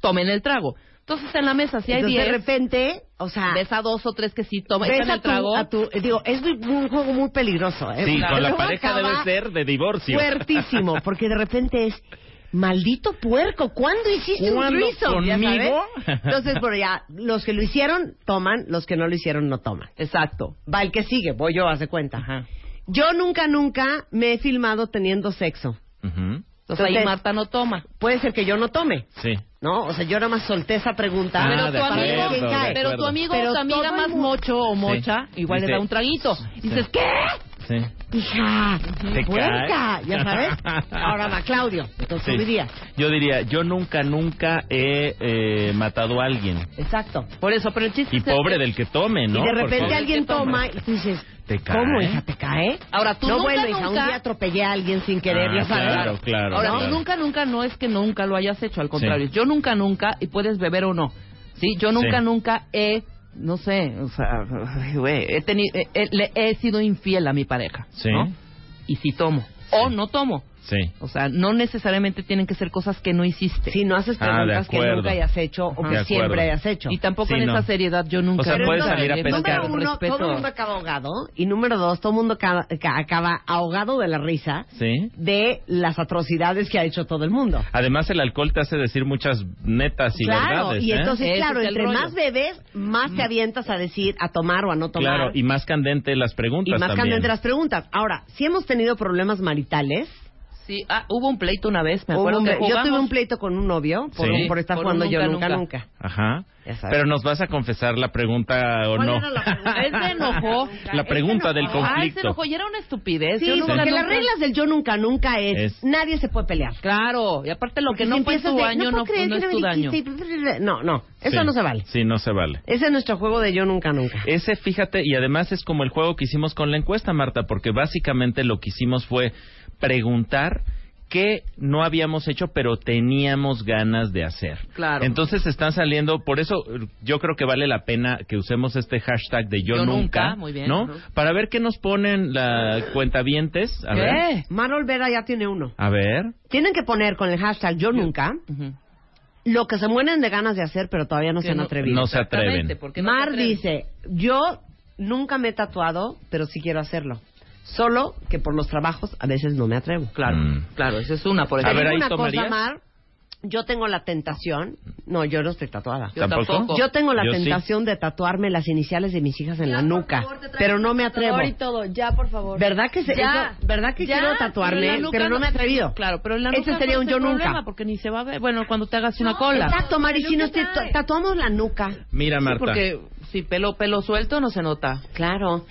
Speaker 4: tomen el trago. Entonces en la mesa si hay
Speaker 2: entonces de
Speaker 4: 10,
Speaker 2: repente, o sea...
Speaker 4: ves a dos o tres que sí toman
Speaker 2: ves
Speaker 4: echan
Speaker 2: a
Speaker 4: el
Speaker 2: tu-
Speaker 4: trago.
Speaker 2: a tu- digo, es muy- un juego muy peligroso. ¿eh?
Speaker 9: Sí,
Speaker 2: Porque
Speaker 9: con la
Speaker 2: luego
Speaker 9: pareja
Speaker 2: acaba-
Speaker 9: debe ser de divorcio. [laughs]
Speaker 2: fuertísimo, porque de repente es maldito puerco, ¿cuándo hiciste un
Speaker 9: ¿Cuándo
Speaker 2: threesome? Ya
Speaker 9: conmigo?
Speaker 2: sabes. Entonces, bueno, ya los que lo hicieron toman, los que no lo hicieron no toman.
Speaker 4: Exacto.
Speaker 2: Va el que sigue, voy yo, hace cuenta.
Speaker 4: Ajá.
Speaker 2: Yo nunca nunca me he filmado teniendo sexo.
Speaker 9: Ujú.
Speaker 4: Entonces ahí
Speaker 2: Entonces-
Speaker 4: Marta no toma.
Speaker 2: Puede ser que yo no tome,
Speaker 9: Sí.
Speaker 2: ¿no? O sea, yo nada más solté esa pregunta.
Speaker 9: Ah,
Speaker 4: pero
Speaker 9: de
Speaker 4: tu
Speaker 9: acuerdo,
Speaker 4: amigo, pero
Speaker 9: de
Speaker 4: tu
Speaker 9: acuerdo.
Speaker 4: amigo
Speaker 2: Pero
Speaker 4: o tu amiga
Speaker 2: todo el
Speaker 4: más
Speaker 2: mundo-
Speaker 4: mocho o mocha,
Speaker 9: Sí.
Speaker 4: igual le
Speaker 9: Dice-
Speaker 4: da un traguito. Y dices, ¿qué?
Speaker 9: Sí.
Speaker 2: Hija,
Speaker 9: ¿Te
Speaker 2: puerca,
Speaker 9: cae?
Speaker 2: Ah, ya
Speaker 9: [laughs]
Speaker 2: sabes. Ahora va Claudio. Entonces
Speaker 9: Sí.
Speaker 2: tú dirías,
Speaker 9: Yo diría, yo nunca, nunca he eh, matado a alguien.
Speaker 2: exacto.
Speaker 4: Por eso, pero el chiste
Speaker 9: Y
Speaker 4: es-
Speaker 9: pobre del que tome, ¿no?
Speaker 2: eh, y de
Speaker 9: Porque
Speaker 2: repente alguien toma y tú dices,
Speaker 9: te cae.
Speaker 2: ¿cómo, hija, te cae?
Speaker 4: Ahora, tú
Speaker 2: no,
Speaker 4: nunca,
Speaker 2: bueno, hija,
Speaker 4: nunca-
Speaker 2: un día atropellé a alguien sin querer,
Speaker 9: Ah,
Speaker 2: ya sabes.
Speaker 9: Claro, claro.
Speaker 4: Ahora,
Speaker 9: claro.
Speaker 4: tú nunca, nunca no es que nunca lo hayas hecho, al contrario.
Speaker 9: Sí.
Speaker 4: Yo nunca, nunca, y puedes beber o no. Sí, yo nunca,
Speaker 9: Sí.
Speaker 4: nunca he, no sé, o sea, ay, güey, he, teni- eh, eh, le he sido infiel a mi pareja.
Speaker 9: Sí.
Speaker 4: ¿no? Y si tomo. O no tomo.
Speaker 9: Sí.
Speaker 4: O sea, no necesariamente tienen que ser cosas que no hiciste.
Speaker 2: Si no haces
Speaker 9: Ah, de
Speaker 2: preguntas que
Speaker 9: acuerdo.
Speaker 2: nunca hayas hecho o
Speaker 9: Ajá.
Speaker 2: que
Speaker 9: De
Speaker 2: siempre
Speaker 9: acuerdo.
Speaker 2: hayas hecho.
Speaker 4: Y tampoco
Speaker 9: Sí,
Speaker 4: en
Speaker 9: no.
Speaker 4: esa seriedad yo nunca.
Speaker 9: O sea, puedes
Speaker 4: entonces,
Speaker 9: salir a
Speaker 4: bien,
Speaker 9: pescar.
Speaker 4: con
Speaker 2: Número uno,
Speaker 4: respeto.
Speaker 2: todo el mundo acaba ahogado. Y número dos, todo el mundo acaba, ca- acaba ahogado de la risa
Speaker 9: Sí.
Speaker 2: de las atrocidades que ha hecho todo el mundo.
Speaker 9: Además, el alcohol te hace decir muchas netas y
Speaker 2: claro,
Speaker 9: verdades.
Speaker 2: y
Speaker 9: ¿eh? Mm.
Speaker 2: entonces,
Speaker 4: Ese
Speaker 2: claro,
Speaker 4: es el
Speaker 2: entre
Speaker 4: rollo.
Speaker 2: más bebes, más te avientas a decir, a tomar o a no tomar.
Speaker 9: Claro, y más candente las
Speaker 2: Y
Speaker 9: preguntas
Speaker 2: más
Speaker 9: también.
Speaker 2: candente las preguntas. Ahora, si hemos tenido problemas maritales,
Speaker 4: Sí, ah, hubo un pleito una vez, me acuerdo
Speaker 2: hubo un-
Speaker 4: que
Speaker 2: yo
Speaker 4: jugamos-
Speaker 2: tuve un pleito con un novio por,
Speaker 9: Sí.
Speaker 2: por estar
Speaker 4: Por un
Speaker 2: jugando yo
Speaker 4: nunca,
Speaker 2: nunca,
Speaker 4: nunca.
Speaker 2: nunca.
Speaker 9: Ajá.
Speaker 2: Ya sabes.
Speaker 9: Pero nos vas a confesar la pregunta o
Speaker 2: ¿Cuál
Speaker 9: no.
Speaker 2: era la pregunta?
Speaker 4: Él
Speaker 9: [laughs]
Speaker 4: se enojó.
Speaker 9: La pregunta
Speaker 2: Ah,
Speaker 4: Ay,
Speaker 9: del
Speaker 4: se
Speaker 9: conflicto.
Speaker 4: enojó y era una estupidez.
Speaker 2: Sí,
Speaker 4: Yo nunca,
Speaker 2: porque las
Speaker 4: nunca-
Speaker 2: reglas del yo nunca nunca es,
Speaker 9: Es-
Speaker 2: nadie se puede pelear.
Speaker 4: Claro, y aparte lo que
Speaker 2: Si
Speaker 4: no fue
Speaker 2: empiezas
Speaker 4: tu
Speaker 2: de,
Speaker 4: daño
Speaker 2: puedo
Speaker 4: no,
Speaker 2: creer
Speaker 4: no
Speaker 2: que
Speaker 4: es tu
Speaker 2: me
Speaker 4: daño.
Speaker 2: dijiste", y- No, no, eso
Speaker 9: Sí.
Speaker 2: no se vale.
Speaker 9: Sí, no se vale.
Speaker 2: Ese es nuestro juego de yo nunca nunca.
Speaker 9: Ese, fíjate, y además es como el juego que hicimos con la encuesta, Marta, porque básicamente lo que hicimos fue preguntar qué no habíamos hecho, pero teníamos ganas de hacer.
Speaker 4: Claro.
Speaker 9: Entonces están saliendo, por eso eh, yo creo que vale la pena que usemos este hashtag de yo,
Speaker 4: Yo
Speaker 9: nunca,
Speaker 4: nunca, muy bien,
Speaker 9: ¿no?
Speaker 4: ajá.
Speaker 9: Para ver qué nos ponen la cuentavientes. A ver.
Speaker 4: ¿Qué?
Speaker 2: Marol Vera ya tiene uno.
Speaker 9: A ver.
Speaker 2: Tienen que poner con el hashtag yo nunca
Speaker 4: Ujú.
Speaker 2: lo que se mueren de ganas de hacer, pero todavía no
Speaker 4: Que
Speaker 2: se han
Speaker 4: no-
Speaker 2: atrevido.
Speaker 9: No se
Speaker 4: Exactamente,
Speaker 9: atreven.
Speaker 4: porque no
Speaker 2: Mar
Speaker 4: se atreven.
Speaker 2: dice, yo nunca me he tatuado, pero sí quiero hacerlo. Solo que por los trabajos a veces no me atrevo.
Speaker 4: Claro,
Speaker 9: Mm.
Speaker 4: claro, esa es una, por
Speaker 9: A
Speaker 2: Te
Speaker 4: ejemplo.
Speaker 2: digo
Speaker 9: ver, ahí
Speaker 2: una
Speaker 9: tomarías.
Speaker 2: cosa, Mar, yo tengo la tentación, no, yo no estoy tatuada.
Speaker 4: Yo tampoco.
Speaker 2: Yo tengo la
Speaker 9: Yo sí.
Speaker 2: tentación de tatuarme las iniciales de mis hijas en
Speaker 5: Ya,
Speaker 2: la
Speaker 5: por
Speaker 2: nuca,
Speaker 5: favor, te traigo
Speaker 2: pero no me
Speaker 5: un tatuador
Speaker 2: atrevo.
Speaker 5: y todo, ya, por favor.
Speaker 2: ¿Verdad que, se-
Speaker 5: Ya,
Speaker 2: es lo- ¿verdad que
Speaker 5: ya,
Speaker 2: quiero
Speaker 4: en
Speaker 2: tatuarme,
Speaker 4: la
Speaker 2: pero,
Speaker 4: nuca
Speaker 2: no me he atrevido?
Speaker 4: Claro, pero en la
Speaker 2: Ese
Speaker 4: nuca
Speaker 2: sería
Speaker 4: no
Speaker 2: un
Speaker 4: es
Speaker 2: yo
Speaker 4: el
Speaker 2: nunca.
Speaker 4: problema, porque ni se va a ver. Bueno, cuando te hagas una
Speaker 5: No,
Speaker 4: cola.
Speaker 2: Exacto, Mari, si
Speaker 5: Pero
Speaker 2: nos
Speaker 5: ¿qué
Speaker 2: te-
Speaker 5: trae?
Speaker 2: tatuamos la nuca.
Speaker 9: Mira,
Speaker 4: Sí,
Speaker 9: Marta.
Speaker 4: porque si pelo pelo suelto no se nota.
Speaker 2: Claro.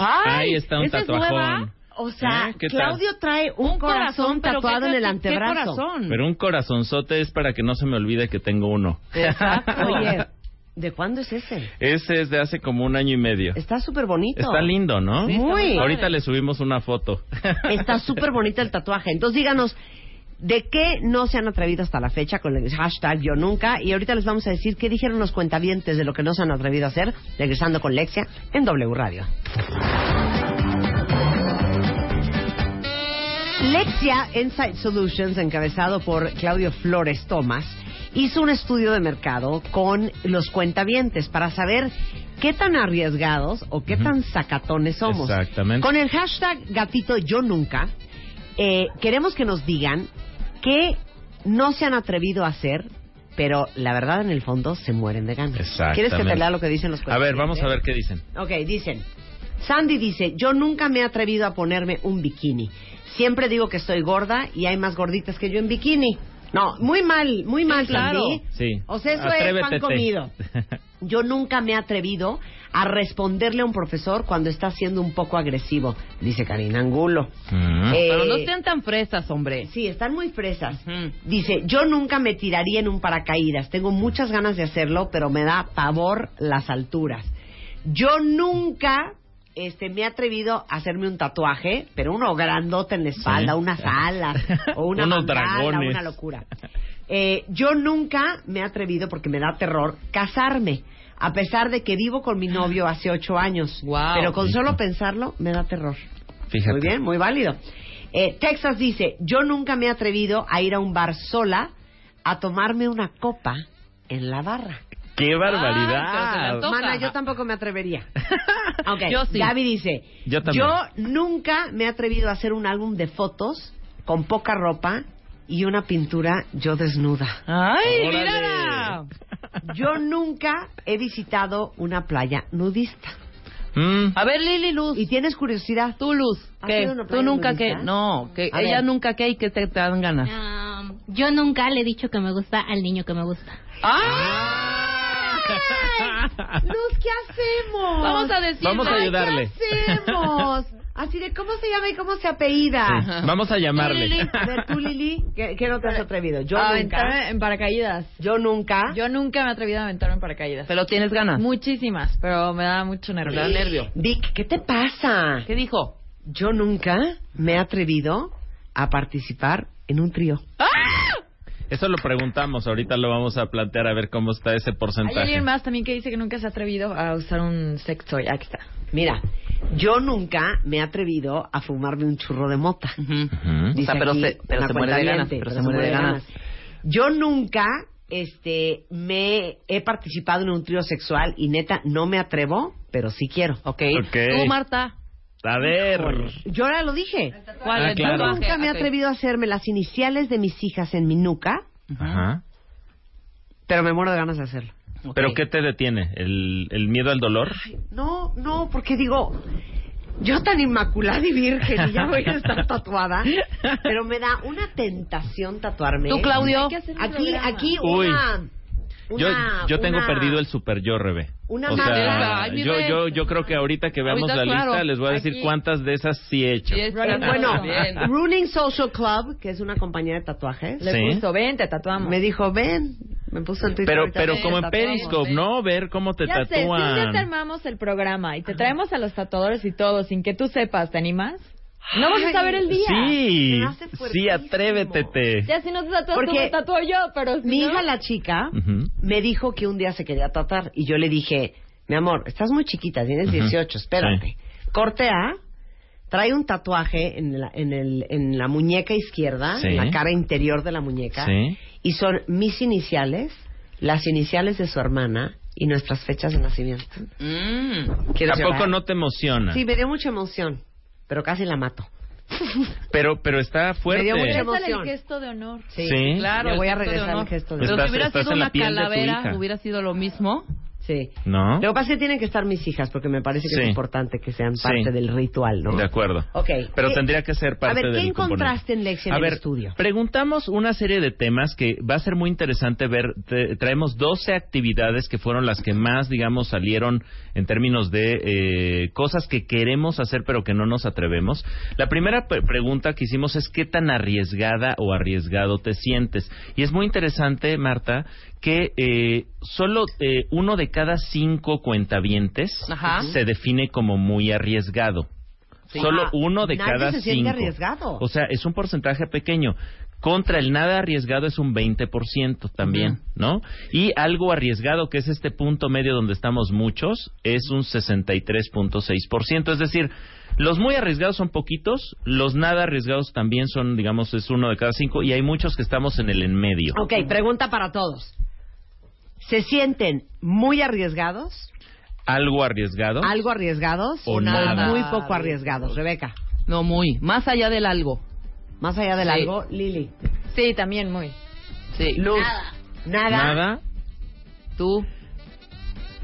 Speaker 9: Ahí está un
Speaker 4: ¡Ah! ¿esa es
Speaker 9: tatuajón.
Speaker 4: nueva?
Speaker 2: O sea,
Speaker 9: ¿Eh? ¿Qué tal?
Speaker 2: Claudio trae un, corazón,
Speaker 4: pero
Speaker 2: tatuado
Speaker 4: ¿qué-
Speaker 2: en el
Speaker 4: qué-
Speaker 2: antebrazo.
Speaker 4: ¿Qué
Speaker 9: [laughs]
Speaker 4: corazón?
Speaker 9: Pero un corazonzote es para que no se me olvide que tengo uno.
Speaker 4: Exacto.
Speaker 2: Oye, ¿de cuándo es ese?
Speaker 9: Ese es de hace como un año y medio.
Speaker 2: Está súper bonito.
Speaker 9: Está lindo, ¿no?
Speaker 2: Sí, está muy padre.
Speaker 9: Ahorita le subimos una foto.
Speaker 2: Está súper bonito el tatuaje. Entonces díganos, ¿de qué no se han atrevido hasta la fecha con el hashtag yo nunca? Y ahorita les vamos a decir qué dijeron los cuentavientes de lo que no se han atrevido a hacer, regresando con Lexia en W Radio. Lexia Insight Solutions, encabezado por Claudio Flores Tomás, hizo un estudio de mercado con los cuentavientes para saber qué tan arriesgados o qué
Speaker 9: Ujú.
Speaker 2: tan sacatones somos.
Speaker 9: Exactamente.
Speaker 2: Con el hashtag gatito yo nunca, eh, queremos que nos digan qué no se han atrevido a hacer, pero la verdad en el fondo se mueren de ganas.
Speaker 9: Exactamente.
Speaker 2: ¿Quieres que te lea lo que dicen los
Speaker 9: A ver,
Speaker 2: cuentavientes?
Speaker 9: vamos a ver qué dicen.
Speaker 2: Ok, dicen. Sandy dice, yo nunca me he atrevido a ponerme un bikini. Siempre digo que estoy gorda y hay más gorditas que yo en bikini. No, muy mal, muy mal,
Speaker 4: claro.
Speaker 2: Sandy.
Speaker 9: Sí.
Speaker 2: O sea, eso es
Speaker 9: Atrévete.
Speaker 2: pan
Speaker 9: [laughs]
Speaker 2: comido. Yo nunca me he atrevido a responderle a un profesor cuando está siendo un poco agresivo, dice Karina Angulo.
Speaker 9: Mm.
Speaker 2: Eh,
Speaker 4: Pero no sean tan fresas, hombre.
Speaker 2: Sí, están muy fresas.
Speaker 4: Ujú.
Speaker 2: Dice, yo nunca me tiraría en un paracaídas. Tengo muchas ganas de hacerlo, pero me da pavor las alturas. Yo nunca este, me he atrevido a hacerme un tatuaje, pero uno grandote en la espalda,
Speaker 9: Sí.
Speaker 2: unas alas, o una
Speaker 9: Unos
Speaker 2: mandala,
Speaker 9: dragones.
Speaker 2: una locura. Eh, yo nunca me he atrevido, porque me da terror, casarme. A pesar de que vivo con mi novio hace ocho años.
Speaker 4: Guau.
Speaker 2: Pero con solo pensarlo me da terror.
Speaker 9: Fíjate.
Speaker 2: Muy bien, muy válido. Eh, Texas dice, yo nunca me he atrevido a ir a un bar sola a tomarme una copa en la barra.
Speaker 9: ¡Qué
Speaker 4: Ah, pero se me
Speaker 9: barbaridad!
Speaker 4: antoja.
Speaker 2: Mana, yo tampoco me
Speaker 9: [laughs]
Speaker 2: atrevería. Ok,
Speaker 4: Yo sí.
Speaker 2: Gaby dice,
Speaker 9: Yo también.
Speaker 2: nunca me he atrevido a hacer un álbum de fotos con poca ropa y una pintura yo desnuda.
Speaker 4: ¡Ay,
Speaker 9: Órale.
Speaker 4: mira!
Speaker 2: Yo nunca he visitado una playa nudista.
Speaker 9: Mm.
Speaker 4: A ver, Lili Luz.
Speaker 2: ¿Y tienes curiosidad?
Speaker 4: Tú, Luz,
Speaker 2: ¿Has
Speaker 4: ¿qué?
Speaker 2: ido a una
Speaker 4: Tú
Speaker 2: playa
Speaker 4: nunca que...
Speaker 2: nudista?
Speaker 4: No, que
Speaker 2: A
Speaker 4: ella
Speaker 2: ver.
Speaker 4: nunca que y que te, te dan ganas.
Speaker 12: Ah, Um, yo nunca le he dicho que me gusta al niño que me gusta.
Speaker 2: [laughs]
Speaker 4: ¡Ah!
Speaker 5: Luz, ¿qué hacemos?
Speaker 4: Vamos a decirle.
Speaker 9: Vamos a
Speaker 5: Ay,
Speaker 9: ayudarle.
Speaker 5: ¿Qué hacemos? Así de cómo se llama y cómo se apellida.
Speaker 9: Sí, vamos a llamarle.
Speaker 5: Tú, Lili.
Speaker 2: A ver, tú, Lili, ¿qué, qué no te has atrevido? Yo
Speaker 4: Ah,
Speaker 12: A
Speaker 2: nunca.
Speaker 12: aventarme en paracaídas.
Speaker 2: Yo nunca.
Speaker 12: Yo nunca me he atrevido a aventarme en paracaídas.
Speaker 4: Pero tienes ganas.
Speaker 12: Muchísimas, pero me da mucho nervio.
Speaker 4: Me da nervio.
Speaker 2: Vic, ¿qué te pasa?
Speaker 4: ¿Qué dijo?
Speaker 2: Yo nunca me he atrevido a participar en un trío.
Speaker 9: Eso lo preguntamos, ahorita lo vamos a plantear a ver cómo está ese
Speaker 12: Hay
Speaker 9: porcentaje.
Speaker 12: alguien más también que dice que nunca se ha atrevido a usar un sex toy. Aquí está.
Speaker 2: Mira, yo nunca me he atrevido a fumarme un churro de mota.
Speaker 9: Ujú.
Speaker 2: Dice
Speaker 4: O sea, pero
Speaker 2: aquí
Speaker 4: se- pero
Speaker 2: una
Speaker 4: se muere de ganas,
Speaker 2: cuentaviente,
Speaker 4: pero se muere de ganas.
Speaker 2: Yo nunca este, me he participado en un trío sexual y neta, no me atrevo, pero sí quiero.
Speaker 4: Ok.
Speaker 9: Ok.
Speaker 12: Tú, Marta.
Speaker 9: A ver.
Speaker 2: Yo ahora lo dije.
Speaker 4: ¿Cuál?
Speaker 9: Ah,
Speaker 4: El
Speaker 9: claro.
Speaker 2: Yo
Speaker 4: tatuaje.
Speaker 2: nunca me he
Speaker 4: Ok.
Speaker 2: atrevido a hacerme las iniciales de mis hijas en mi nuca,
Speaker 9: Ajá.
Speaker 2: pero me muero de ganas de hacerlo.
Speaker 4: Ok.
Speaker 9: ¿Pero qué te detiene? ¿El, el miedo al dolor?
Speaker 2: No, no, porque digo, yo tan inmaculada y virgen y ya voy a estar tatuada, pero me da una tentación tatuarme.
Speaker 12: Tú, Claudio.
Speaker 2: Hay que hacer un aquí, programa. aquí
Speaker 9: Uy.
Speaker 2: una, una-
Speaker 9: yo yo tengo
Speaker 2: una-
Speaker 9: perdido el super yo, Rebe.
Speaker 2: Una
Speaker 9: o sea,
Speaker 2: marca.
Speaker 12: Ay, mi
Speaker 9: yo,
Speaker 12: rey.
Speaker 9: yo, yo creo que ahorita que veamos
Speaker 12: Ahorita,
Speaker 9: la
Speaker 12: claro,
Speaker 9: lista les voy a decir
Speaker 12: aquí.
Speaker 9: cuántas de esas sí he hecho.
Speaker 12: Y es-
Speaker 2: Eh, Bueno,
Speaker 4: Bien.
Speaker 2: Runing Social Club, que es una compañía de tatuajes,
Speaker 12: Le
Speaker 9: Sí.
Speaker 12: puso, ven, te tatuamos.
Speaker 2: me dijo, ven, me puso en Twitter.
Speaker 9: Pero,
Speaker 2: ahorita,
Speaker 9: pero
Speaker 2: "Ven,
Speaker 9: como en
Speaker 2: tatuamos".
Speaker 9: Periscope, ¿no? Ver cómo te
Speaker 12: ya sé, sí, ya te
Speaker 9: tatúan.
Speaker 12: armamos el programa y te traemos a los tatuadores y todo sin que tú sepas. ¿Te animas? No vas a
Speaker 2: Ay,
Speaker 12: saber el día.
Speaker 9: Sí,
Speaker 2: Se me hace
Speaker 9: sí,
Speaker 2: fuertísimo.
Speaker 9: atrévete.
Speaker 12: Ya si no te tatúas tú,
Speaker 2: Porque
Speaker 12: me tatúo yo, pero si
Speaker 2: Mi
Speaker 12: no-
Speaker 2: hija, la chica,
Speaker 9: Ujú.
Speaker 2: me dijo que un día se quería tatuar y yo le dije, mi amor, estás muy chiquita, tienes
Speaker 9: Ujú.
Speaker 2: 18, espérate. Corte A, trae un tatuaje en la, en el, en la muñeca izquierda,
Speaker 9: Sí.
Speaker 2: en la cara interior de la muñeca,
Speaker 9: Sí.
Speaker 2: y son mis iniciales, las iniciales de su hermana y nuestras fechas de nacimiento.
Speaker 4: Mm.
Speaker 2: ¿Quieres
Speaker 9: Tampoco
Speaker 2: llorar?
Speaker 9: no te emociona.
Speaker 2: Sí, me dio mucha emoción, pero casi la mato.
Speaker 9: Pero, pero está fuerte.
Speaker 2: dio mucha
Speaker 12: Préstale
Speaker 2: emoción.
Speaker 12: el gesto de honor.
Speaker 9: Sí,
Speaker 4: Claro.
Speaker 2: Le voy a
Speaker 4: el gesto de
Speaker 2: regresar
Speaker 4: honor.
Speaker 2: el gesto de
Speaker 4: Pero
Speaker 9: Estás-
Speaker 4: si hubiera
Speaker 9: estás
Speaker 4: sido
Speaker 9: en la
Speaker 4: una
Speaker 9: piel de tu
Speaker 4: calavera,
Speaker 9: hija.
Speaker 4: ¿hubiera sido lo mismo?
Speaker 2: Sí. Lo
Speaker 9: ¿No?
Speaker 2: que pasa es que tienen que estar mis hijas, porque me parece que
Speaker 9: Sí.
Speaker 2: es importante que sean
Speaker 9: Sí.
Speaker 2: parte del ritual, ¿no?
Speaker 9: De acuerdo.
Speaker 2: Ok.
Speaker 9: Pero
Speaker 2: Eh,
Speaker 9: tendría que ser parte
Speaker 2: a ver,
Speaker 9: del
Speaker 2: ¿qué
Speaker 9: componente.
Speaker 2: encontraste en Lexi en
Speaker 9: a
Speaker 2: el
Speaker 9: ver,
Speaker 2: estudio?
Speaker 9: Preguntamos una serie de temas que va a ser muy interesante ver. Te- traemos 12 actividades que fueron las que más, digamos, salieron en términos de eh, cosas que queremos hacer pero que no nos atrevemos. La primera pre- pregunta que hicimos es qué tan arriesgada o arriesgado te sientes. Y es muy interesante, Marta, que eh, solo eh, uno de cada cinco cuentavientes
Speaker 4: Ajá.
Speaker 9: se define como muy arriesgado.
Speaker 2: Sí.
Speaker 9: Solo
Speaker 2: Ah,
Speaker 9: uno de
Speaker 2: nadie
Speaker 9: cada
Speaker 2: se siente
Speaker 9: cinco.
Speaker 2: arriesgado.
Speaker 9: O sea, es un porcentaje pequeño. Contra el nada arriesgado es un 20% también,
Speaker 4: Ujú.
Speaker 9: ¿no? Y algo arriesgado, que es este punto medio donde estamos muchos, es un 63.6%. Es decir, los muy arriesgados son poquitos, los nada arriesgados también son, digamos, es uno de cada cinco, y hay muchos que estamos en el en medio.
Speaker 2: Ok, pregunta para todos. ¿Se sienten muy arriesgados,
Speaker 9: Algo arriesgado.
Speaker 2: algo arriesgados
Speaker 9: O nada.
Speaker 2: muy poco arriesgados? Rebeca,
Speaker 4: No, muy. Más allá del algo.
Speaker 2: más allá del
Speaker 4: Sí.
Speaker 2: algo, Lili.
Speaker 12: Sí, también muy.
Speaker 4: Sí.
Speaker 2: Luz. Nada.
Speaker 9: Nada.
Speaker 4: Tú.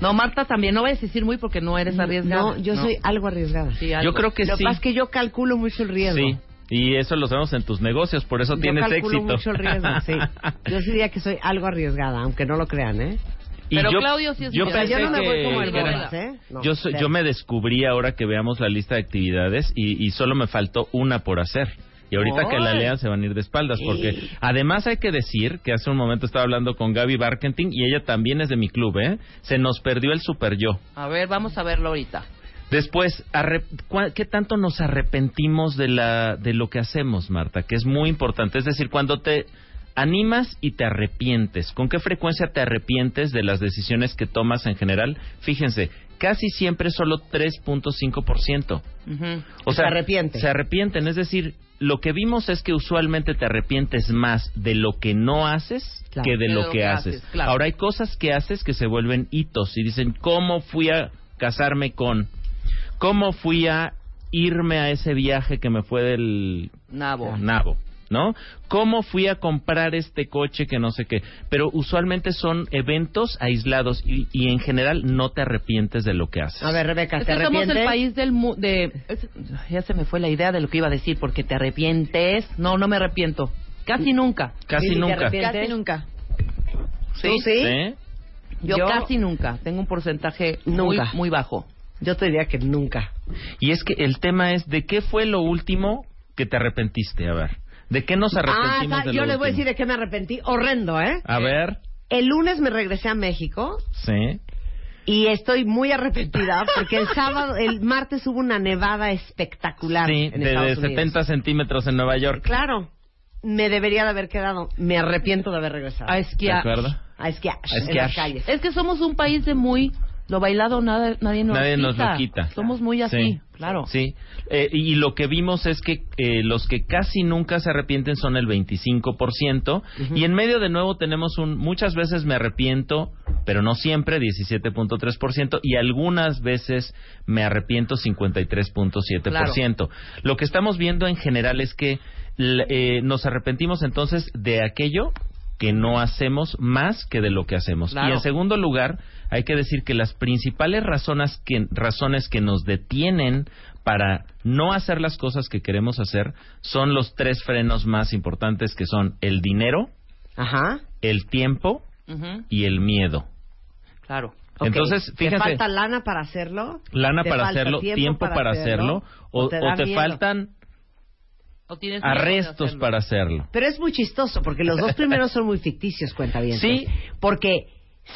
Speaker 4: No, Marta también. No vayas a decir muy porque no eres arriesgada.
Speaker 2: No, yo soy algo arriesgada.
Speaker 4: Sí, algo.
Speaker 9: Yo creo que
Speaker 2: Lo que
Speaker 9: sí.
Speaker 2: pasa es que yo calculo mucho el riesgo.
Speaker 9: Sí. Y eso lo sabemos en tus negocios, por eso
Speaker 2: Yo
Speaker 9: tienes
Speaker 2: calculo
Speaker 9: éxito.
Speaker 2: mucho el riesgo,
Speaker 9: [laughs]
Speaker 2: sí. Yo sí diría que soy algo arriesgada, aunque no lo crean, ¿eh?
Speaker 9: Y
Speaker 4: Pero Claudio sí es
Speaker 9: yo
Speaker 4: muy- O sea,
Speaker 9: pensé
Speaker 4: yo no me
Speaker 9: que-
Speaker 4: voy como el
Speaker 9: que era-
Speaker 4: Bolas,
Speaker 2: ¿eh? No,
Speaker 9: yo, soy-
Speaker 2: cero.
Speaker 9: yo me descubrí ahora que veamos la lista de actividades y, y solo me faltó una por hacer. Y ahorita que la
Speaker 2: ¡Ay!
Speaker 9: lean se van a ir de espaldas porque además hay que decir que hace un momento estaba hablando con Gaby Barkentin y ella también es de mi club, ¿eh? Se nos perdió el super yo.
Speaker 4: A ver, vamos a verlo ahorita.
Speaker 9: Después, arre- cua- ¿qué tanto nos arrepentimos de, la, de lo que hacemos, Marta? Que es muy importante. Es decir, cuando te animas y te arrepientes, ¿con qué frecuencia te arrepientes de las decisiones que tomas en general? Fíjense, casi siempre solo 3.5%.
Speaker 4: Ujú.
Speaker 9: O
Speaker 2: Se arrepiente.
Speaker 9: Se arrepienten. Es decir, lo que vimos es que usualmente te arrepientes más de lo que no haces
Speaker 2: Claro.
Speaker 9: que de lo que haces.
Speaker 4: claro.
Speaker 9: Ahora hay cosas que haces que se vuelven hitos y dicen, ¿cómo fui a casarme con? ¿Cómo fui a irme a ese viaje que me fue del
Speaker 4: Nabo.
Speaker 9: nabo? ¿No? ¿Cómo fui a comprar este coche que no sé qué? Pero usualmente son eventos aislados y, y en general no te arrepientes de lo que haces.
Speaker 2: A ver, Rebeca,
Speaker 4: Es
Speaker 2: ¿te
Speaker 4: que somos
Speaker 2: arrepientes?
Speaker 4: el país del mu- de es- ya se me fue la idea de lo que iba a decir porque te arrepientes. No, no me arrepiento. Casi nunca.
Speaker 9: Casi
Speaker 2: Lili, ¿te
Speaker 9: nunca.
Speaker 2: arrepientes?
Speaker 12: Casi nunca.
Speaker 2: ¿Tú sí?
Speaker 9: ¿Sí?
Speaker 4: Yo, casi nunca. Tengo un porcentaje
Speaker 9: Nunca.
Speaker 4: muy muy bajo.
Speaker 2: Yo te diría que nunca.
Speaker 9: Y es que el tema es de qué fue lo último que te arrepentiste, a ver. ¿De qué nos arrepentimos
Speaker 2: Ah,
Speaker 9: de
Speaker 2: yo
Speaker 9: lo
Speaker 2: les voy a decir
Speaker 9: último?
Speaker 2: de qué me arrepentí. Horrendo, ¿eh?
Speaker 9: A ver,
Speaker 2: El lunes me regresé a México
Speaker 9: sí.
Speaker 2: y estoy muy arrepentida porque el sábado, el martes hubo una nevada espectacular
Speaker 9: Sí,
Speaker 2: Ah, en
Speaker 9: de, de
Speaker 2: Estados Unidos.
Speaker 9: 70 centímetros en Nueva York.
Speaker 2: Claro, me debería de haber quedado. Me arrepiento de haber regresado.
Speaker 4: A
Speaker 9: ¿De
Speaker 4: esquiar.
Speaker 9: acuerdo?
Speaker 2: A esquiar,
Speaker 9: A
Speaker 2: en
Speaker 9: esquiar.
Speaker 2: las calles.
Speaker 4: Es que somos un país de muy lo bailado nada nadie nos
Speaker 9: Nadie
Speaker 4: lo
Speaker 9: nos
Speaker 4: quita.
Speaker 9: lo quita.
Speaker 4: Somos muy así,
Speaker 9: Sí.
Speaker 4: claro.
Speaker 9: Sí. Eh, y lo que vimos es que eh, los que casi nunca se arrepienten son el 25%. Y en medio de nuevo tenemos un muchas veces me arrepiento, pero no siempre, 17.3%. Y algunas veces me arrepiento, 53.7%. Lo que estamos viendo en general es que l- eh, nos arrepentimos entonces de aquello que no hacemos más que de lo que hacemos.
Speaker 4: Claro.
Speaker 9: Y en segundo lugar, hay que decir que las principales razones que, razones que nos detienen para no hacer las cosas que queremos hacer son los tres frenos más importantes que son el dinero,
Speaker 2: Ajá.
Speaker 9: el tiempo
Speaker 4: Ujú,
Speaker 9: y el miedo.
Speaker 4: Claro.
Speaker 2: Ok.
Speaker 9: Entonces,
Speaker 2: ¿Te
Speaker 9: fíjense,
Speaker 2: falta lana para hacerlo?
Speaker 9: lana
Speaker 2: ¿Te
Speaker 9: para
Speaker 2: falta
Speaker 9: hacerlo, tiempo, para, hacerlo, o,
Speaker 2: te
Speaker 9: o
Speaker 2: da
Speaker 9: te
Speaker 2: miedo?
Speaker 9: faltan
Speaker 4: O tienes miedo de
Speaker 9: arrestos
Speaker 4: hacerlo.
Speaker 9: para hacerlo.
Speaker 2: Pero es muy chistoso porque los dos primeros son muy ficticios, cuenta bien.
Speaker 9: Sí.
Speaker 2: Porque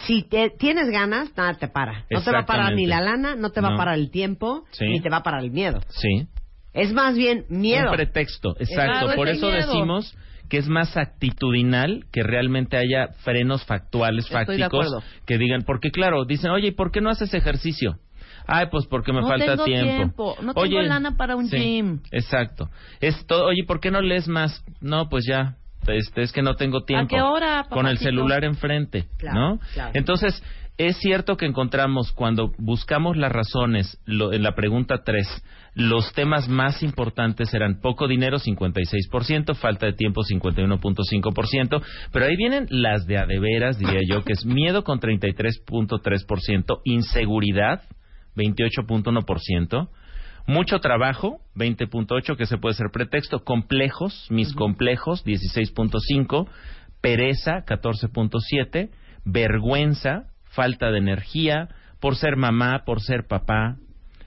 Speaker 2: si te, tienes ganas, nada te para. No te va a parar ni
Speaker 9: Exactamente.
Speaker 2: la lana, no te va
Speaker 9: No.
Speaker 2: a parar el tiempo,
Speaker 9: Sí.
Speaker 2: ni te va a parar el miedo.
Speaker 9: Sí.
Speaker 2: Es más bien miedo.
Speaker 9: Un pretexto, exacto.
Speaker 4: Claro,
Speaker 9: Por
Speaker 4: es el
Speaker 9: eso
Speaker 4: miedo.
Speaker 9: decimos que es más actitudinal que realmente haya frenos factuales,
Speaker 4: Estoy de acuerdo.
Speaker 9: fácticos, que digan, porque claro, dicen, oye, ¿y por qué no haces ejercicio? Ay, pues porque me
Speaker 4: No
Speaker 9: falta
Speaker 4: tengo
Speaker 9: tiempo.
Speaker 4: tiempo, no tengo
Speaker 9: Oye,
Speaker 4: lana para un
Speaker 9: sí,
Speaker 4: gym.
Speaker 9: Exacto. Es todo, oye, ¿por qué no lees más? No, pues ya. Este, es que no tengo tiempo.
Speaker 4: qué hora,
Speaker 9: Con el
Speaker 4: papacito?
Speaker 9: celular enfrente,
Speaker 2: Claro,
Speaker 9: ¿no?
Speaker 2: claro.
Speaker 9: Entonces, es cierto que encontramos cuando buscamos las razones, lo- en la pregunta 3, los temas más importantes eran poco dinero, 56%, falta de tiempo, 51.5%, pero ahí vienen las de a de veras, diría yo, que es miedo con 33.3%, inseguridad, 28.1%, mucho trabajo, 20.8, que se puede ser pretexto, complejos, mis complejos, 16.5, pereza, 14.7, vergüenza, falta de energía, por ser mamá, por ser papá,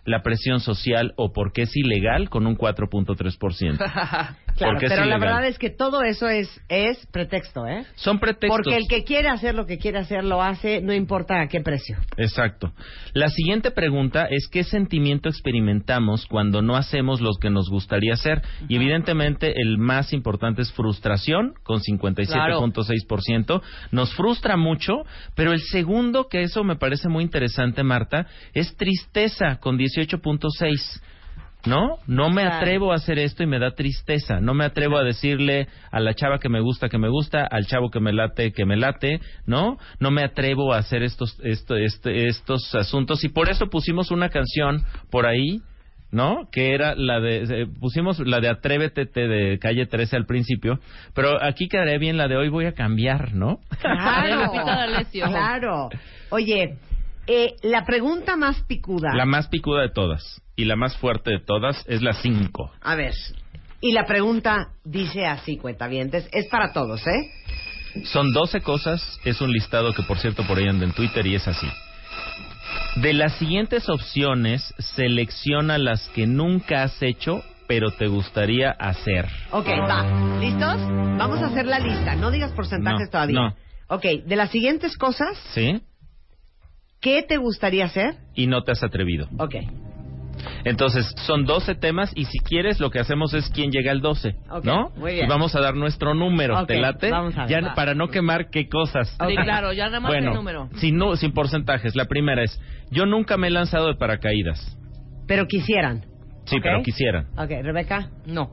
Speaker 9: la presión social o porque es ilegal, con un 4.3%.
Speaker 2: [laughs] Claro,
Speaker 9: porque es
Speaker 2: pero la
Speaker 9: ilegal.
Speaker 2: verdad es que todo eso es, es pretexto, ¿eh?
Speaker 9: Son pretextos.
Speaker 2: Porque el que quiere hacer lo que quiere hacer lo hace, no importa a qué precio.
Speaker 9: Exacto. La siguiente pregunta es qué sentimiento experimentamos cuando no hacemos lo que nos gustaría hacer. Y evidentemente el más importante es frustración, con 57.6%. Nos frustra mucho, pero el segundo, que eso me parece muy interesante, Marta, es tristeza, con 18.6%. ¿No? No me
Speaker 4: Claro.
Speaker 9: atrevo a hacer esto y me da tristeza. No me atrevo a decirle a la chava que me gusta que me gusta, al chavo que me late que me late, ¿no? No me atrevo a hacer estos esto, este, estos asuntos y por eso pusimos una canción por ahí, ¿no? Que era la de eh, pusimos la de Atrévete te de Calle 13 al principio, pero aquí quedaría bien la de hoy voy a cambiar, ¿no?
Speaker 4: De Lupita D'Alessio.
Speaker 2: claro. Oye, eh, la pregunta más picuda.
Speaker 9: La más picuda de todas y la más fuerte de todas es la 5.
Speaker 2: A ver, y la pregunta dice así, cuentavientes, es para todos, ¿eh?
Speaker 9: Son 12 cosas, es un listado que por cierto por ahí anda en Twitter y es así. De las siguientes opciones, selecciona las que nunca has hecho, pero te gustaría hacer.
Speaker 2: Ok, va. ¿Listos? Vamos a hacer la lista. No digas porcentajes
Speaker 9: No,
Speaker 2: todavía.
Speaker 9: no.
Speaker 2: Ok, de las siguientes cosas,
Speaker 9: ¿Sí?
Speaker 2: ¿qué te gustaría hacer?
Speaker 9: Y no te has atrevido.
Speaker 2: Ok,
Speaker 9: Entonces, son 12 temas y si quieres lo que hacemos es quién llega al 12,
Speaker 2: Ok,
Speaker 9: ¿no?
Speaker 2: muy bien.
Speaker 9: Y vamos a dar nuestro número,
Speaker 2: Ok,
Speaker 9: ¿te late?
Speaker 2: vamos a ver,
Speaker 9: ya
Speaker 2: va.
Speaker 9: para no quemar qué cosas.
Speaker 4: Sí, claro, ya nada más
Speaker 9: bueno,
Speaker 4: el número.
Speaker 9: Sin, nu- sin porcentajes. La primera es, yo nunca me he lanzado de paracaídas.
Speaker 2: pero quisieran.
Speaker 9: Sí,
Speaker 2: Ok.
Speaker 9: pero quisieran.
Speaker 2: Ok, Rebeca,
Speaker 4: No.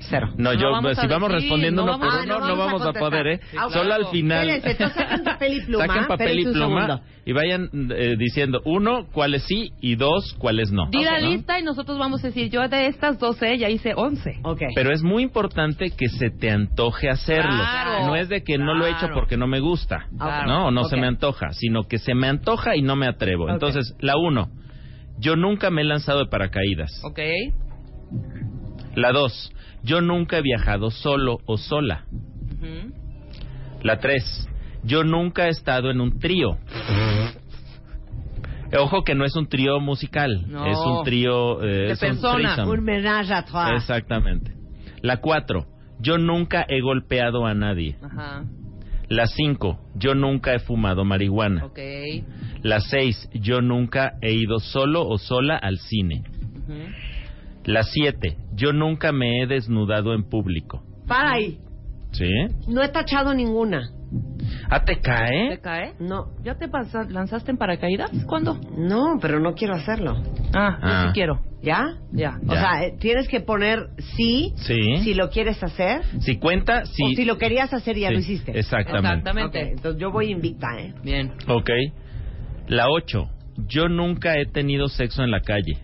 Speaker 2: cero.
Speaker 9: No, yo, pues,
Speaker 4: vamos a
Speaker 9: si vamos
Speaker 4: decir,
Speaker 9: respondiendo
Speaker 4: no
Speaker 9: uno
Speaker 4: vamos-
Speaker 9: por uno,
Speaker 2: ah, no
Speaker 9: no
Speaker 2: vamos
Speaker 9: vamos
Speaker 2: a
Speaker 9: a poder, ¿eh?
Speaker 2: contestar. Ah,
Speaker 9: Solo
Speaker 2: claro.
Speaker 9: al final.
Speaker 2: Espérense, entonces saquen papel y pluma,
Speaker 9: Saquen papel
Speaker 2: espérense
Speaker 9: y
Speaker 2: un
Speaker 9: pluma
Speaker 2: segundo.
Speaker 9: y vayan eh, diciendo, uno, cuáles sí, y dos, cuáles no.
Speaker 4: Di la
Speaker 9: ¿no?
Speaker 4: lista y nosotros vamos a decir, yo de estas 12 ya hice 11.
Speaker 2: Ok.
Speaker 9: Pero es muy importante que se te antoje hacerlo.
Speaker 4: Claro,
Speaker 9: no es de que no lo he hecho
Speaker 4: claro.
Speaker 9: porque no me gusta,
Speaker 2: Claro,
Speaker 9: ¿no? O no
Speaker 2: ok.
Speaker 9: se me antoja, sino que se me antoja y no me atrevo.
Speaker 2: Ok.
Speaker 9: Entonces, la uno, yo nunca me he lanzado de paracaídas.
Speaker 4: Ok.
Speaker 9: La dos, yo nunca he viajado solo o sola.
Speaker 4: Ujú.
Speaker 9: La 3. Yo nunca he estado en un trío. Ojo que no es un trío musical,
Speaker 2: No.
Speaker 9: es un trío... eh,
Speaker 2: de
Speaker 9: es un
Speaker 2: persona,
Speaker 9: threesome.
Speaker 2: un menage à trois.
Speaker 9: Exactamente. La cuatro, yo nunca he golpeado a nadie.
Speaker 4: Ajá.
Speaker 9: La cinco, yo nunca he fumado marihuana.
Speaker 4: Ok.
Speaker 9: La seis, yo nunca he ido solo o sola al cine. La siete, yo nunca me he desnudado en público.
Speaker 2: Para ahí.
Speaker 9: ¿Sí?
Speaker 2: No he tachado ninguna.
Speaker 9: Ah, te cae.
Speaker 4: ¿Te cae?
Speaker 2: No.
Speaker 4: ¿Ya te pasa- lanzaste en paracaídas? ¿Cuándo?
Speaker 2: No, pero no quiero hacerlo.
Speaker 4: Ah, yo
Speaker 9: Ah.
Speaker 4: sí quiero.
Speaker 2: ¿Ya?
Speaker 4: Ya.
Speaker 2: O
Speaker 9: Ya.
Speaker 2: sea, eh, tienes que poner sí,
Speaker 9: Sí.
Speaker 2: si lo quieres hacer.
Speaker 9: Si cuenta, si...
Speaker 2: O si lo querías hacer y ya
Speaker 9: Sí,
Speaker 2: lo hiciste.
Speaker 9: Exactamente.
Speaker 2: Ok, entonces yo voy invicta, ¿eh?
Speaker 4: Bien.
Speaker 9: Ok. La ocho, yo nunca he tenido sexo en la calle.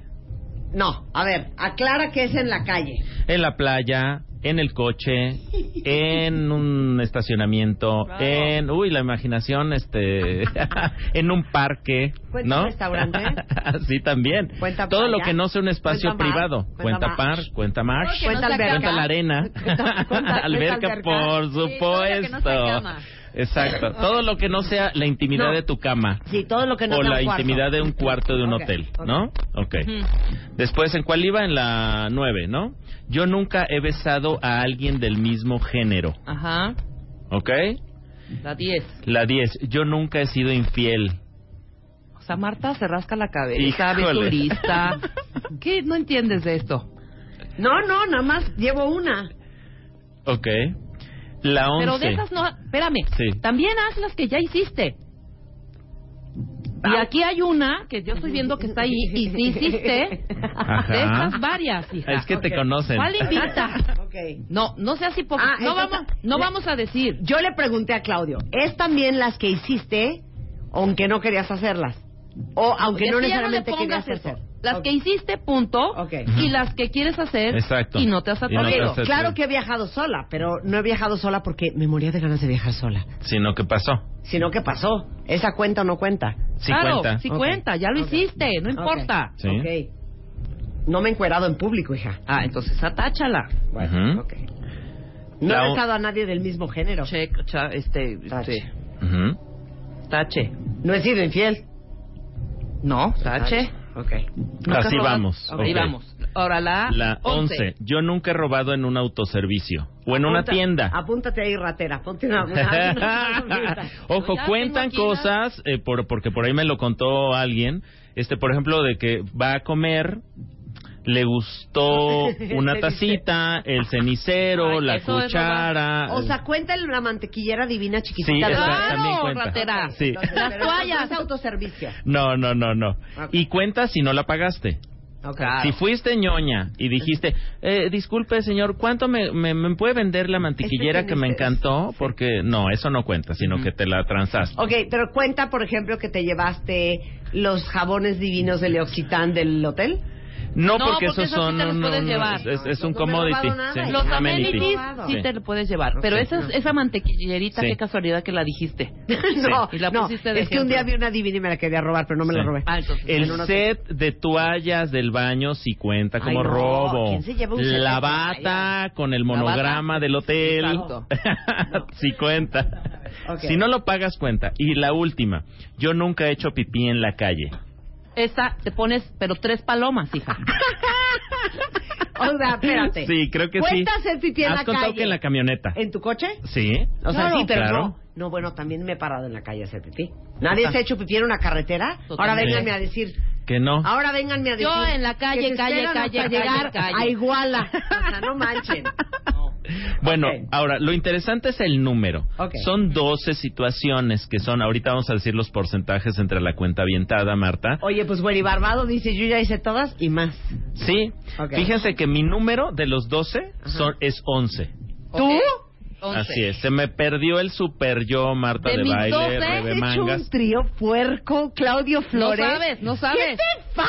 Speaker 2: No, a ver, aclara que es en la calle.
Speaker 9: en la playa, en el coche, en un estacionamiento,
Speaker 2: Bravo.
Speaker 9: en uy, la imaginación este [laughs] en un parque,
Speaker 2: Cuenta
Speaker 9: ¿no?
Speaker 2: restaurante.
Speaker 9: [laughs] sí también.
Speaker 2: Cuenta
Speaker 9: Todo lo
Speaker 2: playa.
Speaker 9: que no sea un espacio
Speaker 2: Cuenta mar.
Speaker 9: privado,
Speaker 2: Cuenta
Speaker 9: cuenta
Speaker 2: mar.
Speaker 9: par, cuenta mar,
Speaker 12: Todo lo que no
Speaker 2: Cuenta
Speaker 12: sea
Speaker 2: alberca.
Speaker 12: cama.
Speaker 9: cuenta la arena,
Speaker 2: Cuenta- cuenta-
Speaker 9: [laughs] alberca,
Speaker 2: cuenta alberca.
Speaker 9: por
Speaker 12: Sí, todo lo que no sea
Speaker 9: supuesto.
Speaker 4: Ah.
Speaker 12: cama.
Speaker 9: Exacto, todo lo que no sea la intimidad
Speaker 2: No.
Speaker 9: de tu cama
Speaker 2: Sí, todo lo que no
Speaker 9: o
Speaker 2: sea
Speaker 9: la
Speaker 2: un cuarto.
Speaker 9: intimidad de un cuarto de un
Speaker 2: Ok,
Speaker 9: hotel,
Speaker 2: ok.
Speaker 9: ¿no? Ok. Después, ¿en cuál iba? En la 9, ¿no? Yo nunca he besado a alguien del mismo género,
Speaker 4: Ajá.
Speaker 9: ¿ok?
Speaker 4: La 10.
Speaker 9: La 10, yo nunca he sido infiel.
Speaker 4: O sea, Marta se rasca la cabeza,
Speaker 9: Híjole.
Speaker 4: turista. ¿Qué? No entiendes de esto.
Speaker 2: No, no, nada más llevo una.
Speaker 9: ¿Ok? La 11.
Speaker 4: Pero de esas no. Espérame.
Speaker 9: Sí.
Speaker 4: También haz las que ya hiciste.
Speaker 2: Ah.
Speaker 4: Y aquí hay una que yo estoy viendo que está ahí y si hiciste
Speaker 9: Ajá.
Speaker 4: de esas varias, hija.
Speaker 9: Es que te conocen.
Speaker 4: ¿Cuál invita?
Speaker 2: Ok.
Speaker 4: No, no seas hipoc...
Speaker 2: Ah,
Speaker 4: no,
Speaker 2: entonces-
Speaker 4: vamos, no vamos a decir.
Speaker 2: Yo le pregunté a Claudio, ¿es también las que hiciste, aunque no querías hacerlas? O aunque
Speaker 4: Es
Speaker 2: no
Speaker 4: que ya
Speaker 2: necesariamente
Speaker 4: le pongas
Speaker 2: querías
Speaker 4: eso.
Speaker 2: hacer.
Speaker 4: Las
Speaker 2: Ok.
Speaker 4: que hiciste, punto.
Speaker 2: Ok.
Speaker 4: Y las que quieres hacer.
Speaker 9: Exacto.
Speaker 4: Y no te has
Speaker 9: Y no te
Speaker 4: atrevido.
Speaker 9: has- Entonces,
Speaker 2: Claro
Speaker 9: sí.
Speaker 2: que he viajado sola, pero no he viajado sola porque me moría de ganas de viajar sola.
Speaker 9: Sino que pasó.
Speaker 2: Sino que pasó. ¿Esa cuenta o no cuenta?
Speaker 9: Sí
Speaker 4: claro,
Speaker 9: cuenta.
Speaker 4: sí
Speaker 2: Ok.
Speaker 4: cuenta, ya lo
Speaker 2: Ok.
Speaker 4: hiciste, no importa.
Speaker 9: Sí.
Speaker 2: Ok. No me he encuerado en público, hija.
Speaker 4: Ah, entonces atáchala.
Speaker 2: Bueno,
Speaker 9: Ujú.
Speaker 2: ok. No
Speaker 9: La
Speaker 2: he
Speaker 9: o-
Speaker 2: besado a nadie del mismo género.
Speaker 4: Check, cha- este,
Speaker 2: Tache.
Speaker 4: este,
Speaker 9: Ujú.
Speaker 4: tache.
Speaker 2: No he sido infiel.
Speaker 4: No, tache.
Speaker 2: Ok.
Speaker 4: Nunca
Speaker 9: Así
Speaker 4: robado.
Speaker 9: vamos,
Speaker 4: Ok,
Speaker 9: ok.
Speaker 4: vamos. Ahora la,
Speaker 2: Ah,
Speaker 9: La
Speaker 4: 11.
Speaker 9: 11, yo nunca he robado en un autoservicio o en una
Speaker 2: Apunta-
Speaker 9: tienda.
Speaker 2: Apúntate ahí, ratera. Ponte
Speaker 9: [laughs]
Speaker 2: una. una- una- una-
Speaker 9: Ojo,
Speaker 4: Ya
Speaker 9: cuentan
Speaker 4: tengo aquí la-
Speaker 9: cosas, eh, por, porque por ahí me lo contó alguien, este, por ejemplo, de que va a comer, le gustó una tacita, el cenicero,
Speaker 4: Ay,
Speaker 9: la
Speaker 4: eso es
Speaker 9: cuchara.
Speaker 2: o sea, cuéntale una mantequillera divina chiquitita.
Speaker 9: Sí,
Speaker 2: ¿verdad?
Speaker 9: esa también cuenta.
Speaker 4: ratera.
Speaker 9: Sí.
Speaker 2: Entonces,
Speaker 4: Las
Speaker 2: pero eso
Speaker 4: toallas.
Speaker 2: Es autoservicio.
Speaker 9: No, no, no, no.
Speaker 2: Ok.
Speaker 9: Y cuenta si no la pagaste.
Speaker 2: Ok.
Speaker 9: Si fuiste ñoña y dijiste, eh, disculpe señor, ¿cuánto me, me- me puede vender la mantequillera que me
Speaker 2: cenicero.
Speaker 9: encantó? Porque no, eso no cuenta, sino que te la transaste.
Speaker 2: Ok, pero cuenta, por ejemplo, que te llevaste los jabones divinos del Leoxitán del hotel.
Speaker 9: No,
Speaker 4: No,
Speaker 9: porque,
Speaker 4: porque
Speaker 9: esos
Speaker 4: eso sí
Speaker 9: son
Speaker 4: te los
Speaker 9: un-
Speaker 4: puedes
Speaker 9: un- [laughs]
Speaker 4: llevar.
Speaker 9: es, es
Speaker 2: No,
Speaker 9: un
Speaker 2: no me he
Speaker 9: commodity.
Speaker 2: robado nada.
Speaker 9: sí,
Speaker 4: Los
Speaker 9: un
Speaker 4: amenities
Speaker 2: Robado.
Speaker 4: sí te lo puedes llevar, pero esa, esa mantequillerita,
Speaker 9: Sí.
Speaker 4: qué casualidad que la dijiste.
Speaker 2: [laughs] no,
Speaker 4: Y la
Speaker 2: no, es
Speaker 4: pusiste de
Speaker 2: que un día vi
Speaker 4: ejemplo.
Speaker 2: una divina y me la quería robar, pero no me la
Speaker 9: Sí.
Speaker 2: robé.
Speaker 4: Ah, entonces,
Speaker 9: El
Speaker 4: en una-
Speaker 9: set de toallas del baño sí cuenta como
Speaker 2: Ay, no.
Speaker 9: robo.
Speaker 2: ¿Quién se lleva un set de
Speaker 9: La
Speaker 2: toallas?
Speaker 9: bata con el monograma del [laughs] hotel
Speaker 4: Exacto.
Speaker 9: sí cuenta.
Speaker 2: Ok.
Speaker 9: Si no lo pagas cuenta. Y la última, yo nunca he hecho pipí en la calle.
Speaker 4: Esa te pones, pero tres palomas, hija.
Speaker 2: [laughs] O sea, espérate.
Speaker 9: Sí, creo que sí.
Speaker 2: Cuenta hacer pipí en
Speaker 9: ¿Has
Speaker 2: la
Speaker 9: contado
Speaker 2: calle.
Speaker 9: que en la camioneta?
Speaker 2: ¿En tu coche?
Speaker 9: Sí.
Speaker 2: O sea,
Speaker 9: Claro.
Speaker 2: sí, pero
Speaker 9: Claro.
Speaker 2: no. No, bueno, también me he parado en la calle a hacer pipí. Nadie
Speaker 4: Ajá.
Speaker 2: se ha hecho pipí en una carretera. Ahora
Speaker 4: Totalmente.
Speaker 2: vénganme a decir.
Speaker 9: Que no.
Speaker 2: Ahora vénganme a decir.
Speaker 12: Yo en la calle,
Speaker 2: que se
Speaker 12: calle,
Speaker 2: esperan
Speaker 12: calle,
Speaker 2: hasta
Speaker 12: calle,
Speaker 2: llegar
Speaker 12: calle.
Speaker 4: [laughs]
Speaker 2: a Iguala. O sea, no manchen.
Speaker 9: Bueno,
Speaker 2: Ok.
Speaker 9: ahora, lo interesante es el número.
Speaker 2: Ok.
Speaker 9: Son 12 situaciones que son, ahorita vamos a decir los porcentajes entre la cuenta avientada, Marta.
Speaker 2: Oye, pues Güeri Barbado dice, yo ya hice todas y más.
Speaker 9: Sí,
Speaker 2: Ok.
Speaker 9: fíjense que mi número de los 12 son, es 11.
Speaker 4: ¿Tú?
Speaker 9: Así es, se me perdió el super yo, Marta
Speaker 4: De
Speaker 9: de,
Speaker 4: mis
Speaker 9: baile,
Speaker 4: 12,
Speaker 9: Rebe
Speaker 4: he
Speaker 9: Mangas.
Speaker 2: trío puerco, Claudio
Speaker 4: No
Speaker 2: Flores.
Speaker 4: sabes, no
Speaker 2: ¿Qué
Speaker 4: sabes.
Speaker 2: te pasa?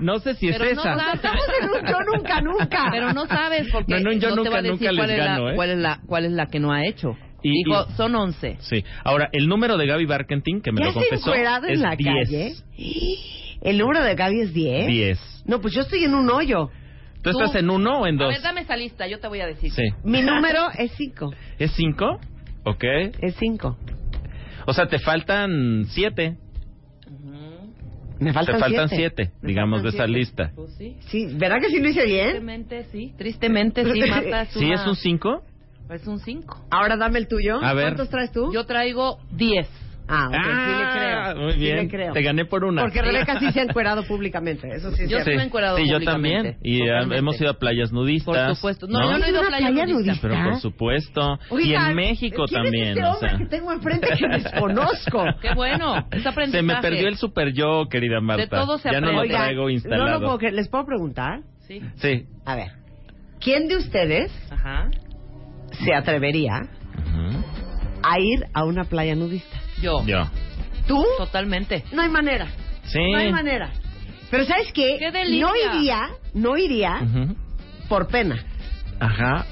Speaker 9: No sé si
Speaker 4: Pero
Speaker 9: es
Speaker 4: no
Speaker 9: esa.
Speaker 4: sabes.
Speaker 2: Estamos en un yo nunca, nunca.
Speaker 4: Pero no sabes porque
Speaker 9: No, en un yo
Speaker 4: no te
Speaker 9: nunca,
Speaker 4: va a decir
Speaker 9: nunca les
Speaker 4: cuál, es
Speaker 9: gano,
Speaker 4: la,
Speaker 9: ¿eh?
Speaker 4: cuál, es la, cuál es la que no ha hecho.
Speaker 9: Y-
Speaker 4: Dijo,
Speaker 9: y-
Speaker 4: son 11.
Speaker 9: Sí, ahora, el número de Gaby Barkentin, que me
Speaker 2: ¿Ya
Speaker 9: lo
Speaker 2: has
Speaker 9: confesó,
Speaker 2: encuerado
Speaker 9: es
Speaker 2: en la
Speaker 9: 10.
Speaker 2: calle? El número de Gaby es 10.
Speaker 9: 10.
Speaker 2: No, pues yo estoy en un hoyo.
Speaker 9: ¿Tú, estás en uno o en
Speaker 4: A
Speaker 9: dos?
Speaker 4: ver, dame esa lista, yo te voy a decir.
Speaker 9: Sí.
Speaker 2: Mi número es 5.
Speaker 9: ¿Es cinco? Ok.
Speaker 2: Es 5.
Speaker 9: O sea, te faltan siete.
Speaker 11: Me faltan
Speaker 9: te faltan
Speaker 11: siete.
Speaker 9: siete,
Speaker 11: Me
Speaker 9: digamos,
Speaker 11: faltan
Speaker 9: de esta
Speaker 11: siete.
Speaker 9: lista.
Speaker 4: sí.
Speaker 2: Sí, ¿verdad que sí lo hice bien?
Speaker 4: Tristemente sí, tristemente
Speaker 2: [laughs]
Speaker 4: sí, Marta. Es
Speaker 9: ¿Sí
Speaker 4: una-
Speaker 9: es un cinco?
Speaker 4: Es un 5.
Speaker 2: Ahora dame el tuyo.
Speaker 9: A ver.
Speaker 2: ¿Cuántos traes tú?
Speaker 4: Yo traigo 10.
Speaker 2: Ah, ok,
Speaker 9: Ah,
Speaker 2: sí le creo.
Speaker 9: muy
Speaker 2: sí
Speaker 9: bien.
Speaker 2: le creo.
Speaker 9: Te gané por una.
Speaker 2: Porque Rebeca sí se ha encuerado públicamente. Eso sí es
Speaker 4: Yo
Speaker 9: sí.
Speaker 2: cierto.
Speaker 4: estuve encuerado
Speaker 9: Sí, yo
Speaker 4: públicamente,
Speaker 9: también. Y ah,
Speaker 4: totalmente.
Speaker 9: hemos ido a playas nudistas.
Speaker 4: Por supuesto. No, yo no he ido a playa nudista.
Speaker 9: Pero por supuesto. y
Speaker 2: Oigan,
Speaker 9: en México
Speaker 2: Ah. ¿quién
Speaker 9: también.
Speaker 2: Es este
Speaker 9: o
Speaker 2: hombre
Speaker 9: sea.
Speaker 2: que tengo enfrente
Speaker 9: [laughs]
Speaker 2: que desconozco.
Speaker 4: Qué bueno, es
Speaker 9: Se me
Speaker 4: aprendizaje.
Speaker 9: perdió el super yo, querida Marta.
Speaker 4: todo se
Speaker 9: ya no lo
Speaker 4: aprende.
Speaker 9: traigo
Speaker 2: no
Speaker 9: instalado.
Speaker 2: lo puedo creer. ¿Les puedo preguntar?
Speaker 4: Sí.
Speaker 9: Sí.
Speaker 2: A ver, ¿quién de ustedes
Speaker 4: Ajá.
Speaker 2: se atrevería a ir a una playa nudista?
Speaker 4: Yo.
Speaker 9: Oh. Yo.
Speaker 2: ¿Tú?
Speaker 4: Totalmente.
Speaker 2: No hay manera.
Speaker 9: Sí.
Speaker 2: No hay manera. Pero ¿sabes qué?
Speaker 4: ¡Qué delicia!
Speaker 2: no iría, no iría
Speaker 9: Ujú.
Speaker 2: por pena.
Speaker 9: Ajá.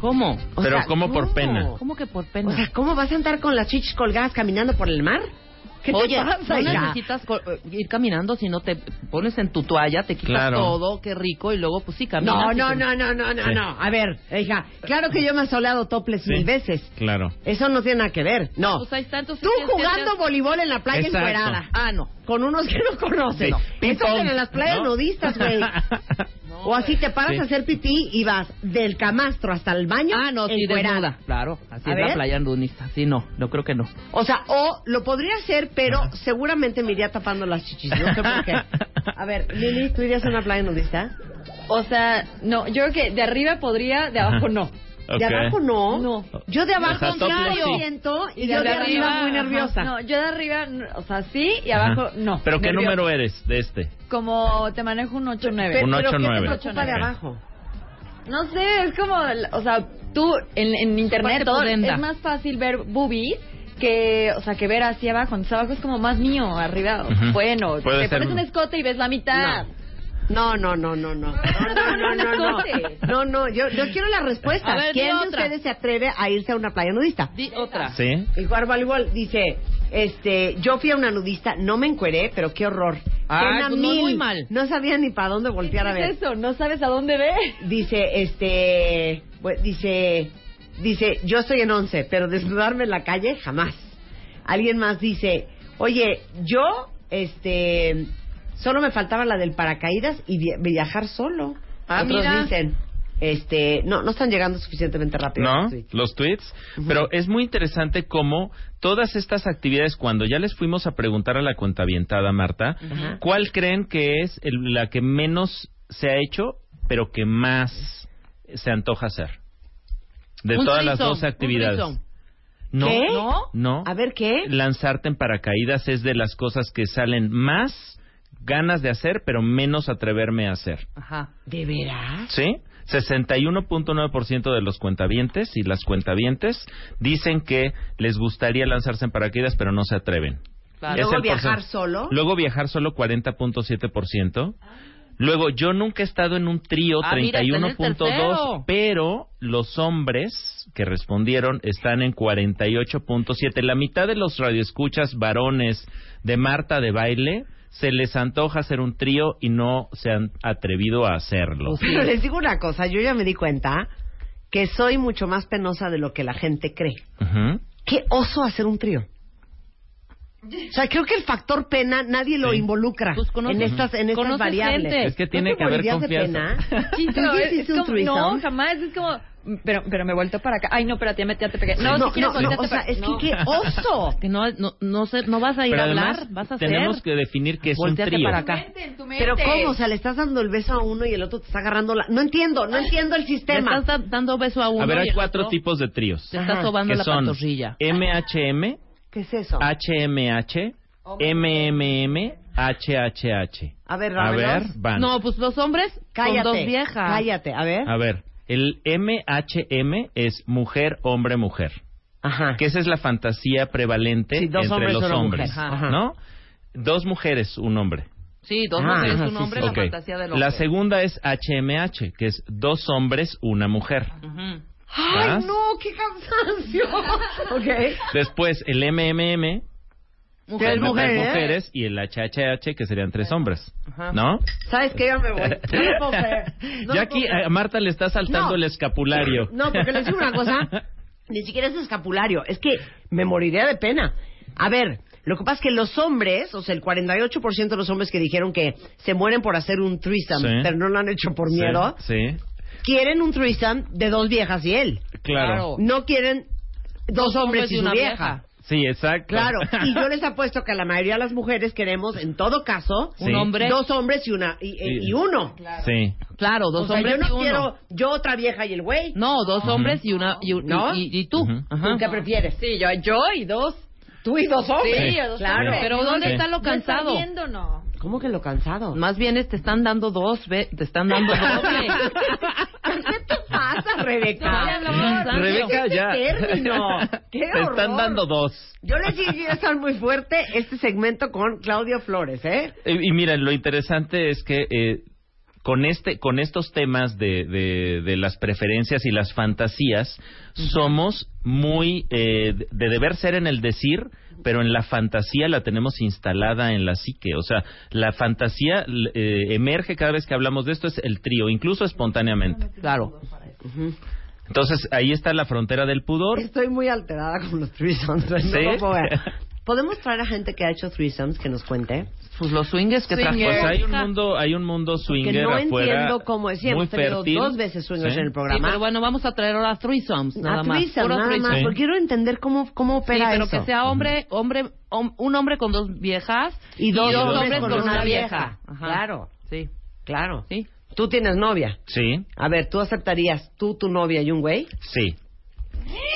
Speaker 4: ¿Cómo?
Speaker 2: O
Speaker 9: pero
Speaker 2: sea,
Speaker 9: como por
Speaker 2: ¿cómo?
Speaker 9: pena.
Speaker 4: ¿Cómo que por pena?
Speaker 2: O sea, ¿cómo vas a andar con las chichis colgadas caminando por el mar? ¿Qué
Speaker 4: Oye,
Speaker 2: te pasa,
Speaker 4: no
Speaker 2: hija?
Speaker 4: necesitas co- ir caminando, sino te pones en tu toalla, te quitas
Speaker 9: Claro.
Speaker 4: todo, qué rico, y luego pues sí caminas.
Speaker 2: No,
Speaker 4: y
Speaker 2: no,
Speaker 4: te-
Speaker 2: no, no, no, no,
Speaker 9: Sí.
Speaker 2: no. A ver, hija, claro que yo me he asoleado toples
Speaker 9: Sí.
Speaker 2: mil veces.
Speaker 9: Claro.
Speaker 2: Eso no tiene nada que ver. No.
Speaker 4: Pues ahí está, entonces,
Speaker 2: Tú
Speaker 4: ¿qué- qué
Speaker 2: jugando
Speaker 4: haces?
Speaker 2: voleibol en la playa
Speaker 9: Exacto.
Speaker 2: encuerada.
Speaker 4: Ah, no.
Speaker 2: Con unos que no conocen.
Speaker 9: Sí.
Speaker 2: No.
Speaker 9: Ping
Speaker 2: Eso
Speaker 9: pong,
Speaker 2: es en las playas
Speaker 9: ¿no?
Speaker 4: [laughs]
Speaker 2: nudistas, güey.
Speaker 4: No,
Speaker 2: o así te paras
Speaker 9: Sí.
Speaker 2: a hacer pipí y vas del camastro hasta el baño.
Speaker 4: Ah, no, sí,
Speaker 2: encuerada.
Speaker 4: desnuda. Claro, así
Speaker 2: A
Speaker 4: es
Speaker 2: ver.
Speaker 4: la playa nudista. Sí, no, no creo que no.
Speaker 2: O sea, o lo podría hacer, pero seguramente me iría tapando las chichis. No
Speaker 4: [laughs]
Speaker 2: sé por qué. A ver, Lili, ¿tú irías a una playa nudista?
Speaker 12: O sea, no, yo creo que de arriba podría, de abajo no.
Speaker 9: Ok.
Speaker 2: De abajo no.
Speaker 12: No.
Speaker 2: Yo de abajo
Speaker 9: O sea, topless
Speaker 2: claro
Speaker 9: sí.
Speaker 2: siento y, yo de arriba, muy
Speaker 12: ajá.
Speaker 2: nerviosa.
Speaker 12: No, yo de arriba, n- o sea, sí, y abajo
Speaker 9: Ajá.
Speaker 12: no.
Speaker 9: ¿Pero qué
Speaker 12: Nerviosa.
Speaker 9: número eres de este?
Speaker 12: Como te manejo un 8 9.
Speaker 9: Un
Speaker 2: Pero, ¿qué te
Speaker 9: 8-9.
Speaker 2: preocupa de
Speaker 9: Ok.
Speaker 2: abajo?
Speaker 12: No sé, es como, o sea, tú en, en internet
Speaker 4: Aparte, todo
Speaker 12: es
Speaker 4: enda.
Speaker 12: más fácil ver boobies que, o sea, que ver hacia abajo. Entonces abajo es como más mío, arriba.
Speaker 9: Ujú.
Speaker 12: Bueno, te
Speaker 9: Puede ser
Speaker 12: pones
Speaker 9: un-
Speaker 12: un escote y ves la mitad.
Speaker 2: No, no, no, no, no. No, no, no, no. [laughs] No, no, yo, yo quiero la respuesta.
Speaker 4: A ver, di
Speaker 2: ¿Quién de
Speaker 4: otra.
Speaker 2: ustedes se atreve a irse a una playa nudista?
Speaker 4: Di otra.
Speaker 9: Sí.
Speaker 2: Y jugar voleibol dice, este, yo fui a una nudista, no me encueré, pero qué horror.
Speaker 4: Ay,
Speaker 2: Pena
Speaker 4: pues no,
Speaker 2: mil.
Speaker 4: muy mal.
Speaker 2: No sabía ni para dónde voltear a
Speaker 12: ¿Qué
Speaker 2: ver.
Speaker 12: es eso? No sabes a dónde ver.
Speaker 2: Dice, este, bu- dice, dice, yo estoy en once, pero desnudarme en la calle jamás. Alguien más dice, oye, yo, este, solo me faltaba la del paracaídas y vi- viajar solo.
Speaker 4: Ah,
Speaker 2: Otros
Speaker 4: mira.
Speaker 2: dicen, este, no, no están llegando suficientemente rápido.
Speaker 9: ¿No?
Speaker 2: Sí.
Speaker 9: Los tweets. Pero es muy interesante cómo todas estas actividades, cuando ya les fuimos a preguntar a la cuentavientada, Marta,
Speaker 2: Ajá.
Speaker 9: ¿cuál creen que es el- la que menos se ha hecho, pero que más se antoja hacer? De
Speaker 4: Un
Speaker 9: todas las
Speaker 4: threesome,
Speaker 9: dos
Speaker 4: un
Speaker 9: actividades.
Speaker 4: threesome.
Speaker 9: No,
Speaker 2: ¿Qué?
Speaker 9: no, no.
Speaker 2: A ver, ¿qué?
Speaker 9: Lanzarte en paracaídas es de las cosas que salen más ganas de hacer, pero menos atreverme a hacer.
Speaker 4: Ajá.
Speaker 2: ¿De veras?
Speaker 9: ¿Sí? 61.9% de los cuentavientes y las cuentavientes dicen que les gustaría lanzarse en paracaídas, pero no se atreven.
Speaker 4: Claro.
Speaker 9: Es
Speaker 2: Luego
Speaker 9: el
Speaker 2: viajar
Speaker 9: porcent-
Speaker 2: solo.
Speaker 9: Luego viajar solo 40.7%. Luego, yo nunca he estado en un trío,
Speaker 4: Ah, mira, está en el
Speaker 9: 31.2,
Speaker 4: tercero.
Speaker 9: pero los hombres que respondieron están en 48.7. La mitad de los radioescuchas varones de Marta de Baile se les antoja hacer un trío y no se han atrevido a hacerlo.
Speaker 4: Pues
Speaker 2: Pero les digo una cosa, yo ya me di cuenta que soy mucho más penosa de lo que la gente cree.
Speaker 9: Ujú.
Speaker 2: Qué oso hacer un trío. O sea, creo que el factor pena nadie lo
Speaker 9: Sí.
Speaker 2: involucra
Speaker 4: Pues conoces-
Speaker 2: en estas, en estas
Speaker 4: conoces
Speaker 2: variables.
Speaker 4: gente.
Speaker 9: Es que
Speaker 2: ¿No
Speaker 9: tiene
Speaker 2: te
Speaker 9: que haber
Speaker 2: morirías de
Speaker 9: confianza.
Speaker 2: pena? [laughs]
Speaker 12: Sí,
Speaker 2: ¿Tú
Speaker 12: pero
Speaker 2: ya
Speaker 12: es-
Speaker 2: hiciste
Speaker 12: es
Speaker 2: un
Speaker 12: como- no,
Speaker 2: threesome?
Speaker 12: jamás. Es como, pero, pero me vuelto para acá. Ay, no, pero a ti ya me- ya te pegué. No,
Speaker 2: no,
Speaker 12: si quieres
Speaker 2: no, no,
Speaker 12: volteate
Speaker 2: o sea,
Speaker 12: para-
Speaker 2: es que
Speaker 12: no.
Speaker 4: [laughs]
Speaker 2: qué oso.
Speaker 4: Que no, no, no, sé, no vas a ir
Speaker 9: Pero
Speaker 4: a hablar,
Speaker 9: además,
Speaker 4: vas a hacer.
Speaker 9: tenemos que definir qué es
Speaker 4: Volteate
Speaker 9: un trío.
Speaker 4: para acá.
Speaker 2: Pero cómo, o sea, le estás dando el beso a uno y el otro te está agarrando la... No entiendo, no entiendo el
Speaker 4: Te
Speaker 2: sistema.
Speaker 4: estás da- dando beso a uno.
Speaker 9: A ver,
Speaker 4: y
Speaker 9: hay
Speaker 4: el
Speaker 9: cuatro
Speaker 4: otro
Speaker 9: tipos de tríos.
Speaker 4: Te está
Speaker 2: Ajá.
Speaker 4: sobando
Speaker 9: Que
Speaker 4: la
Speaker 9: son
Speaker 4: pantorrilla.
Speaker 9: MHM,
Speaker 2: ¿Qué es eso?
Speaker 9: HMH,
Speaker 2: Oh,
Speaker 9: MMM, HHH.
Speaker 2: A ver,
Speaker 9: A ver,
Speaker 2: dámelos.
Speaker 9: van.
Speaker 4: No, pues los hombres
Speaker 2: cállate,
Speaker 4: con dos viejas.
Speaker 2: cállate, a ver.
Speaker 9: A ver, el MHM es mujer, hombre, mujer.
Speaker 2: Ajá.
Speaker 9: Que esa es la fantasía prevalente
Speaker 2: Sí, dos
Speaker 9: entre
Speaker 2: hombres,
Speaker 9: los
Speaker 2: una mujer.
Speaker 9: hombres,
Speaker 2: Ajá.
Speaker 9: ¿no? Dos mujeres, un hombre.
Speaker 4: Sí, dos
Speaker 2: Ah,
Speaker 4: mujeres,
Speaker 2: ajá,
Speaker 4: un
Speaker 2: sí,
Speaker 4: hombre,
Speaker 2: sí.
Speaker 4: la
Speaker 9: Ok.
Speaker 4: fantasía del hombre.
Speaker 9: La segunda es HMH, que es dos hombres, una mujer.
Speaker 4: Ujú.
Speaker 9: ¿Vas?
Speaker 2: ¡Ay, no! ¡Qué cansancio! ok.
Speaker 9: Después el MMM,
Speaker 4: Mujer,
Speaker 9: tres
Speaker 2: mujer, ¿eh?
Speaker 9: mujeres, y el HHH, que serían tres hombres, ¿no?
Speaker 2: ¿Sabes qué? Yo me
Speaker 9: [laughs]
Speaker 2: voy. No lo puedo creer. No
Speaker 9: ya
Speaker 2: lo puedo
Speaker 9: aquí eh,
Speaker 2: creer.
Speaker 9: a Marta le está saltando
Speaker 2: No.
Speaker 9: el escapulario. [laughs]
Speaker 2: No, porque les digo una cosa. Ni siquiera es escapulario. Es que me moriría de pena. A ver, lo que pasa es que los hombres, o sea, el 48% de los hombres que dijeron que se mueren por hacer un threesome,
Speaker 9: Sí.
Speaker 2: pero no lo han hecho por miedo,
Speaker 9: Sí.
Speaker 2: quieren un threesome de dos viejas y él.
Speaker 9: Claro.
Speaker 2: No quieren dos, hombres,
Speaker 9: hombres
Speaker 2: y
Speaker 9: y
Speaker 2: su
Speaker 9: una
Speaker 2: vieja.
Speaker 9: vieja. Sí, exacto. [laughs]
Speaker 2: Claro, y yo les apuesto que la mayoría de las mujeres queremos, en todo caso,
Speaker 9: Sí. Un hombre.
Speaker 2: dos hombres y una y, y-
Speaker 9: Sí.
Speaker 2: y uno.
Speaker 9: Sí.
Speaker 4: Claro, dos
Speaker 2: O sea,
Speaker 4: hombres
Speaker 2: yo no
Speaker 4: y uno.
Speaker 2: quiero yo otra vieja y el güey.
Speaker 4: No, dos
Speaker 2: Ujú.
Speaker 4: hombres y una y, un-
Speaker 2: ¿No?
Speaker 4: y, y- y tú. Ajá.
Speaker 2: ¿Tú qué prefieres?
Speaker 12: Sí, yo, yo y dos.
Speaker 2: Tú y dos hombres.
Speaker 12: Sí, o dos
Speaker 2: claro.
Speaker 12: hombres.
Speaker 4: Pero ¿dónde
Speaker 12: No
Speaker 4: está lo
Speaker 12: no
Speaker 4: cansado?
Speaker 12: viendo,
Speaker 4: [laughs]
Speaker 12: no.
Speaker 2: ¿Cómo que lo cansado?
Speaker 4: Más bien es, te están dando dos, ve- te están dando doble.
Speaker 2: pasa, Rebeca?
Speaker 12: No, ya hablamos de
Speaker 9: Ah. Rebeca,
Speaker 2: Este
Speaker 9: ya. [laughs]
Speaker 2: término. ¡Qué
Speaker 9: Te están
Speaker 2: horror!
Speaker 9: dando dos.
Speaker 2: Yo les dije que iba a estar muy fuerte este segmento con Claudio Flores, ¿eh?
Speaker 9: Y, y miren, lo interesante es que eh, con este, con estos temas de, de, de las preferencias y las fantasías, somos muy eh, de deber ser en el decir, pero en la fantasía la tenemos instalada en la psique. O sea, la fantasía l- eh, emerge cada vez que hablamos de esto es el trío, incluso espontáneamente.
Speaker 4: Claro.
Speaker 9: Entonces ahí está la frontera del pudor.
Speaker 2: Estoy muy alterada con los threesomes. no
Speaker 9: ¿Sí?
Speaker 2: lo puedo ver. ¿Podemos traer a gente que ha hecho threesomes que nos cuente?
Speaker 4: Pues los swingers que trajo.
Speaker 9: Pues hay un mundo, hay un mundo swinger
Speaker 2: que no
Speaker 9: afuera
Speaker 2: entiendo cómo es. Sí,
Speaker 9: muy
Speaker 2: hemos tenido
Speaker 9: fértil.
Speaker 2: dos veces swingers
Speaker 9: Sí.
Speaker 2: en el
Speaker 4: Sí,
Speaker 2: programa.
Speaker 4: pero bueno, vamos a traer ahora threesomes, nada
Speaker 2: a
Speaker 4: más.
Speaker 2: threesome,
Speaker 4: Puro
Speaker 2: nada
Speaker 4: threesome.
Speaker 2: más.
Speaker 9: Sí.
Speaker 2: Porque quiero entender cómo, cómo
Speaker 4: Sí,
Speaker 2: opera
Speaker 4: pero
Speaker 2: eso.
Speaker 4: que sea hombre, hombre, hom- un hombre con dos viejas
Speaker 2: Y dos hombres
Speaker 4: hombres
Speaker 2: con
Speaker 4: con,
Speaker 2: una
Speaker 4: una
Speaker 2: vieja.
Speaker 4: vieja.
Speaker 2: Claro.
Speaker 4: Sí.
Speaker 2: Claro.
Speaker 4: Sí.
Speaker 2: Tú tienes novia.
Speaker 9: Sí,
Speaker 2: A ver, ¿tú aceptarías tú, tu novia y un güey?
Speaker 9: sí.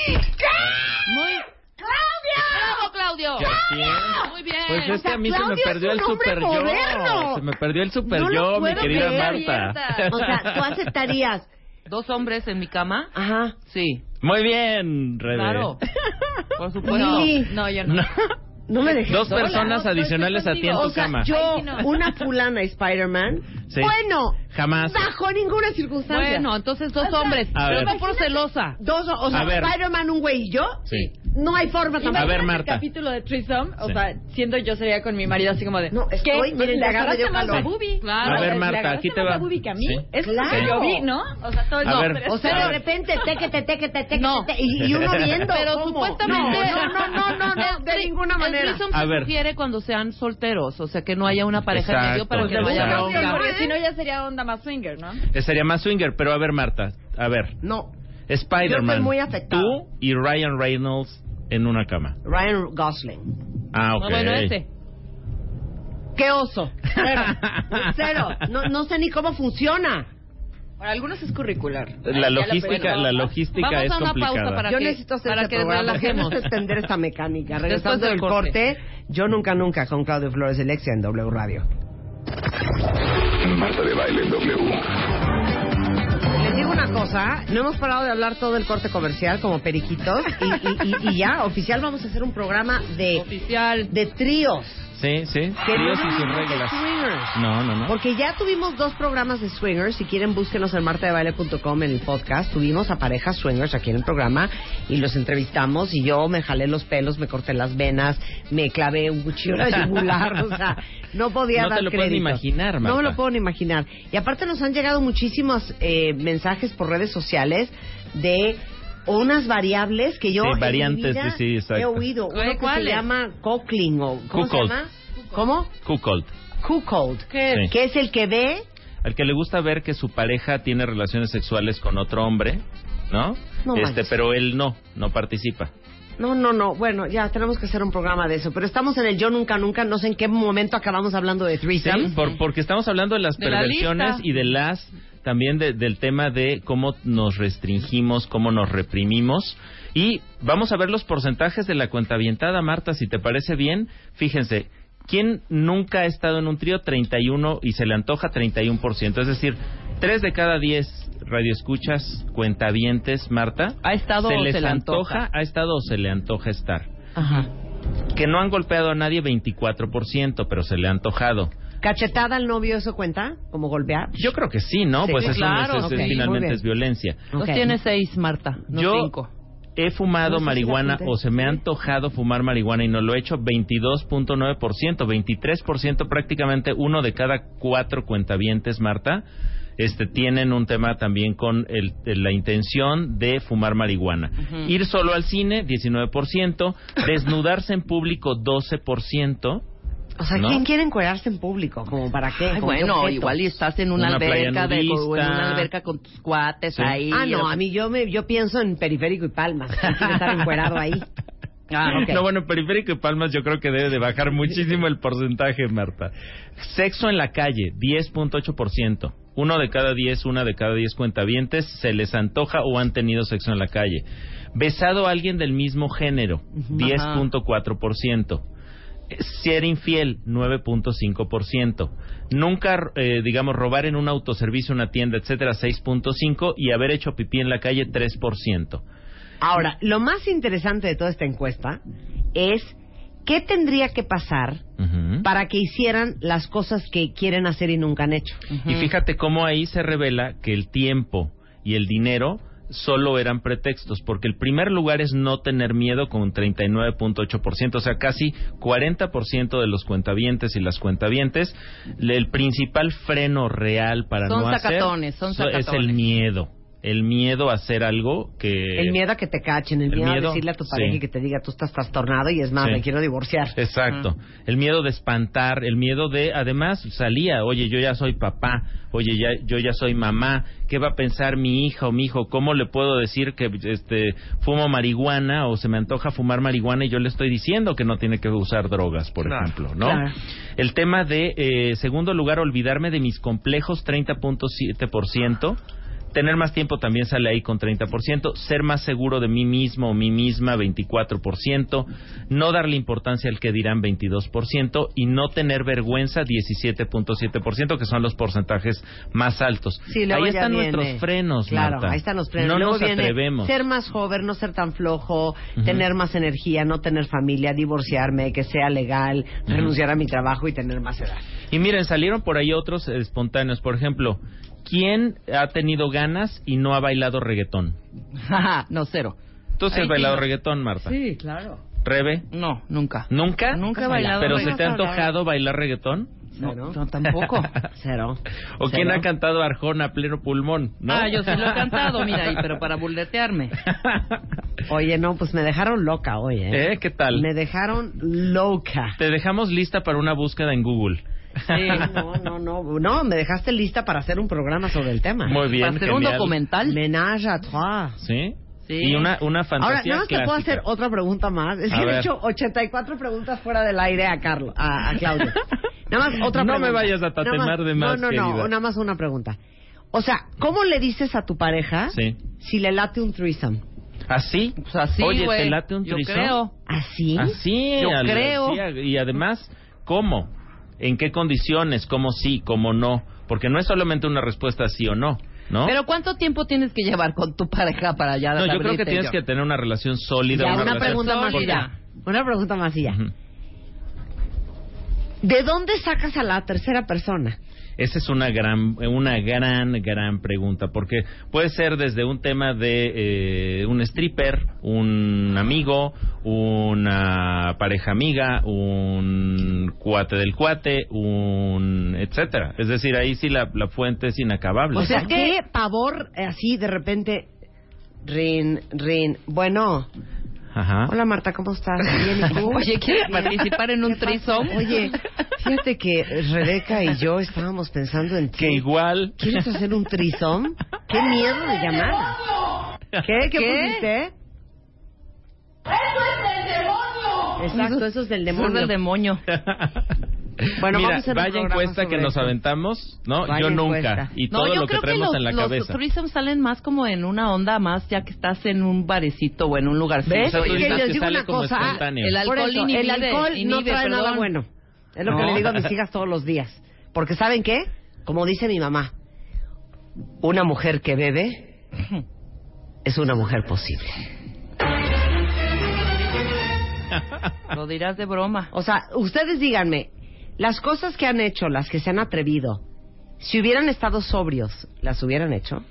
Speaker 4: Muy ¡Bravo, Claudio!
Speaker 9: ¿Qué hacía?
Speaker 4: Muy bien.
Speaker 9: Pues es que a mí
Speaker 2: Claudio
Speaker 9: se me perdió
Speaker 2: es
Speaker 9: el
Speaker 2: un hombre
Speaker 9: super
Speaker 2: moderno.
Speaker 9: yo. Se me perdió el super
Speaker 2: No lo
Speaker 9: yo, mi
Speaker 2: puedo
Speaker 9: querida
Speaker 2: creer.
Speaker 9: Marta.
Speaker 2: [laughs] O sea, ¿tú aceptarías?
Speaker 4: Dos hombres en mi cama.
Speaker 2: Ajá.
Speaker 4: Sí.
Speaker 9: [laughs] Muy bien, Rebe.
Speaker 4: Claro. Por supuesto.
Speaker 2: Sí.
Speaker 12: No, yo no.
Speaker 9: No.
Speaker 2: No me dejes.
Speaker 9: Dos
Speaker 2: sola.
Speaker 9: personas
Speaker 12: no, estoy
Speaker 9: adicionales a ti en
Speaker 12: contigo.
Speaker 9: tu
Speaker 2: O sea,
Speaker 9: cama.
Speaker 2: yo,
Speaker 12: Ay, sí, no.
Speaker 2: una fulana y Spider-Man.
Speaker 9: Sí.
Speaker 2: Bueno,
Speaker 9: Jamás.
Speaker 2: bajo ninguna circunstancia.
Speaker 4: Bueno, entonces dos hombres.
Speaker 9: A
Speaker 4: Pero
Speaker 9: ver.
Speaker 4: no por celosa.
Speaker 2: Dos, o sea,
Speaker 9: A ver.
Speaker 2: Spider-Man, un güey y yo.
Speaker 9: Sí.
Speaker 2: No hay forma tampoco.
Speaker 9: A ver,
Speaker 12: [laughs] Imagínate
Speaker 9: Marta.
Speaker 12: El capítulo de Threesome, o
Speaker 9: Sí.
Speaker 12: sea, siendo yo sería con mi marido así como de.
Speaker 2: No, estoy-
Speaker 12: ¿qué? Le
Speaker 2: miren, le agarro yo
Speaker 12: Eh, agarraste más
Speaker 2: calor.
Speaker 12: a Bubi.
Speaker 4: Claro.
Speaker 9: A ver,
Speaker 12: Le
Speaker 9: Marta,
Speaker 12: agarraste
Speaker 9: aquí te
Speaker 12: más
Speaker 9: va.
Speaker 12: a Bubi que a mí.
Speaker 9: Sí.
Speaker 12: Es lo
Speaker 2: Claro.
Speaker 12: que yo vi, ¿no? O sea, todo el
Speaker 9: A
Speaker 12: no,
Speaker 9: ver.
Speaker 12: pero es-
Speaker 2: O sea, de repente, tequete, tequete, tequete, y,
Speaker 9: [laughs]
Speaker 2: y uno viendo.
Speaker 4: Pero
Speaker 2: ¿cómo?
Speaker 4: supuestamente.
Speaker 2: No, no, no, no, no, de ninguna manera.
Speaker 4: El threesome
Speaker 9: A
Speaker 4: se
Speaker 9: ver.
Speaker 4: sugiere cuando sean solteros, o sea, que no haya una pareja en medio
Speaker 9: Exacto.
Speaker 4: para que no haya
Speaker 9: Exacto.
Speaker 4: bronca.
Speaker 12: Porque si no ya sería onda más swinger, ¿no?
Speaker 9: Eh, Sería más swinger, pero a ver, Marta. A ver,
Speaker 2: No, Yo estoy
Speaker 9: Spider-Man.
Speaker 2: muy afectada.
Speaker 9: Tú y Ryan Reynolds en una cama.
Speaker 2: Ryan Gosling.
Speaker 9: Ah, ok.
Speaker 4: No, bueno, este.
Speaker 2: ¡Qué oso!
Speaker 9: [laughs]
Speaker 2: Cero. Cero. No, no sé ni cómo funciona.
Speaker 12: Para algunos es curricular.
Speaker 9: La logística, la logística
Speaker 4: Vamos
Speaker 9: es
Speaker 4: a una pausa
Speaker 9: complicada.
Speaker 4: para-
Speaker 2: Yo
Speaker 4: que-
Speaker 2: necesito hacer
Speaker 4: para
Speaker 2: este
Speaker 4: que
Speaker 2: programa.
Speaker 4: relajemos.
Speaker 2: Necesito extender esta mecánica. Regresando del
Speaker 4: del
Speaker 2: corte.
Speaker 4: corte.
Speaker 2: yo nunca nunca con Claudio Flores Elexia en W Radio.
Speaker 7: Marta de Baile W.
Speaker 2: Les digo una cosa, no hemos parado de hablar todo el corte comercial como periquitos y, y- y- y ya, oficial, vamos a hacer un programa de,
Speaker 4: Oficial.
Speaker 2: de tríos.
Speaker 9: Sí, sí.
Speaker 2: Que
Speaker 9: Dios
Speaker 2: no
Speaker 9: y sus
Speaker 2: es
Speaker 9: reglas.
Speaker 2: swingers.
Speaker 9: No, no, no.
Speaker 2: Porque ya tuvimos dos programas de swingers. Si quieren, búsquenos en martadebaile.com en el podcast. Tuvimos a parejas swingers aquí en el programa y los entrevistamos. Y yo me jalé los pelos, me corté las venas, me clavé un cuchillo en la
Speaker 9: [laughs]
Speaker 2: yugular. O sea, no podía
Speaker 9: No te
Speaker 2: dar
Speaker 9: lo puedes
Speaker 2: crédito.
Speaker 9: ni imaginar, Marta.
Speaker 2: No me lo puedo ni imaginar. Y aparte, nos han llegado muchísimos eh, mensajes por redes sociales de unas variables que yo
Speaker 9: Sí,
Speaker 2: en mi
Speaker 9: variantes,
Speaker 2: vida
Speaker 9: sí, exacto.
Speaker 2: he oído. Uno
Speaker 4: ¿Cuál-
Speaker 2: que se
Speaker 4: cuáles?
Speaker 2: llama cockling o ¿cómo
Speaker 9: Cuckold.
Speaker 2: se llama? ¿Cómo?
Speaker 9: Cuckold.
Speaker 2: Cuckold.
Speaker 9: ¿Qué es? Sí.
Speaker 2: Que es el que ve
Speaker 9: Al que le gusta ver que su pareja tiene relaciones sexuales con otro hombre, ¿no?
Speaker 2: No
Speaker 9: este,
Speaker 2: manches.
Speaker 9: pero él no, no participa.
Speaker 2: No, no, no. Bueno, ya tenemos que hacer un programa de eso. Pero estamos en el Yo Nunca Nunca. No sé en qué momento acabamos hablando de threesomes.
Speaker 9: Por- porque estamos hablando de las
Speaker 4: De la
Speaker 9: perversiones
Speaker 4: lista.
Speaker 9: y de las también de- del tema de cómo nos restringimos, cómo nos reprimimos y vamos a ver los porcentajes de la cuenta avientada, Marta, si te parece bien. Fíjense, ¿quién nunca ha estado en un trío 31 y se le antoja 31%? Es decir, 3 de cada 10 radioescuchas, cuentavientes, Marta,
Speaker 4: ¿Ha estado
Speaker 9: se
Speaker 4: o
Speaker 9: les
Speaker 4: se le
Speaker 9: antoja,
Speaker 4: antoja?
Speaker 9: ha estado o se le antoja estar.
Speaker 2: Ajá.
Speaker 9: Que no han golpeado a nadie 24%, pero se le ha antojado.
Speaker 2: ¿Cachetada al novio eso cuenta? ¿Como golpear?
Speaker 9: Yo creo que sí, ¿no?
Speaker 2: Sí,
Speaker 9: pues eso
Speaker 4: claro.
Speaker 9: es- es- es-
Speaker 4: Ok,
Speaker 2: muy bien.
Speaker 9: finalmente es violencia.
Speaker 4: Los
Speaker 2: Ok.
Speaker 4: tiene seis, Marta, no
Speaker 9: Yo
Speaker 4: cinco.
Speaker 9: [laughs] he fumado
Speaker 2: No sé si la
Speaker 9: marihuana
Speaker 2: apunté.
Speaker 9: o se me ha antojado fumar marihuana y no lo he hecho 22.9%, 23% prácticamente uno de cada cuatro cuentavientes, Marta, este, tienen un tema también con el- el- la intención de fumar marihuana. Ir solo al cine, 19%, desnudarse en público, 12%.
Speaker 2: O sea,
Speaker 9: ¿no?
Speaker 2: ¿quién quiere encuerarse en público? ¿Como para qué?
Speaker 9: Ay,
Speaker 2: ¿Con qué
Speaker 9: bueno,
Speaker 2: objeto?
Speaker 9: igual
Speaker 4: y estás en una,
Speaker 9: Una playa
Speaker 4: alberca de,
Speaker 9: nudista.
Speaker 4: o en una alberca con tus cuates
Speaker 9: Sí.
Speaker 4: ahí.
Speaker 2: Ah, no, a mí yo, me, yo pienso en periférico y palmas. ¿Quién quiere estar encuerado ahí? Ah, ok.
Speaker 9: [laughs] No, bueno, Periférico y Palmas yo creo que debe de bajar muchísimo el porcentaje, Marta. Sexo en la calle, 10.8%. Uno de cada diez, una de cada diez cuentavientes se les antoja o han tenido sexo en la calle. Besado a alguien del mismo género, 10.4%. Ser infiel, 9.5%. Nunca, eh, digamos, robar en un autoservicio, una tienda, etcétera, 6.5%. Y haber hecho pipí en la calle, 3%.
Speaker 2: Ahora, lo más interesante de toda esta encuesta es qué tendría que pasar para que hicieran las cosas que quieren hacer y nunca han hecho.
Speaker 9: Y fíjate cómo ahí se revela que el tiempo y el dinero solo eran pretextos, porque el primer lugar es no tener miedo con 39.8%, o sea, casi 40% de los cuentavientes y las cuentavientes, le- el principal freno real para
Speaker 4: Son
Speaker 9: no hacer
Speaker 4: sacatones, son
Speaker 9: so- es
Speaker 4: sacatones.
Speaker 9: el miedo, el miedo a hacer algo que
Speaker 2: El miedo a que te cachen, el
Speaker 9: el
Speaker 2: miedo,
Speaker 9: miedo,
Speaker 2: a decirle a tu
Speaker 9: sí.
Speaker 2: pareja que te diga tú estás trastornado y es más,
Speaker 9: Sí.
Speaker 2: me quiero divorciar.
Speaker 9: Exacto. El miedo de espantar, el miedo de, además, salía, oye, yo ya soy papá, oye, ya, yo ya soy mamá, ¿qué va a pensar mi hija o mi hijo? ¿Cómo le puedo decir que este, fumo marihuana o se me antoja fumar marihuana y yo le estoy diciendo que no tiene que usar drogas, por ejemplo, ¿no?
Speaker 13: claro.
Speaker 9: El tema de, eh, segundo lugar, olvidarme de mis complejos, 30.7%. Tener más tiempo también sale ahí con 30%. Ser más seguro de mí mismo o mí misma, 24%. No darle importancia al que dirán, 22%. Y no tener vergüenza, 17.7%, que son los porcentajes más altos.
Speaker 2: Sí, luego
Speaker 9: ahí
Speaker 2: ya
Speaker 9: están
Speaker 2: viene-
Speaker 9: nuestros frenos,
Speaker 2: Claro,
Speaker 9: Marta.
Speaker 2: ahí están los frenos.
Speaker 9: No
Speaker 2: Luego
Speaker 9: nos
Speaker 2: viene
Speaker 9: atrevemos.
Speaker 2: Ser más joven, no ser tan flojo,
Speaker 9: Ujú.
Speaker 2: tener más energía, no tener familia, divorciarme, que sea legal,
Speaker 9: Ujú.
Speaker 2: renunciar a mi trabajo y tener más edad.
Speaker 9: Y miren, salieron por ahí otros eh, espontáneos. Por ejemplo, ¿quién ha tenido ganas y no ha bailado reggaetón?
Speaker 4: no, cero.
Speaker 9: ¿Tú sí
Speaker 4: Ahí
Speaker 9: has bailado
Speaker 4: sí.
Speaker 9: reggaetón, Marta?
Speaker 4: Sí, claro.
Speaker 9: ¿Rebe?
Speaker 4: No, nunca.
Speaker 9: ¿Nunca?
Speaker 4: Nunca he bailado
Speaker 9: ¿Pero
Speaker 4: reggaetón.
Speaker 9: se te ha antojado bailar reggaetón?
Speaker 4: No, no,
Speaker 2: [laughs]
Speaker 9: [laughs]
Speaker 4: tampoco.
Speaker 2: Cero.
Speaker 9: ¿O quién
Speaker 4: Cero.
Speaker 9: ha cantado Arjona a pleno pulmón? ¿no?
Speaker 4: Ah, yo sí lo he cantado, mira, y- pero para burletearme.
Speaker 2: Oye, no, pues me dejaron loca hoy, ¿eh?
Speaker 9: ¿Eh? ¿Qué tal?
Speaker 2: Me dejaron loca.
Speaker 9: [laughs] Te dejamos lista para una búsqueda en Google.
Speaker 2: Sí, [laughs] no, no, no. No, me dejaste lista para hacer un programa sobre el tema.
Speaker 9: Muy bien, Para hacer un genial.
Speaker 2: documental. Menage à trois.
Speaker 9: [laughs] ¿Sí?
Speaker 2: Sí.
Speaker 9: Y una, una
Speaker 2: Ahora,
Speaker 9: fantasía
Speaker 2: nada más te puedo
Speaker 9: clásica.
Speaker 2: hacer otra pregunta más. Es
Speaker 9: A
Speaker 2: que le he
Speaker 9: ver.
Speaker 2: hecho 84 preguntas fuera del aire a Carlos, a, a
Speaker 9: [laughs]
Speaker 2: Claudio. Nada más otra
Speaker 9: No
Speaker 2: pregunta.
Speaker 9: me vayas a tatemar
Speaker 2: Nada
Speaker 9: de más,
Speaker 2: No, no, no,
Speaker 9: querida.
Speaker 2: nada más una pregunta. O sea, ¿cómo le dices a tu pareja
Speaker 9: Sí.
Speaker 2: si le late un threesome?
Speaker 9: ¿Así?
Speaker 4: Pues
Speaker 2: así,
Speaker 9: ¿Ah, Oye,
Speaker 2: güey.
Speaker 9: ¿te late un
Speaker 2: Yo
Speaker 9: trisón?
Speaker 2: creo. ¿Así?
Speaker 9: Así.
Speaker 2: Yo
Speaker 9: al-
Speaker 2: creo.
Speaker 9: sí, y además, ¿cómo? ¿En qué condiciones? ¿Cómo sí? ¿Cómo no? Porque no es solamente una respuesta sí o no, ¿no?
Speaker 4: Pero ¿cuánto tiempo tienes que llevar con tu pareja para ya
Speaker 9: no, yo creo
Speaker 4: abrirte
Speaker 9: que tienes
Speaker 4: yo?
Speaker 9: que tener una relación sólida.
Speaker 2: Ya, una
Speaker 9: relación-
Speaker 2: pregunta más y
Speaker 9: porque-
Speaker 2: ya. Una pregunta más y ya. ¿De dónde sacas a la tercera persona?
Speaker 9: Esa es una gran, una gran, gran pregunta, porque puede ser desde un tema de eh, un stripper, un amigo, una pareja amiga, un cuate del cuate, un etcétera. Es decir, ahí sí la, la fuente es inacabable.
Speaker 2: O
Speaker 9: [laughs]
Speaker 2: sea, qué pavor eh, así de repente. Rin, rin. Bueno,
Speaker 9: Ajá.
Speaker 2: hola Marta, ¿cómo estás? Bien, ¿y tú?
Speaker 4: [laughs] Oye, ¿quieres
Speaker 2: Bien.
Speaker 4: participar en un
Speaker 2: ¿Qué pasa?
Speaker 4: threesome?
Speaker 2: Oye, fíjate que Rebeca y yo estábamos pensando en ti.
Speaker 9: Que igual.
Speaker 2: ¿Quieres hacer un threesome? Qué miedo de
Speaker 9: [laughs]
Speaker 2: llamar. ¿Qué? ¿Qué, pusiste? Exacto, eso es del demonio.
Speaker 4: Eso es del
Speaker 9: [laughs]
Speaker 4: demonio.
Speaker 2: Bueno,
Speaker 9: Mira,
Speaker 2: vamos a hacer un
Speaker 9: vaya
Speaker 2: programa
Speaker 9: encuesta que
Speaker 2: sobre
Speaker 9: nos
Speaker 2: esto.
Speaker 9: aventamos, ¿no?
Speaker 2: Vaya
Speaker 9: yo nunca.
Speaker 2: encuesta.
Speaker 9: Y
Speaker 4: No,
Speaker 9: todo
Speaker 4: yo
Speaker 9: lo que
Speaker 4: creo
Speaker 9: traemos
Speaker 4: los,
Speaker 9: en la
Speaker 4: los
Speaker 9: cabeza.
Speaker 4: threesomes salen más como en una onda más ya que estás en un barecito o en un lugarcito.
Speaker 2: ¿Ves?
Speaker 4: Y
Speaker 2: Y que
Speaker 4: estás-
Speaker 2: les digo
Speaker 9: sale
Speaker 2: una
Speaker 9: como
Speaker 2: cosa.
Speaker 9: espontáneo.
Speaker 4: El alcohol
Speaker 2: Por eso,
Speaker 4: inhibe,
Speaker 2: el alcohol no
Speaker 4: inhibe,
Speaker 2: trae nada
Speaker 4: perdón.
Speaker 2: bueno. Es lo que
Speaker 4: No.
Speaker 2: le digo a mis hijas todos los días. Porque ¿saben qué? Como dice mi mamá, una mujer que bebe es una mujer posible.
Speaker 4: Lo dirás de broma.
Speaker 2: O sea, ustedes díganme, las cosas que han hecho, las que se han atrevido, si hubieran estado sobrios, ¿las hubieran hecho?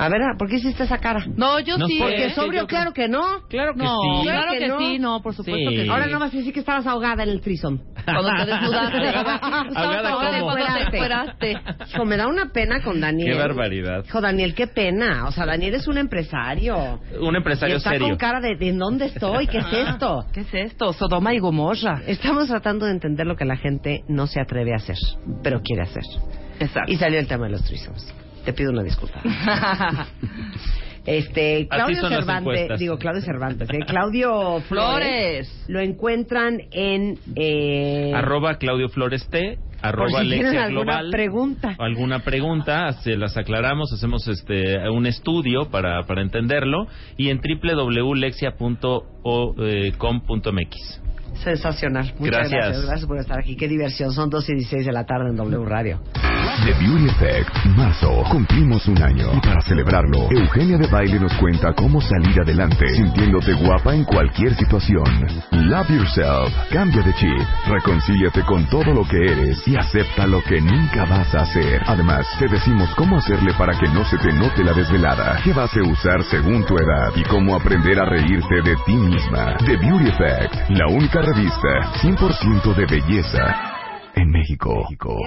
Speaker 2: A ver, ¿por qué hiciste esa cara?
Speaker 4: No, yo sí.
Speaker 2: Porque
Speaker 4: ¿eh?
Speaker 2: sobrio,
Speaker 4: Yo creo-
Speaker 2: claro que no.
Speaker 4: Claro que
Speaker 2: No,
Speaker 4: sí.
Speaker 2: Claro que, no.
Speaker 4: sí, no, por supuesto que sí.
Speaker 2: Ahora no vas a decir que estabas ahogada en el trisom.
Speaker 4: Cuando te desnudaste.
Speaker 2: Estabas
Speaker 9: Ahogada,
Speaker 2: ahogada
Speaker 9: ¿cómo?
Speaker 2: cuando te fueraste. Hijo, me da una pena con Daniel.
Speaker 9: Qué barbaridad.
Speaker 2: Hijo, Daniel, qué pena. O sea, Daniel es un empresario.
Speaker 9: Un
Speaker 2: Y
Speaker 9: empresario
Speaker 2: está
Speaker 9: serio.
Speaker 2: con cara de, ¿de dónde estoy? ¿Qué es esto?
Speaker 4: Ah, ¿Qué es esto? Sodoma y Gomorra.
Speaker 2: Estamos tratando de entender lo que la gente no se atreve a hacer, pero quiere hacer.
Speaker 4: Exacto.
Speaker 2: Y salió el tema de los threesomes. Te pido una
Speaker 4: [laughs]
Speaker 2: disculpa.
Speaker 5: [laughs]
Speaker 2: Este, Claudio
Speaker 9: son las
Speaker 2: Cervantes,
Speaker 9: encuestas.
Speaker 2: digo Claudio Cervantes, eh,
Speaker 9: [laughs]
Speaker 2: Claudio Flores,
Speaker 4: Flores.
Speaker 2: lo encuentran en eh,
Speaker 9: Arroba Claudio Flores T, arroba
Speaker 2: si tienen
Speaker 9: Alexia
Speaker 2: alguna
Speaker 9: Global.
Speaker 2: pregunta.
Speaker 9: o alguna pregunta, se las aclaramos, hacemos este un estudio para, para entenderlo y en eh, www.lexia.com.mx.
Speaker 2: sensacional. Muchas gracias. gracias,
Speaker 9: Gracias.
Speaker 2: por estar aquí. Qué diversión. Son 2 y 16 de la tarde en W Radio.
Speaker 7: The Beauty Effect, marzo, cumplimos un año. Y para celebrarlo, Eugenia de Baile nos cuenta cómo salir adelante sintiéndote guapa en cualquier situación. Love yourself, cambia de chip, reconcíliate con todo lo que eres y acepta lo que nunca vas a hacer. Además, te decimos cómo hacerle para que no se te note la desvelada, qué vas a usar según tu edad y cómo aprender a reírte de ti misma. The Beauty Effect, la única revista 100% de belleza en México.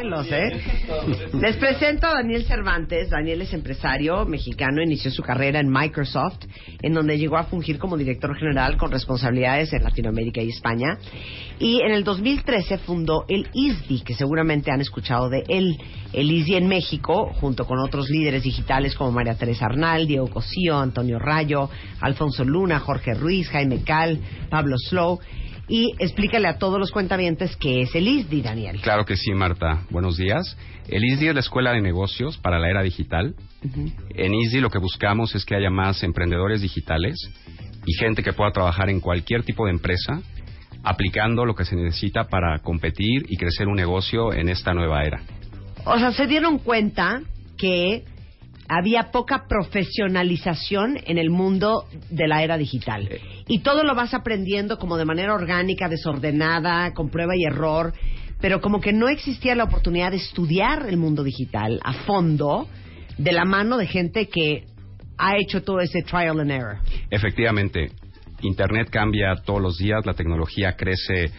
Speaker 2: Cielos, ¿eh? [laughs] Les presento a Daniel Cervantes. Daniel es empresario mexicano, inició su carrera en Microsoft, en donde llegó a fungir como director general con responsabilidades en Latinoamérica y España. Y en el 2013 fundó el ISDI, que seguramente han escuchado de él. El ISDI en México, junto con otros líderes digitales como María Teresa Arnal, Diego Cosío, Antonio Rayo, Alfonso Luna, Jorge Ruiz, Jaime Cal, Pablo Slow. Y explícale a todos los cuentavientes qué es el ISDI, Daniel.
Speaker 13: Claro que sí, Marta. Buenos días. El ISDI es la escuela de negocios para la era digital. En ISDI lo que buscamos es que haya más emprendedores digitales y gente que pueda trabajar en cualquier tipo de empresa aplicando lo que se necesita para competir y crecer un negocio en esta nueva era.
Speaker 2: O sea, se dieron cuenta que había poca profesionalización en el mundo de la era digital. Y todo lo vas aprendiendo como de manera orgánica, desordenada, con prueba y error, pero como que no existía la oportunidad de estudiar el mundo digital a fondo de la mano de gente que ha hecho todo ese trial and error.
Speaker 13: Efectivamente, Internet cambia todos los días, la tecnología crece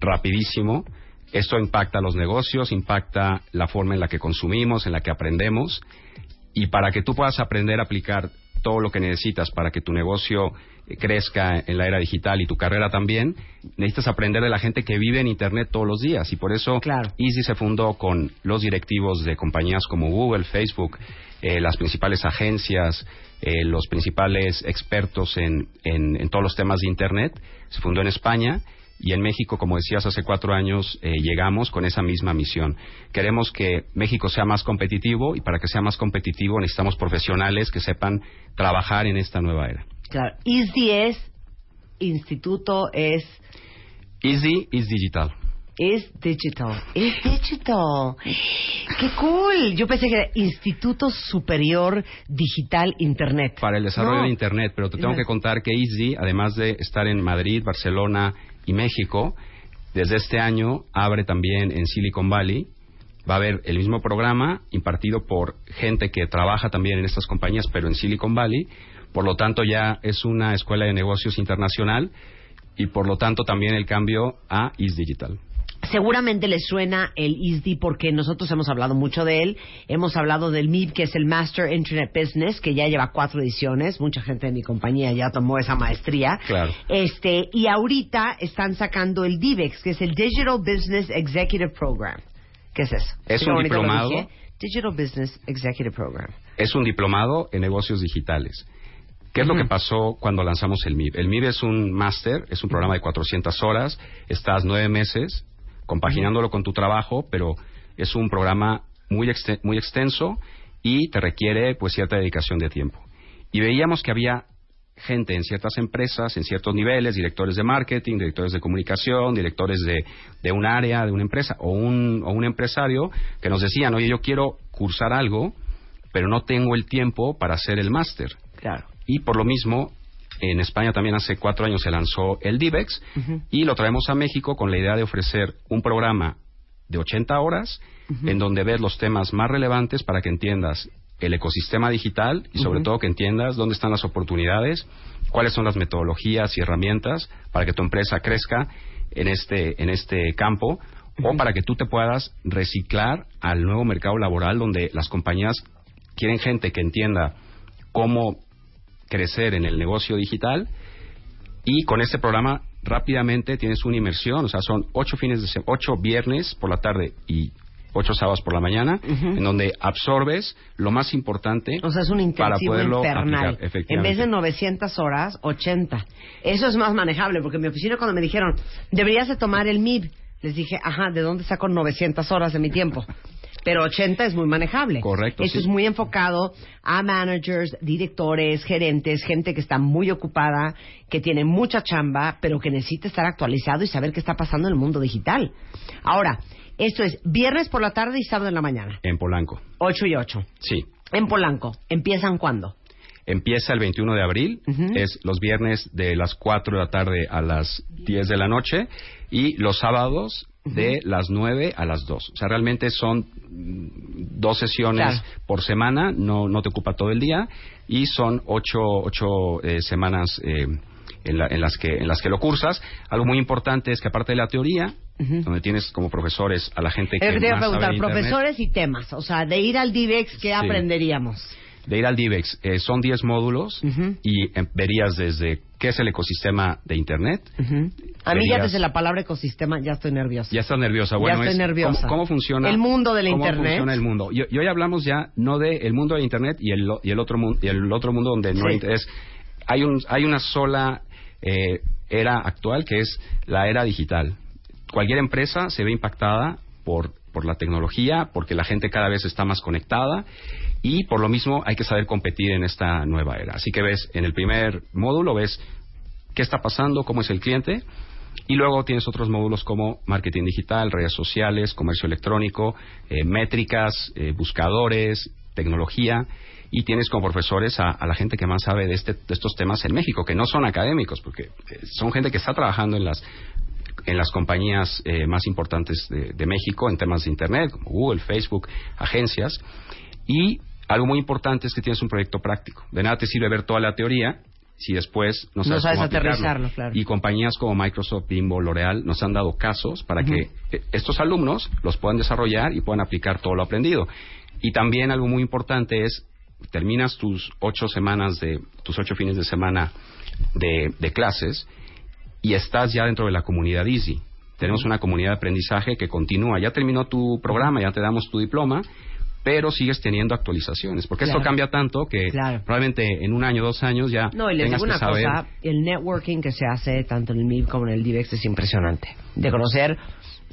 Speaker 13: rapidísimo. Esto impacta los negocios, impacta la forma en la que consumimos, en la que aprendemos. Y para que tú puedas aprender a aplicar todo lo que necesitas para que tu negocio eh, crezca en la era digital y tu carrera también, necesitas aprender de la gente que vive en Internet todos los días. Y por eso Easy se fundó con los directivos de compañías como Google, Facebook, eh, las principales agencias, eh, los principales expertos en, en- en todos los temas de Internet. Se fundó en España y en México, como decías, hace cuatro años eh, llegamos con esa misma misión. Queremos que México sea más competitivo y para que sea más competitivo necesitamos profesionales que sepan trabajar en esta nueva era.
Speaker 2: Claro, ISDI es E instituto, es
Speaker 13: Easy is digital.
Speaker 2: Es digital. Es digital. ¡Qué cool! Yo pensé que era Instituto Superior Digital Internet.
Speaker 13: Para el desarrollo
Speaker 2: No.
Speaker 13: de Internet, pero te tengo que contar que Easy, además de estar en Madrid, Barcelona y México, desde este año abre también en Silicon Valley. Va a haber el mismo programa impartido por gente que trabaja también en estas compañías, pero en Silicon Valley. Por lo tanto, ya es una escuela de negocios internacional y por lo tanto también el cambio a Is Digital.
Speaker 2: Seguramente les suena el ISDI porque nosotros hemos hablado mucho de él. Hemos hablado del MIB, que es el Master Internet Business, que ya lleva cuatro ediciones. Mucha gente de mi compañía ya tomó esa maestría.
Speaker 13: Claro.
Speaker 2: Este, y ahorita están sacando el DIVEX, E que es el Digital Business Executive Program. ¿Qué es eso?
Speaker 13: Es
Speaker 2: Qué
Speaker 13: un
Speaker 2: bonito lo
Speaker 13: diplomado.
Speaker 2: dije. Digital Business Executive Program.
Speaker 13: es un diplomado en negocios digitales. ¿Qué es lo que pasó cuando lanzamos el MIB? El MIB es un máster, es un programa de 400 horas, estás nueve meses compaginándolo con tu trabajo, pero es un programa muy, exte- muy extenso y te requiere pues cierta dedicación de tiempo. Y veíamos que había gente en ciertas empresas, en ciertos niveles, directores de marketing, directores de comunicación, directores de, de un área, de una empresa o un, o un empresario que nos decían, oye, yo quiero cursar algo, pero no tengo el tiempo para hacer el máster.
Speaker 2: Claro.
Speaker 13: Y por lo mismo, en España también hace cuatro años se lanzó el DIVEX E y lo traemos a México con la idea de ofrecer un programa de 80 horas en donde ves los temas más relevantes para que entiendas el ecosistema digital y sobre
Speaker 14: Ujú.
Speaker 13: todo que entiendas dónde están las oportunidades, cuáles son las metodologías y herramientas para que tu empresa crezca en este, en este campo o para que tú te puedas reciclar al nuevo mercado laboral donde las compañías quieren gente que entienda cómo crecer en el negocio digital y con este programa rápidamente tienes una inmersión, o sea, son ocho fines de se- ocho viernes por la tarde y ocho sábados por la mañana, en donde absorbes lo más importante
Speaker 2: O sea, es un
Speaker 13: para
Speaker 2: intensivo
Speaker 13: poderlo
Speaker 2: infernal.
Speaker 13: aplicar,
Speaker 2: en
Speaker 13: efectivamente.
Speaker 2: vez de 900 horas, 80. Eso es más manejable, porque en mi oficina cuando me dijeron, deberías de tomar el MIB, les dije, ajá, ¿de dónde saco 900 horas de mi tiempo? Pero 80 es muy manejable.
Speaker 13: Correcto,
Speaker 2: Esto
Speaker 13: sí.
Speaker 2: es muy enfocado a managers, directores, gerentes, gente que está muy ocupada, que tiene mucha chamba, pero que necesita estar actualizado y saber qué está pasando en el mundo digital. Ahora, esto es viernes por la tarde y sábado en la mañana,
Speaker 13: en Polanco.
Speaker 2: 8 y 8.
Speaker 13: Sí.
Speaker 2: En Polanco, ¿empiezan cuándo?
Speaker 13: Empieza el 21 de abril, es los viernes de las 4 de la tarde a las 10 de la noche y los sábados de las 9 a las 2. O sea, realmente son mm, dos sesiones
Speaker 2: Claro.
Speaker 13: por semana, no, no te ocupa todo el día y son ocho, ocho eh, semanas eh, en, la- en las que, en las que lo cursas. Algo muy importante es que aparte de la teoría, donde tienes como profesores a la gente que...
Speaker 2: Es que te iba a
Speaker 13: más sabe
Speaker 2: preguntar,
Speaker 13: de Internet,
Speaker 2: profesores y temas. O sea, de ir al DIVEX, ¿qué aprenderíamos?
Speaker 13: de ir al DIVEX. eh, son 10 módulos y em, verías desde qué es el ecosistema de Internet.
Speaker 2: A mí ya
Speaker 13: Verías-
Speaker 2: desde la palabra ecosistema ya estoy nerviosa.
Speaker 13: Ya estás nerviosa. Bueno,
Speaker 2: estoy
Speaker 13: es,
Speaker 2: nerviosa.
Speaker 13: ¿cómo, cómo funciona?
Speaker 2: El mundo del
Speaker 13: cómo
Speaker 2: Internet.
Speaker 13: funciona el mundo. Y, y hoy hablamos ya no del mundo del Internet y el, y el, otro, mundo, y el otro mundo donde no
Speaker 14: Sí.
Speaker 13: hay interés. Hay, un, hay una sola eh, era actual que es la era digital. Cualquier empresa se ve impactada por, por la tecnología, porque la gente cada vez está más conectada y por lo mismo hay que saber competir en esta nueva era. Así que ves, en el primer módulo ves qué está pasando, cómo es el cliente, y luego tienes otros módulos como marketing digital, redes sociales, comercio electrónico, eh, métricas, eh, buscadores, tecnología. Y tienes como profesores a, a la gente que más sabe de, este- de estos temas en México, que no son académicos, porque eh, son gente que está trabajando en las en las compañías eh, más importantes de, de México en temas de Internet, como Google, Facebook, agencias. Y algo muy importante es que tienes un proyecto práctico. De nada te sirve ver toda la teoría si después no
Speaker 2: No
Speaker 13: sabes,
Speaker 2: sabes
Speaker 13: cómo aplicarlo.
Speaker 2: aterrizarlo, claro.
Speaker 13: Y compañías como Microsoft, Bimbo, L'Oreal nos han dado casos para que eh, estos alumnos los puedan desarrollar y puedan aplicar todo lo aprendido. Y también algo muy importante es terminas tus ocho semanas de tus ocho fines de semana de, de clases y estás ya dentro de la comunidad Easy. Tenemos una comunidad de aprendizaje que continúa. Ya terminó tu programa, ya te damos tu diploma, pero sigues teniendo actualizaciones, porque
Speaker 2: Claro.
Speaker 13: esto cambia tanto que probablemente en un año, dos años ya
Speaker 2: No, y les
Speaker 13: tengas
Speaker 2: digo
Speaker 13: que
Speaker 2: una
Speaker 13: saber.
Speaker 2: cosa, el networking que se hace tanto en el MIB como en el DIVEX es impresionante. De conocer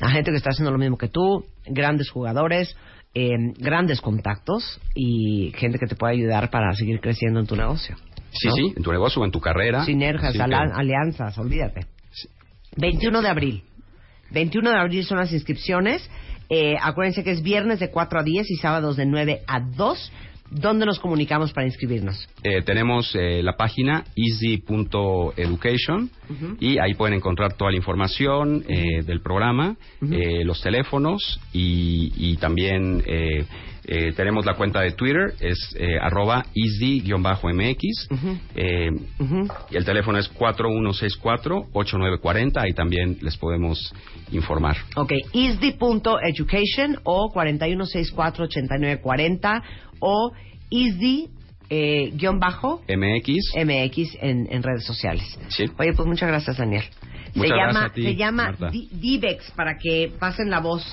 Speaker 2: a gente que está haciendo lo mismo que tú, grandes jugadores, eh, grandes contactos y gente que te puede ayudar para seguir creciendo en tu negocio.
Speaker 13: Sí,
Speaker 2: ¿no?
Speaker 13: sí, en tu negocio o en tu carrera.
Speaker 2: Sinergias,
Speaker 13: Así que-
Speaker 2: ala- alianzas, olvídate. 21 de abril. 21 de abril son las inscripciones. Eh, acuérdense que es viernes de 4 a 10 y sábados de 9 a 2. ¿Dónde nos comunicamos para inscribirnos?
Speaker 13: Eh, tenemos eh, la página easy.education y ahí pueden encontrar toda la información eh, del programa, eh, los teléfonos y, y también eh, eh, tenemos la cuenta de Twitter, es eh, arroba easy-mx eh, y el teléfono es 4164-8940, ahí también les podemos informar.
Speaker 2: Ok, isdi.education o 4164-8940 o eh, isdi-mx
Speaker 13: MX.
Speaker 2: en, en redes sociales.
Speaker 13: Sí.
Speaker 2: Oye, pues muchas gracias, Daniel.
Speaker 13: Muchas
Speaker 2: se
Speaker 13: gracias
Speaker 2: llama,
Speaker 13: a ti,
Speaker 2: se llama
Speaker 13: Marta.
Speaker 2: Di- Divex para que pasen la voz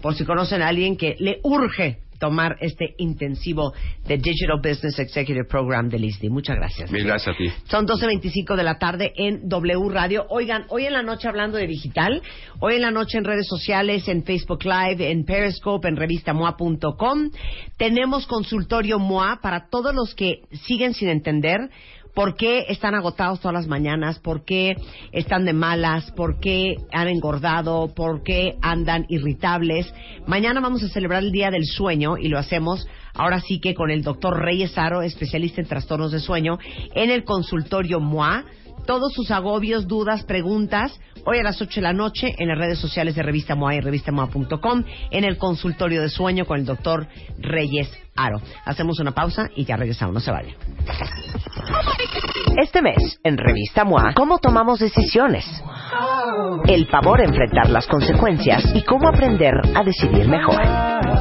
Speaker 2: por si conocen a alguien que le urge tomar este intensivo de Digital Business Executive Program del ISDI. Muchas gracias.
Speaker 13: Mil gracias a ti.
Speaker 2: Son 12.25 de la tarde en W Radio. Oigan, hoy en la noche hablando de digital, hoy en la noche en redes sociales, en Facebook Live, en Periscope, en revistamoa.com, tenemos consultorio MOA para todos los que siguen sin entender por qué están agotados todas las mañanas, por qué están de malas, por qué han engordado, por qué andan irritables. Mañana vamos a celebrar el Día del Sueño y lo hacemos ahora sí que con el doctor Reyes Aro, especialista en trastornos de sueño, en el consultorio MOA. todos sus agobios, dudas, preguntas, hoy a las 8 de la noche en las redes sociales de Revista Moa y revistamoa.com, en el consultorio de sueño con el doctor Reyes Aro. Hacemos una pausa y ya regresamos, no se vale.
Speaker 11: Este mes, en Revista MOA, ¿cómo tomamos decisiones? El pavor a enfrentar las consecuencias y cómo aprender a decidir mejor.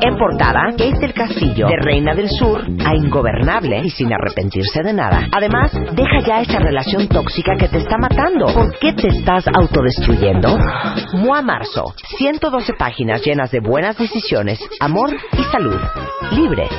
Speaker 11: En portada, Kate del Castillo, de Reina del Sur, a ingobernable y sin arrepentirse de nada. Además, deja ya esa relación tóxica que te está matando. ¿Por qué te estás autodestruyendo? MOA Marzo, 112 páginas llenas de buenas decisiones, amor y salud, libre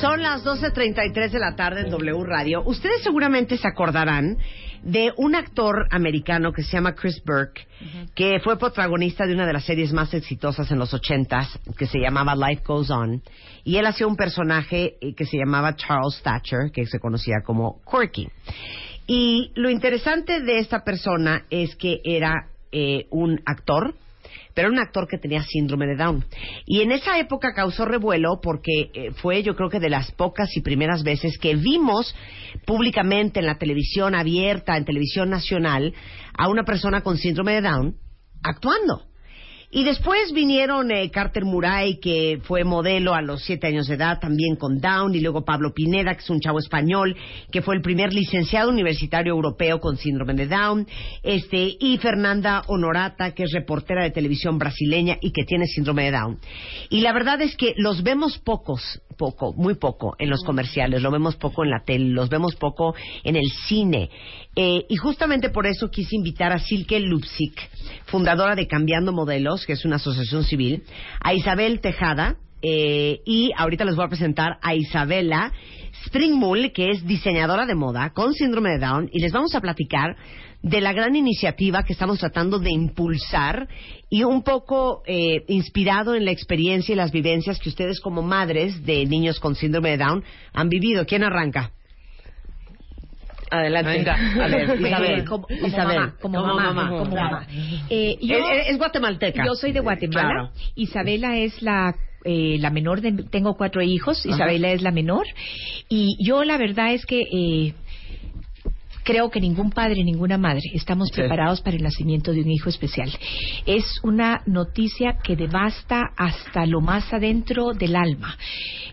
Speaker 2: Son las 12.33 de la tarde en W Radio. Ustedes seguramente se acordarán de un actor americano que se llama Chris Burke, que fue protagonista de una de las series más exitosas en los 80s, que se llamaba Life Goes On. Y él hacía un personaje eh, que se llamaba Charles Thatcher, que se conocía como Corky. Y lo interesante de esta persona es que era eh, un actor, pero era un actor que tenía síndrome de Down. Y en esa época causó revuelo porque eh, fue yo creo que de las pocas y primeras veces que vimos públicamente en la televisión abierta, en televisión nacional, a una persona con síndrome de Down actuando. Y después vinieron eh, Carter Murray, que fue modelo a los siete años de edad, también con Down, y luego Pablo Pineda, que es un chavo español, que fue el primer licenciado universitario europeo con síndrome de Down, este, y Fernanda Honorata, que es reportera de televisión brasileña y que tiene síndrome de Down. Y la verdad es que los vemos pocos, poco, muy poco en los comerciales, lo vemos poco en la tele, los vemos poco en el cine. Eh, y justamente por eso quise invitar a Silke Lupsic, fundadora de Cambiando Modelos, que es una asociación civil, a Isabel Tejada, eh, y ahorita les voy a presentar a Isabela Springmull, que es diseñadora de moda con síndrome de Down, y les vamos a platicar de la gran iniciativa que estamos tratando de impulsar y un poco eh, inspirado en la experiencia y las vivencias que ustedes como madres de niños con síndrome de Down han vivido. ¿Quién arranca? Adelante.
Speaker 4: Venga, a ver, Isabel.
Speaker 2: Como, como
Speaker 4: Isabel,
Speaker 2: mamá, como,
Speaker 4: como
Speaker 2: mamá,
Speaker 4: mamá,
Speaker 2: como
Speaker 4: claro.
Speaker 2: mamá.
Speaker 14: Eh, yo-
Speaker 2: Es- es guatemalteca.
Speaker 14: Yo soy de Guatemala.
Speaker 2: Claro.
Speaker 14: Isabela es la eh, la menor de tengo cuatro hijos.
Speaker 2: Ajá.
Speaker 14: Isabela es la menor y yo la verdad es que eh, creo que ningún padre, ninguna madre estamos preparados para el nacimiento de un hijo especial. Es una noticia que devasta hasta lo más adentro del alma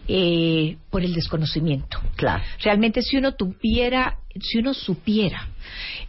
Speaker 14: eh, por el desconocimiento.
Speaker 2: Claro.
Speaker 14: Realmente si uno tuviera, si uno supiera